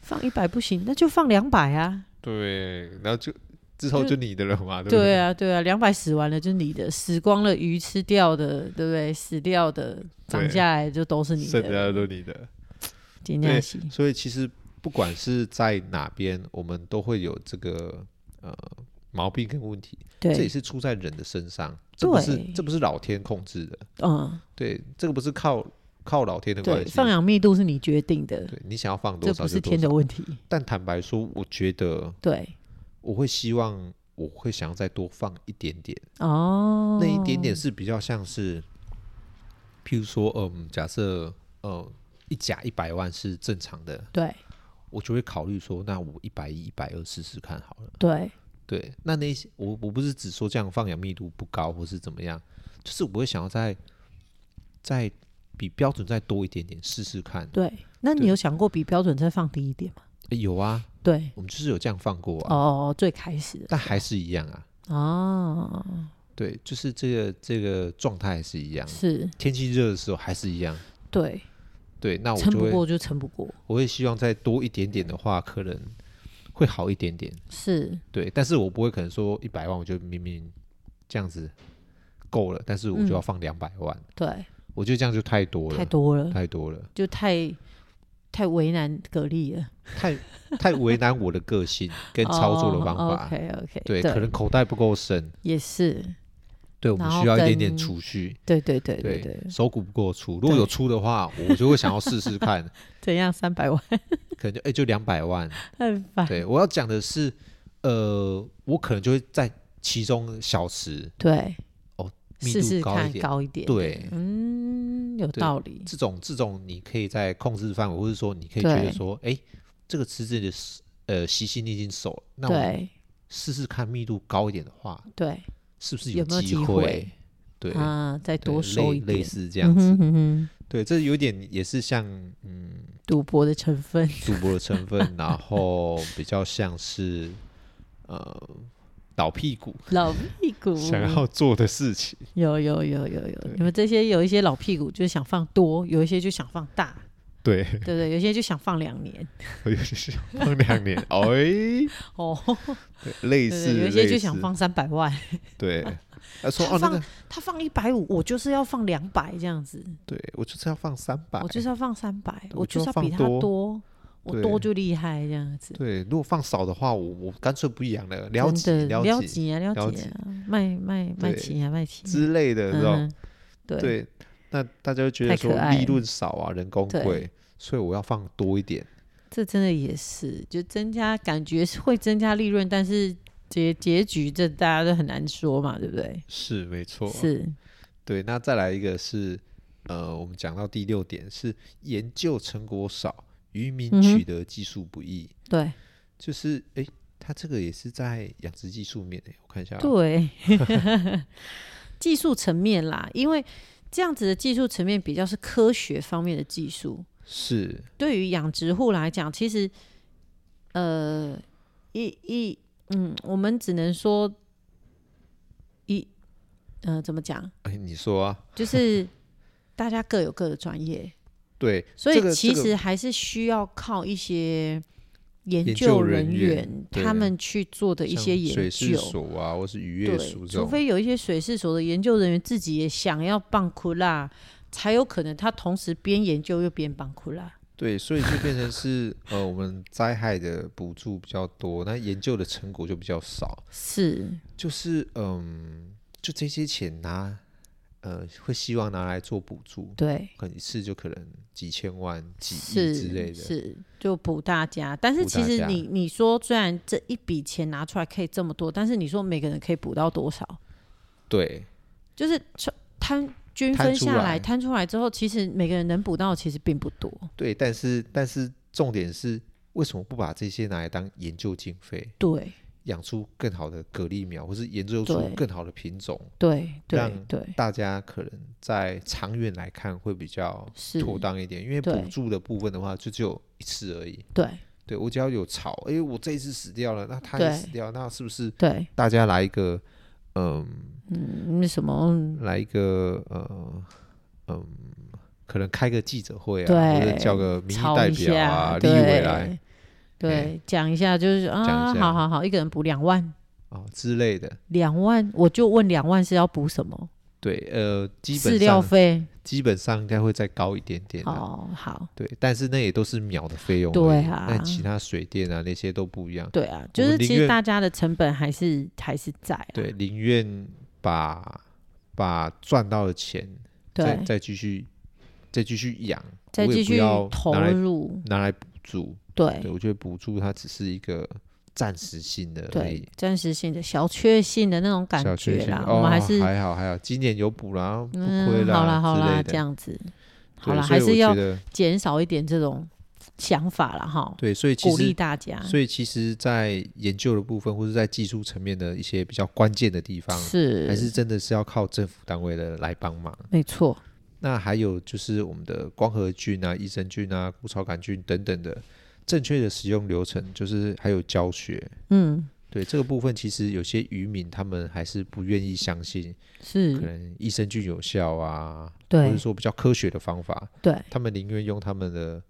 Speaker 2: 放一百不行，那就放两百啊。
Speaker 1: 对，然后就之后就你的了嘛，对不
Speaker 2: 对？啊，对啊，两百死完了就是你的，死光了鱼吃掉的，对不对？死掉的长
Speaker 1: 对
Speaker 2: 下来就都是你
Speaker 1: 剩下的
Speaker 2: 的。
Speaker 1: 都你的，
Speaker 2: 今
Speaker 1: 对
Speaker 2: 天洗
Speaker 1: 所以其实不管是在哪边，我们都会有这个呃毛病跟问题，这也
Speaker 2: 对，
Speaker 1: 是出在人的身上，这不是
Speaker 2: 对
Speaker 1: 这不是老天控制的，
Speaker 2: 嗯，
Speaker 1: 对，这个不是靠靠老天的
Speaker 2: 对，
Speaker 1: 关系，
Speaker 2: 放养密度是你决定的，
Speaker 1: 对你想要放多
Speaker 2: 这
Speaker 1: 少
Speaker 2: 不
Speaker 1: 就是多
Speaker 2: 天
Speaker 1: 少
Speaker 2: 的。问题。
Speaker 1: 但坦白说，我觉得
Speaker 2: 对，
Speaker 1: 我会希望，我会想要再多放一点点，
Speaker 2: 哦，
Speaker 1: 那一点点是比较像是，譬如说，嗯，假设，嗯，一甲一百万是正常的，
Speaker 2: 对
Speaker 1: 我就会考虑说，那我一百一、一百二试试看好了。
Speaker 2: 对
Speaker 1: 对，那那些我我不是只说这样放养密度不高或是怎么样，就是我会想要再再比标准再多一点点试试看。
Speaker 2: 对。那你
Speaker 1: 对
Speaker 2: 有想过比标准再放低一点吗？
Speaker 1: 诶有啊，
Speaker 2: 对，
Speaker 1: 我们就是有这样放过啊，
Speaker 2: 哦，最开始的
Speaker 1: 但还是一样啊。
Speaker 2: 哦，
Speaker 1: 对，就是这个这个状态还是一样，
Speaker 2: 是
Speaker 1: 天气热的时候还是一样。
Speaker 2: 对，
Speaker 1: 对，那我
Speaker 2: 撑
Speaker 1: 就
Speaker 2: 不
Speaker 1: 会
Speaker 2: 过就撑不过，
Speaker 1: 我会希望再多一点点的话，可能会好一点点。
Speaker 2: 是
Speaker 1: 对，但是我不会可能说一百万，我就明明这样子够了，但是我就要放两百万，
Speaker 2: 对，
Speaker 1: 我觉得这样就太多了，
Speaker 2: 太多了，
Speaker 1: 太多了，
Speaker 2: 就太太为难蛤蜊了，
Speaker 1: 太 太为难我的个性跟操作的方法。
Speaker 2: OK OK，
Speaker 1: 对，可能口袋不够深，
Speaker 2: 哦也是，
Speaker 1: 对我们
Speaker 2: 然后
Speaker 1: 需要一点
Speaker 2: 跟
Speaker 1: 点储蓄，
Speaker 2: 对对对
Speaker 1: 对
Speaker 2: 对对，
Speaker 1: 手骨不够粗。如果有粗的话，我就会想要试试 看，
Speaker 2: 怎样三百万
Speaker 1: 可能就哎、就两百万。
Speaker 2: 很烦，
Speaker 1: 对我要讲的是，呃，我可能就会在其中小时
Speaker 2: 对，
Speaker 1: 哦密
Speaker 2: 试
Speaker 1: 度
Speaker 2: 试
Speaker 1: 高一
Speaker 2: 看
Speaker 1: 点
Speaker 2: 高一点，
Speaker 1: 对
Speaker 2: 嗯，有
Speaker 1: 对
Speaker 2: 道理，
Speaker 1: 这种这种你可以在控制范围，或者说你可以觉得
Speaker 2: 对
Speaker 1: 说，哎，这个池子的呃习性你已经熟了，那我们
Speaker 2: 对
Speaker 1: 试试看密度高一点的话，
Speaker 2: 对，
Speaker 1: 是不是
Speaker 2: 有没有
Speaker 1: 机
Speaker 2: 机会
Speaker 1: 对，
Speaker 2: 啊，再
Speaker 1: 对
Speaker 2: 多收
Speaker 1: 类
Speaker 2: 一
Speaker 1: 类
Speaker 2: 点，
Speaker 1: 似这样子
Speaker 2: 嗯，哼哼哼
Speaker 1: 对，这有点也是像嗯
Speaker 2: 赌博的成分，
Speaker 1: 赌博的成分，然后比较像是呃倒屁股
Speaker 2: 老屁股，
Speaker 1: 想要做的事情，
Speaker 2: 有有有有有
Speaker 1: 对，
Speaker 2: 你们这些有一些老屁股就是想放多，有一些就想放大，
Speaker 1: 对，
Speaker 2: 对不对？有一些就想放两年，
Speaker 1: 我就是想放两年， 哎，
Speaker 2: 哦，
Speaker 1: 对类
Speaker 2: 对
Speaker 1: 似
Speaker 2: 对，有一些
Speaker 1: 类
Speaker 2: 就想
Speaker 1: 似
Speaker 2: 放三百万，
Speaker 1: 对， 他说
Speaker 2: 他
Speaker 1: 哦那
Speaker 2: 放
Speaker 1: 个，
Speaker 2: 他放一百五，我就是要放两百这样子，
Speaker 1: 对我就是要放三百
Speaker 2: 我，就是要放三百，
Speaker 1: 我
Speaker 2: 我
Speaker 1: 就
Speaker 2: 就
Speaker 1: 要
Speaker 2: 是要比他
Speaker 1: 放多
Speaker 2: 多，我
Speaker 1: 对
Speaker 2: 多就厉害这样子。
Speaker 1: 对，如果放少的话，我我干脆不养了，了解
Speaker 2: 真的了
Speaker 1: 解
Speaker 2: 解啊，
Speaker 1: 了
Speaker 2: 了
Speaker 1: 解
Speaker 2: 解啊，卖卖卖
Speaker 1: 对
Speaker 2: 钱啊，卖钱啊，
Speaker 1: 之类的，这种
Speaker 2: 嗯哼，对
Speaker 1: 对，那大家就觉得
Speaker 2: 太
Speaker 1: 说
Speaker 2: 可爱
Speaker 1: 利
Speaker 2: 了
Speaker 1: 润少啊，人工
Speaker 2: 对
Speaker 1: 贵，所以我要放多一点，
Speaker 2: 这真的也是，就增加感觉是会增加利润，但是结结局这大家都很难说嘛，对不对？
Speaker 1: 是没错，
Speaker 2: 是
Speaker 1: 对。那再来一个是，呃，我们讲到第六点是研究成果少，渔民
Speaker 2: 嗯哼
Speaker 1: 取得技术不易，
Speaker 2: 对
Speaker 1: 就是诶，它这个也是在养殖技术面诶，我看一下啊，
Speaker 2: 对， 技术层面啦，因为这样子的技术层面比较是科学方面的技术，
Speaker 1: 是
Speaker 2: 对于养殖户来讲，其实呃一一嗯，我们只能说一呃怎么讲，
Speaker 1: 哎，你说啊，
Speaker 2: 就是 大家各有各的专业，
Speaker 1: 对，
Speaker 2: 所
Speaker 1: 这个
Speaker 2: 以其
Speaker 1: 这个
Speaker 2: 实还是需要靠一些研
Speaker 1: 研究
Speaker 2: 究
Speaker 1: 人
Speaker 2: 人
Speaker 1: 员
Speaker 2: 员
Speaker 1: 对
Speaker 2: 他们去做的一
Speaker 1: 像
Speaker 2: 些
Speaker 1: 水
Speaker 2: 研
Speaker 1: 事
Speaker 2: 究。
Speaker 1: 所啊，或是渔业署
Speaker 2: 对，
Speaker 1: 这种
Speaker 2: 除，非有一些水事所的研究人员自己也想要棒库拉，才有可能他同时边研究又边棒库拉。
Speaker 1: 对，所以就变成是呃，我们灾害的补助比较多，那研究的成果就比较少，
Speaker 2: 是，
Speaker 1: 就是嗯，就这些钱拿呃会希望拿来做补助，
Speaker 2: 对，
Speaker 1: 可能一次就可能几千万、几亿
Speaker 2: 是
Speaker 1: 之类的。
Speaker 2: 是就补大家。但是
Speaker 1: 补
Speaker 2: 其
Speaker 1: 大
Speaker 2: 实
Speaker 1: 家
Speaker 2: 你你说，虽然这一笔钱拿出来可以这么多，但是你说每个人可以补到多少？
Speaker 1: 对，
Speaker 2: 就是从摊均
Speaker 1: 摊
Speaker 2: 分
Speaker 1: 出
Speaker 2: 下
Speaker 1: 来
Speaker 2: 来，摊出来之后，其实每个人能补到的其实并不多。
Speaker 1: 对，但是但是重点是，为什么不把这些拿来当研究经费，
Speaker 2: 对
Speaker 1: 养出更好的蛤蜊苗，或是研究出
Speaker 2: 对
Speaker 1: 更好的品种，
Speaker 2: 对对
Speaker 1: 让
Speaker 2: 对，
Speaker 1: 大家可能在长远来看会比较
Speaker 2: 是，
Speaker 1: 妥当一点。因为补
Speaker 2: 对
Speaker 1: 助的部分的话，就只有一次而已。
Speaker 2: 对
Speaker 1: 对我只要有草，哎、我这一次死掉了，那他也
Speaker 2: 对
Speaker 1: 死掉，那是不是
Speaker 2: 对，
Speaker 1: 大家来一个，嗯，
Speaker 2: 嗯，什么？
Speaker 1: 来一个，呃，嗯，可能开个记者会啊，
Speaker 2: 对
Speaker 1: 或者叫个民意
Speaker 2: 吵
Speaker 1: 代
Speaker 2: 一
Speaker 1: 表啊、
Speaker 2: 下，
Speaker 1: 立委来
Speaker 2: 对，对，讲一下就是啊，
Speaker 1: 讲一下
Speaker 2: 好好好，一个人补两万，
Speaker 1: 哦之类的。
Speaker 2: 两万，我就问两万是要补什么？
Speaker 1: 对，呃，基
Speaker 2: 饲
Speaker 1: 本
Speaker 2: 料
Speaker 1: 上
Speaker 2: 费？
Speaker 1: 基本上应该会再高一点点、啊。
Speaker 2: 哦，好，
Speaker 1: 对，但是那也都是秒的费用而
Speaker 2: 对
Speaker 1: 已，
Speaker 2: 啊
Speaker 1: 那其他水电啊那些都不一样。
Speaker 2: 对啊，
Speaker 1: 我
Speaker 2: 就
Speaker 1: 们
Speaker 2: 是其
Speaker 1: 宁愿
Speaker 2: 实大家的成本还是还是在啊，
Speaker 1: 对，宁愿把把赚到的钱再
Speaker 2: 对，
Speaker 1: 再继续再继续养，
Speaker 2: 再
Speaker 1: 我也
Speaker 2: 继
Speaker 1: 不
Speaker 2: 续
Speaker 1: 要
Speaker 2: 投
Speaker 1: 拿来
Speaker 2: 入，
Speaker 1: 拿来补助。对，
Speaker 2: 对
Speaker 1: 我觉得补助它只是一个暂时性的而已
Speaker 2: 对，，暂时性的小确幸的那种感
Speaker 1: 小确
Speaker 2: 觉
Speaker 1: 幸
Speaker 2: 啦，
Speaker 1: 哦，
Speaker 2: 我们还是
Speaker 1: 还好还好，今年有补啦，不亏
Speaker 2: 嗯，
Speaker 1: 啦，
Speaker 2: 好啦好
Speaker 1: 之类的
Speaker 2: 啦，这样子，
Speaker 1: 对
Speaker 2: 好啦，
Speaker 1: 所以
Speaker 2: 还
Speaker 1: 我
Speaker 2: 是要
Speaker 1: 觉得
Speaker 2: 减少一点这种想法啦，哈，
Speaker 1: 对，所以其
Speaker 2: 鼓励
Speaker 1: 实。
Speaker 2: 大家，
Speaker 1: 所以其实，在研究的部分，或者在技术层面的一些比较关键的地方，
Speaker 2: 是
Speaker 1: 还是真的是要靠政府单位的来帮忙。
Speaker 2: 没错，
Speaker 1: 那还有就是我们的光合菌啊、益生菌啊、固草杆菌等等的正确的使用流程，就是还有教学。
Speaker 2: 嗯，
Speaker 1: 对这个部分，其实有些渔民他们还是不愿意相信，可
Speaker 2: 是，
Speaker 1: 能益生菌有效啊，或者
Speaker 2: 对
Speaker 1: 说比较科学的方法，
Speaker 2: 对，
Speaker 1: 他们宁愿用他们的、嗯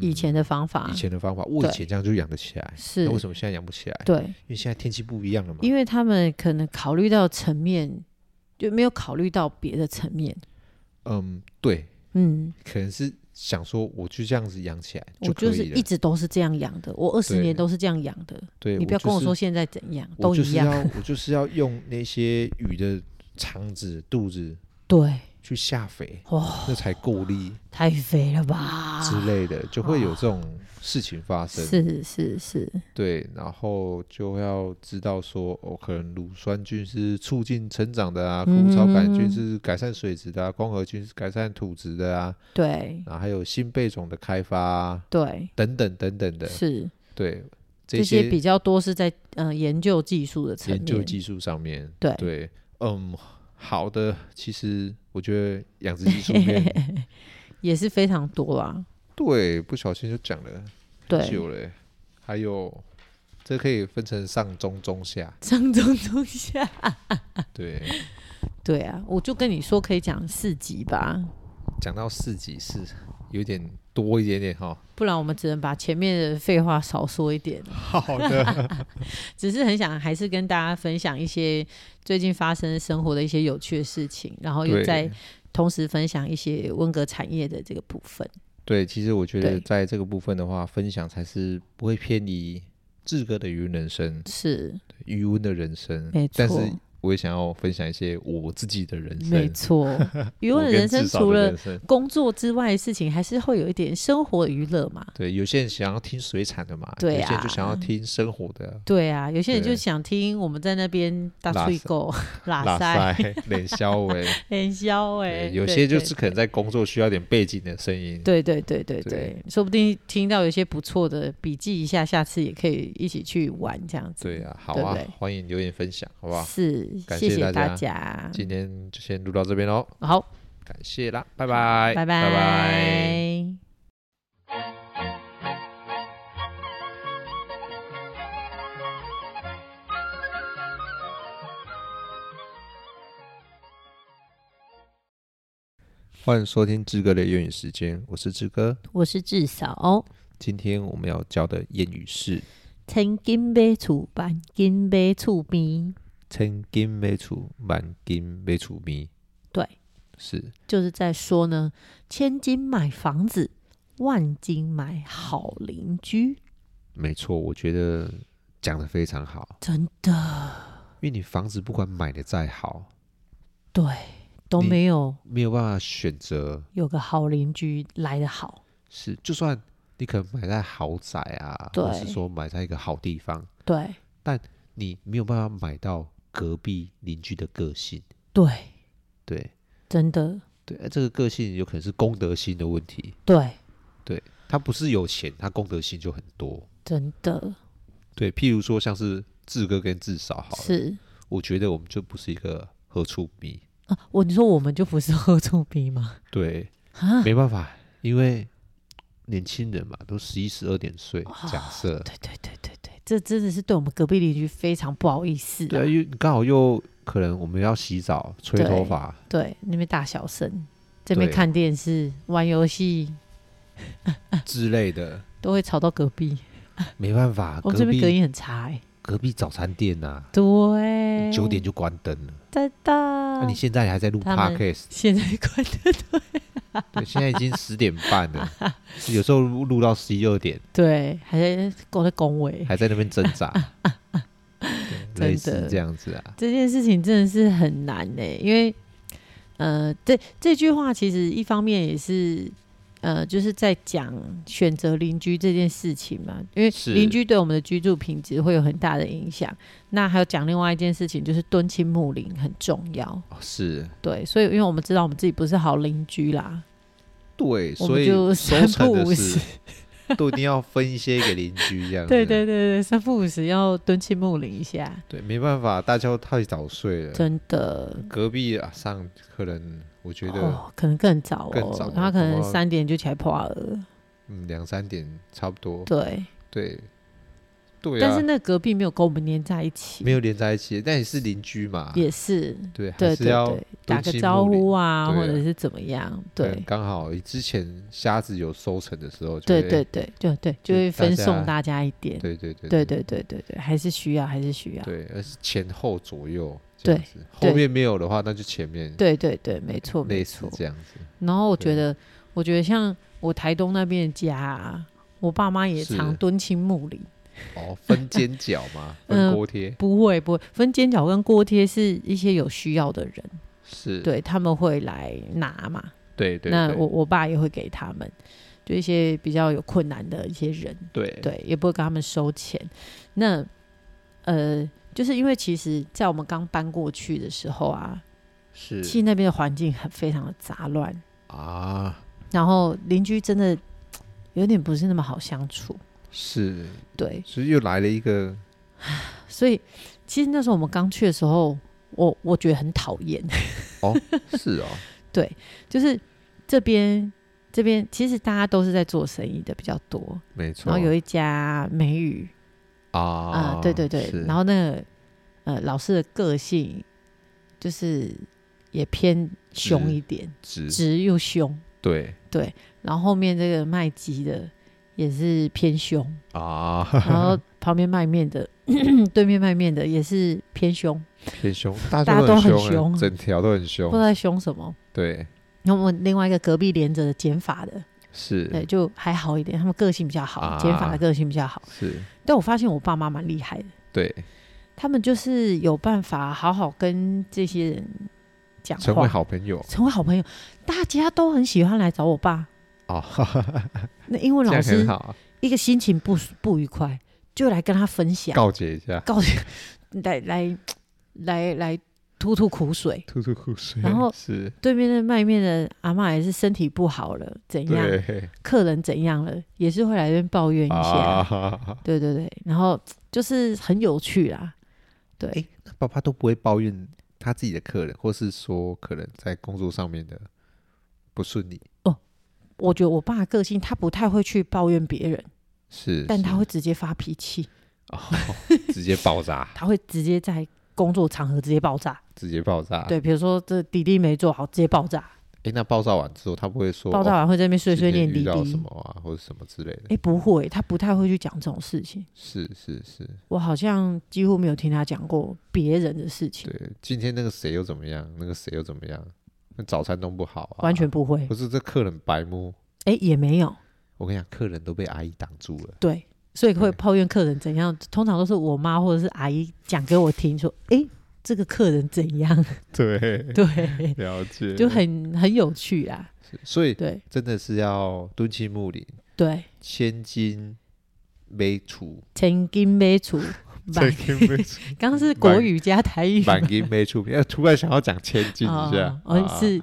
Speaker 2: 以前的方法
Speaker 1: 以前的方法。我以
Speaker 2: 对
Speaker 1: 前这样就养得起来，
Speaker 2: 是
Speaker 1: 那为什么现在养不起来？
Speaker 2: 对，
Speaker 1: 因为现在天气不一样了嘛。
Speaker 2: 因为他们可能考虑到层面，就没有考虑到别的层面，
Speaker 1: 嗯，对，
Speaker 2: 嗯。
Speaker 1: 可能是想说我就这样子养起来
Speaker 2: 我
Speaker 1: 可
Speaker 2: 就是
Speaker 1: 以了
Speaker 2: 一。直都是这样养的，我二十
Speaker 1: 对
Speaker 2: 年都是这样养的。
Speaker 1: 对，
Speaker 2: 你不要跟我
Speaker 1: 就是
Speaker 2: 说现在怎样，
Speaker 1: 我
Speaker 2: 都
Speaker 1: 就
Speaker 2: 一
Speaker 1: 是
Speaker 2: 样。
Speaker 1: 要我就是要用那些鱼的肠子、肚子
Speaker 2: 对，
Speaker 1: 去下肥，
Speaker 2: 哦，
Speaker 1: 那才够力
Speaker 2: 太肥了吧？
Speaker 1: 之类的，就会有这种事情发生。
Speaker 2: 啊是是是，
Speaker 1: 对，然后就要知道说，哦，可能乳酸菌是促进成长的啊，
Speaker 2: 嗯
Speaker 1: 枯草杆菌是改善水质的啊，光合菌是改善土质的啊，
Speaker 2: 对
Speaker 1: 然后还有新贝种的开发啊，
Speaker 2: 对
Speaker 1: 等等等等的。
Speaker 2: 是，
Speaker 1: 对，
Speaker 2: 这些
Speaker 1: 些
Speaker 2: 比较多是在嗯、呃研究技术的层面。
Speaker 1: 研究技术上面，
Speaker 2: 对
Speaker 1: 对，嗯，好的，其实我觉得养殖技术面
Speaker 2: 也是非常多啦。
Speaker 1: 对，不小心就讲了很
Speaker 2: 对，
Speaker 1: 久了欸，还有这可以分成上中中下，
Speaker 2: 上中中下。
Speaker 1: 对，
Speaker 2: 啊对啊，我就跟你说可以讲四集吧，
Speaker 1: 讲到四级是有点多一点点 哈。
Speaker 2: 不然我们只能把前面的废话少说一点。
Speaker 1: 好 的，
Speaker 2: 只是很想还是跟大家分享一些最近发生生活的一些有趣的事情，然后又
Speaker 1: 对
Speaker 2: 在同时分享一些温格产业的这个部分。
Speaker 1: 对，其实我觉得
Speaker 2: 对
Speaker 1: 在这个部分的话，分享才是不会偏离志哥的渔人生、
Speaker 2: 是，
Speaker 1: 渔翁的人生
Speaker 2: 没，
Speaker 1: 但是
Speaker 2: 错
Speaker 1: 我也想要分享一些我自己的人
Speaker 2: 没
Speaker 1: 生。
Speaker 2: 错。余
Speaker 1: 我
Speaker 2: 温的
Speaker 1: 跟
Speaker 2: 人生
Speaker 1: 至少
Speaker 2: 除
Speaker 1: 的
Speaker 2: 了
Speaker 1: 人生
Speaker 2: 工作之外的事情，还是会有一点生活娱乐嘛。
Speaker 1: 对，有些人想要听水产的嘛，
Speaker 2: 对
Speaker 1: 有些人就
Speaker 2: 啊
Speaker 1: 想要听生活的
Speaker 2: 对啊，有些人就
Speaker 1: 对
Speaker 2: 想听我们在那边大
Speaker 1: 拉
Speaker 2: 吹
Speaker 1: 塞
Speaker 2: 狗、 拉
Speaker 1: 拉
Speaker 2: 塞、
Speaker 1: 塞、冷 笑尾，
Speaker 2: 很消哎
Speaker 1: 对，有些就是可能在工作需要点背景的声音。
Speaker 2: 对对对对
Speaker 1: 对
Speaker 2: 对，说不定听到有些不错的，笔记一下，下次也可以一起去玩这样子。
Speaker 1: 对啊，好
Speaker 2: 对不
Speaker 1: 啊
Speaker 2: 对，
Speaker 1: 欢迎留言分享，好不好？
Speaker 2: 是，
Speaker 1: 感
Speaker 2: 谢
Speaker 1: 谢大
Speaker 2: 大
Speaker 1: 家
Speaker 2: 家。
Speaker 1: 今天就先录到这边喽，
Speaker 2: 好，
Speaker 1: 感谢啦，拜拜，
Speaker 2: 拜
Speaker 1: 拜拜。
Speaker 2: 拜
Speaker 1: 欢迎收听志哥的谚语时间，我是志哥。
Speaker 2: 我是志嫂，
Speaker 1: 今天我们要教的谚语是
Speaker 2: 曾经买厝，万金买厝边，
Speaker 1: “千金买厝，万金买厝米”。
Speaker 2: 对，
Speaker 1: 是
Speaker 2: 就是在说呢，千金买房子，万金买好邻居，
Speaker 1: 没错，我觉得讲的非常好。
Speaker 2: 真的
Speaker 1: 因为你房子不管买的再好，
Speaker 2: 对，都
Speaker 1: 你
Speaker 2: 没有
Speaker 1: 没有办法选择
Speaker 2: 有个好邻居来的好。
Speaker 1: 是，就算你可能买在豪宅啊，
Speaker 2: 对
Speaker 1: 或是说买在一个好地方，
Speaker 2: 对
Speaker 1: 你没有办法买到隔壁邻居的个性。
Speaker 2: 对，
Speaker 1: 对
Speaker 2: 真的
Speaker 1: 对，呃这个个性有可能是公德心的问题，
Speaker 2: 对
Speaker 1: 他不是有钱，他公德心就很多。
Speaker 2: 真的
Speaker 1: 对，譬如说像是志哥跟志嫂好了，
Speaker 2: 是
Speaker 1: 我觉得我们就不是一个何处迷，
Speaker 2: 啊，我你说我们就不是喝醋逼吗？
Speaker 1: 对，
Speaker 2: 啊，
Speaker 1: 没办法，因为年轻人嘛，都十一十二点岁，假设、
Speaker 2: 对对对对对，这真的是对我们隔壁邻居非常不好意思、啊。
Speaker 1: 对啊，因为你刚好又可能我们要洗澡、吹头发，
Speaker 2: 对，那边大小声，这边
Speaker 1: 对
Speaker 2: 看电视、玩游戏，嗯
Speaker 1: 之类的，
Speaker 2: 都会吵到隔壁。
Speaker 1: 没办法，
Speaker 2: 我
Speaker 1: 隔
Speaker 2: 们这边隔
Speaker 1: 壁
Speaker 2: 音很差哎、
Speaker 1: 隔壁早餐店呐、
Speaker 2: 对，
Speaker 1: 九点就关灯了。
Speaker 2: 真
Speaker 1: 那、
Speaker 2: 的。
Speaker 1: 你现在还在录
Speaker 2: 啊他们
Speaker 1: podcast？
Speaker 2: 现在关的
Speaker 1: 对，现在已经十点半 了，有时候录录到十一二点，
Speaker 2: 对，还在我在恭维
Speaker 1: 还在那边挣扎，对
Speaker 2: 真
Speaker 1: 类似
Speaker 2: 的
Speaker 1: 这样子啊。
Speaker 2: 这件事情真的是很难呢、因为呃，这这句话其实一方面也是呃，就是在讲选择邻居这件事情嘛，因为
Speaker 1: 是
Speaker 2: 邻居对我们的居住品质会有很大的影响。那还有讲另外一件事情，就是敦亲睦邻很重要。
Speaker 1: 哦是
Speaker 2: 对，所以因为我们知道我们自己不是好邻居啦，
Speaker 1: 对，
Speaker 2: 我
Speaker 1: 所
Speaker 2: 们
Speaker 1: 以
Speaker 2: 就
Speaker 1: 收
Speaker 2: 三
Speaker 1: 成
Speaker 2: 不五
Speaker 1: 的
Speaker 2: 时
Speaker 1: 是，都一定要分一些给邻居这样子。
Speaker 2: 对对对对，三不五时要敦亲睦邻一下，
Speaker 1: 对，没办法，大家都太早睡了。
Speaker 2: 真的。
Speaker 1: 隔壁啊，上可能我觉得、
Speaker 2: 哦，可能更早哦，
Speaker 1: 更早
Speaker 2: 他可能
Speaker 1: 搞不好
Speaker 2: 三点就起来破了，
Speaker 1: 嗯两三点差不多。
Speaker 2: 对。
Speaker 1: 对对
Speaker 2: 但
Speaker 1: 啊
Speaker 2: 是，那隔壁没有跟我们黏在一起，
Speaker 1: 没有连在一起，但也是邻居嘛。
Speaker 2: 也是，
Speaker 1: 对，还
Speaker 2: 对
Speaker 1: 是
Speaker 2: 对
Speaker 1: 要
Speaker 2: 对，打个
Speaker 1: 亲
Speaker 2: 招
Speaker 1: 睦邻
Speaker 2: 呼啊，
Speaker 1: 对啊
Speaker 2: 或者是怎么样，
Speaker 1: 可能
Speaker 2: 对
Speaker 1: 嗯刚好之前虾子有收成的时候就
Speaker 2: 对
Speaker 1: 会，
Speaker 2: 对对对对，
Speaker 1: 就
Speaker 2: 就会分
Speaker 1: 大家
Speaker 2: 送大家一点，
Speaker 1: 对对对
Speaker 2: 对对对对对，还是需要，还是需要，
Speaker 1: 对，而是前后左右这样
Speaker 2: 对
Speaker 1: 子，
Speaker 2: 对
Speaker 1: 后面没有的话，那就前面
Speaker 2: 对对对，没错没
Speaker 1: 类似
Speaker 2: 错。
Speaker 1: 这样子。
Speaker 2: 然后我觉
Speaker 1: 对
Speaker 2: 得，我觉得像我台东那边的家啊，我爸妈也
Speaker 1: 是
Speaker 2: 常敦亲睦邻，
Speaker 1: 哦，分尖角嘛，
Speaker 2: 嗯
Speaker 1: 分锅贴、
Speaker 2: 不会不会分煎饺跟锅贴是一些有需要的人，
Speaker 1: 是，
Speaker 2: 对他们会来拿嘛，
Speaker 1: 对对
Speaker 2: 那
Speaker 1: 对
Speaker 2: 我我爸也会给他们，就一些比较有困难的一些人，
Speaker 1: 对
Speaker 2: 对，也不会跟他们收钱。那呃，就是因为其实，在我们刚搬过去的时候啊，其实
Speaker 1: 是
Speaker 2: 那边的环境很非常的杂乱，
Speaker 1: 啊，
Speaker 2: 然后邻居真的有点不是那么好相处，
Speaker 1: 是，
Speaker 2: 对，
Speaker 1: 所以又来了一个
Speaker 2: 所以其实那时候我们刚去的时候，我我觉得很讨厌，
Speaker 1: 是哦，
Speaker 2: 就是这边这边其实大家都是在做生意的比较多，
Speaker 1: 没错。
Speaker 2: 然后有一家美语。
Speaker 1: 啊
Speaker 2: 啊，对对对
Speaker 1: 是，
Speaker 2: 然后那个呃老师的个性就是也偏凶一点，
Speaker 1: 直
Speaker 2: 直又凶，
Speaker 1: 对
Speaker 2: 然后后面这个卖鸡的也是偏凶，
Speaker 1: 啊，
Speaker 2: 然后旁边卖面的 对面卖面的也是偏凶，
Speaker 1: 很凶，大
Speaker 2: 大家
Speaker 1: 都
Speaker 2: 都很
Speaker 1: 欸
Speaker 2: 凶啊
Speaker 1: 整条都很
Speaker 2: 不
Speaker 1: 凶
Speaker 2: 知，道在凶什么。
Speaker 1: 对，
Speaker 2: 然后我们另外一个隔壁连着的减法的，对，
Speaker 1: 是
Speaker 2: 就还好一点，他们个性比较好，
Speaker 1: 啊
Speaker 2: 减法的个性比较好。
Speaker 1: 是，
Speaker 2: 但我发现我爸妈蛮厉害的，
Speaker 1: 对，
Speaker 2: 他们就是有办法好好跟这些人讲话，
Speaker 1: 成为好朋友
Speaker 2: 成为好朋友，大家都很喜欢来找我爸。
Speaker 1: 啊，哈哈
Speaker 2: 那英文
Speaker 1: 这
Speaker 2: 老
Speaker 1: 样很
Speaker 2: 师
Speaker 1: 好啊，
Speaker 2: 一个心情不不愉快，就来跟他分享，
Speaker 1: 告诫一下，
Speaker 2: 告来来来来吐吐苦水。
Speaker 1: 吐吐苦水，
Speaker 2: 然后
Speaker 1: 是，
Speaker 2: 对面的卖面的阿嬷也是身体不好了，怎样？
Speaker 1: 对
Speaker 2: 客人怎样了，也是会来这边抱怨一下。
Speaker 1: 啊，哈哈
Speaker 2: 对对对，然后就是很有趣啦。对，
Speaker 1: 诶那 爸爸都不会抱怨他自己的客人，或是说可能在工作上面的不顺利，
Speaker 2: 我觉得我爸的个性他不太会去抱怨别人，
Speaker 1: 是，
Speaker 2: 但
Speaker 1: 是
Speaker 2: 他会直接发脾气，
Speaker 1: 哦直接爆炸，
Speaker 2: 他会直接在工作场合直接爆炸。
Speaker 1: 直接爆炸，
Speaker 2: 对，比如说这滴滴没做好，直接爆炸，
Speaker 1: 诶，那爆炸完之后，他不会说
Speaker 2: 爆炸
Speaker 1: 哦
Speaker 2: 完会在那边碎
Speaker 1: 今
Speaker 2: 碎
Speaker 1: 天
Speaker 2: 念滴
Speaker 1: 遇到什
Speaker 2: 滴
Speaker 1: 么。啊，或者什么之类的，
Speaker 2: 哎、不会，他不太会去讲这种事情。
Speaker 1: 是是是，
Speaker 2: 我好像几乎没有听他讲过别人的事情，
Speaker 1: 对，今天那个谁又怎么样，那个谁又怎么样，那早餐弄不好啊，
Speaker 2: 完全不会
Speaker 1: 不。是这客人白目，
Speaker 2: 哎、也没有。
Speaker 1: 我跟你讲，客人都被阿姨挡住了，
Speaker 2: 对，所以会
Speaker 1: 对
Speaker 2: 抱怨客人怎样，通常都是我妈或者是阿姨讲给我听，说：“哎、这个客人怎样，
Speaker 1: 对，
Speaker 2: 对，
Speaker 1: 了解，
Speaker 2: 就很很有趣啦。
Speaker 1: 所以
Speaker 2: 对
Speaker 1: 真的是要敦亲睦邻，
Speaker 2: 对，
Speaker 1: 千金没 除，
Speaker 2: 千金买厝，
Speaker 1: 千
Speaker 2: 万
Speaker 1: 金没除，
Speaker 2: 刚刚是国语加台语
Speaker 1: 万
Speaker 2: 嘛
Speaker 1: 金没除，要突然想要讲千金一下
Speaker 2: 哦，，哦
Speaker 1: 啊
Speaker 2: 是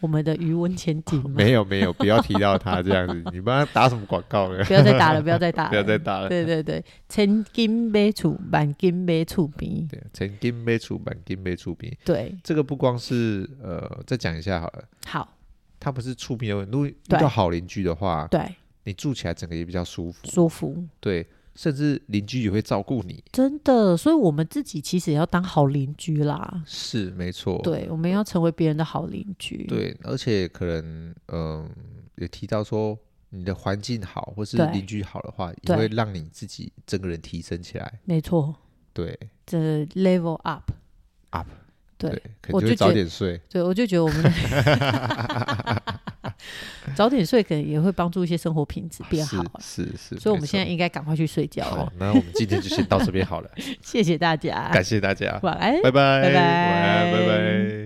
Speaker 2: 我们的余文千金嘛，
Speaker 1: 没有没有，不要提到他这样子，你帮他打什么广告 呢？
Speaker 2: 不要再打了，不要再打 了，
Speaker 1: 不要再打了。
Speaker 2: 对对对，千金买厝，万金买厝边。
Speaker 1: 对，曾经被出版，金被出兵，
Speaker 2: 对，
Speaker 1: 这个不光是呃，再讲一下好了，
Speaker 2: 好，
Speaker 1: 他不是出兵的问题，如果遇
Speaker 2: 对
Speaker 1: 到好邻居的话，
Speaker 2: 对，
Speaker 1: 你住起来整个也比较舒服，
Speaker 2: 舒服，
Speaker 1: 对，甚至邻居也会照顾你，
Speaker 2: 真的。所以我们自己其实也要当好邻居啦。
Speaker 1: 是没错，
Speaker 2: 对，我们要成为别人的好邻居。
Speaker 1: 对，而且可能嗯、也提到说。你的环境好，或是
Speaker 2: 对
Speaker 1: 邻居好的话，也
Speaker 2: 对
Speaker 1: 会让你自己整个人提升起来。
Speaker 2: 没错，
Speaker 1: 对
Speaker 2: 这 level up。
Speaker 1: ，up，
Speaker 2: 对
Speaker 1: 可
Speaker 2: 我
Speaker 1: 能就会
Speaker 2: 就觉
Speaker 1: 早
Speaker 2: 得
Speaker 1: 点睡。
Speaker 2: 对，我就觉得我们 早点睡，可能也会帮助一些生活品质变好。啊
Speaker 1: 是是是。
Speaker 2: 所以，我
Speaker 1: 没
Speaker 2: 们
Speaker 1: 错
Speaker 2: 现在应该赶快去睡觉
Speaker 1: 好
Speaker 2: 了。，
Speaker 1: 那我们今 天就先到这边好了，
Speaker 2: 谢谢大家，
Speaker 1: 感谢大家，
Speaker 2: 晚安。
Speaker 1: 拜拜，
Speaker 2: 拜拜
Speaker 1: 晚安，拜拜。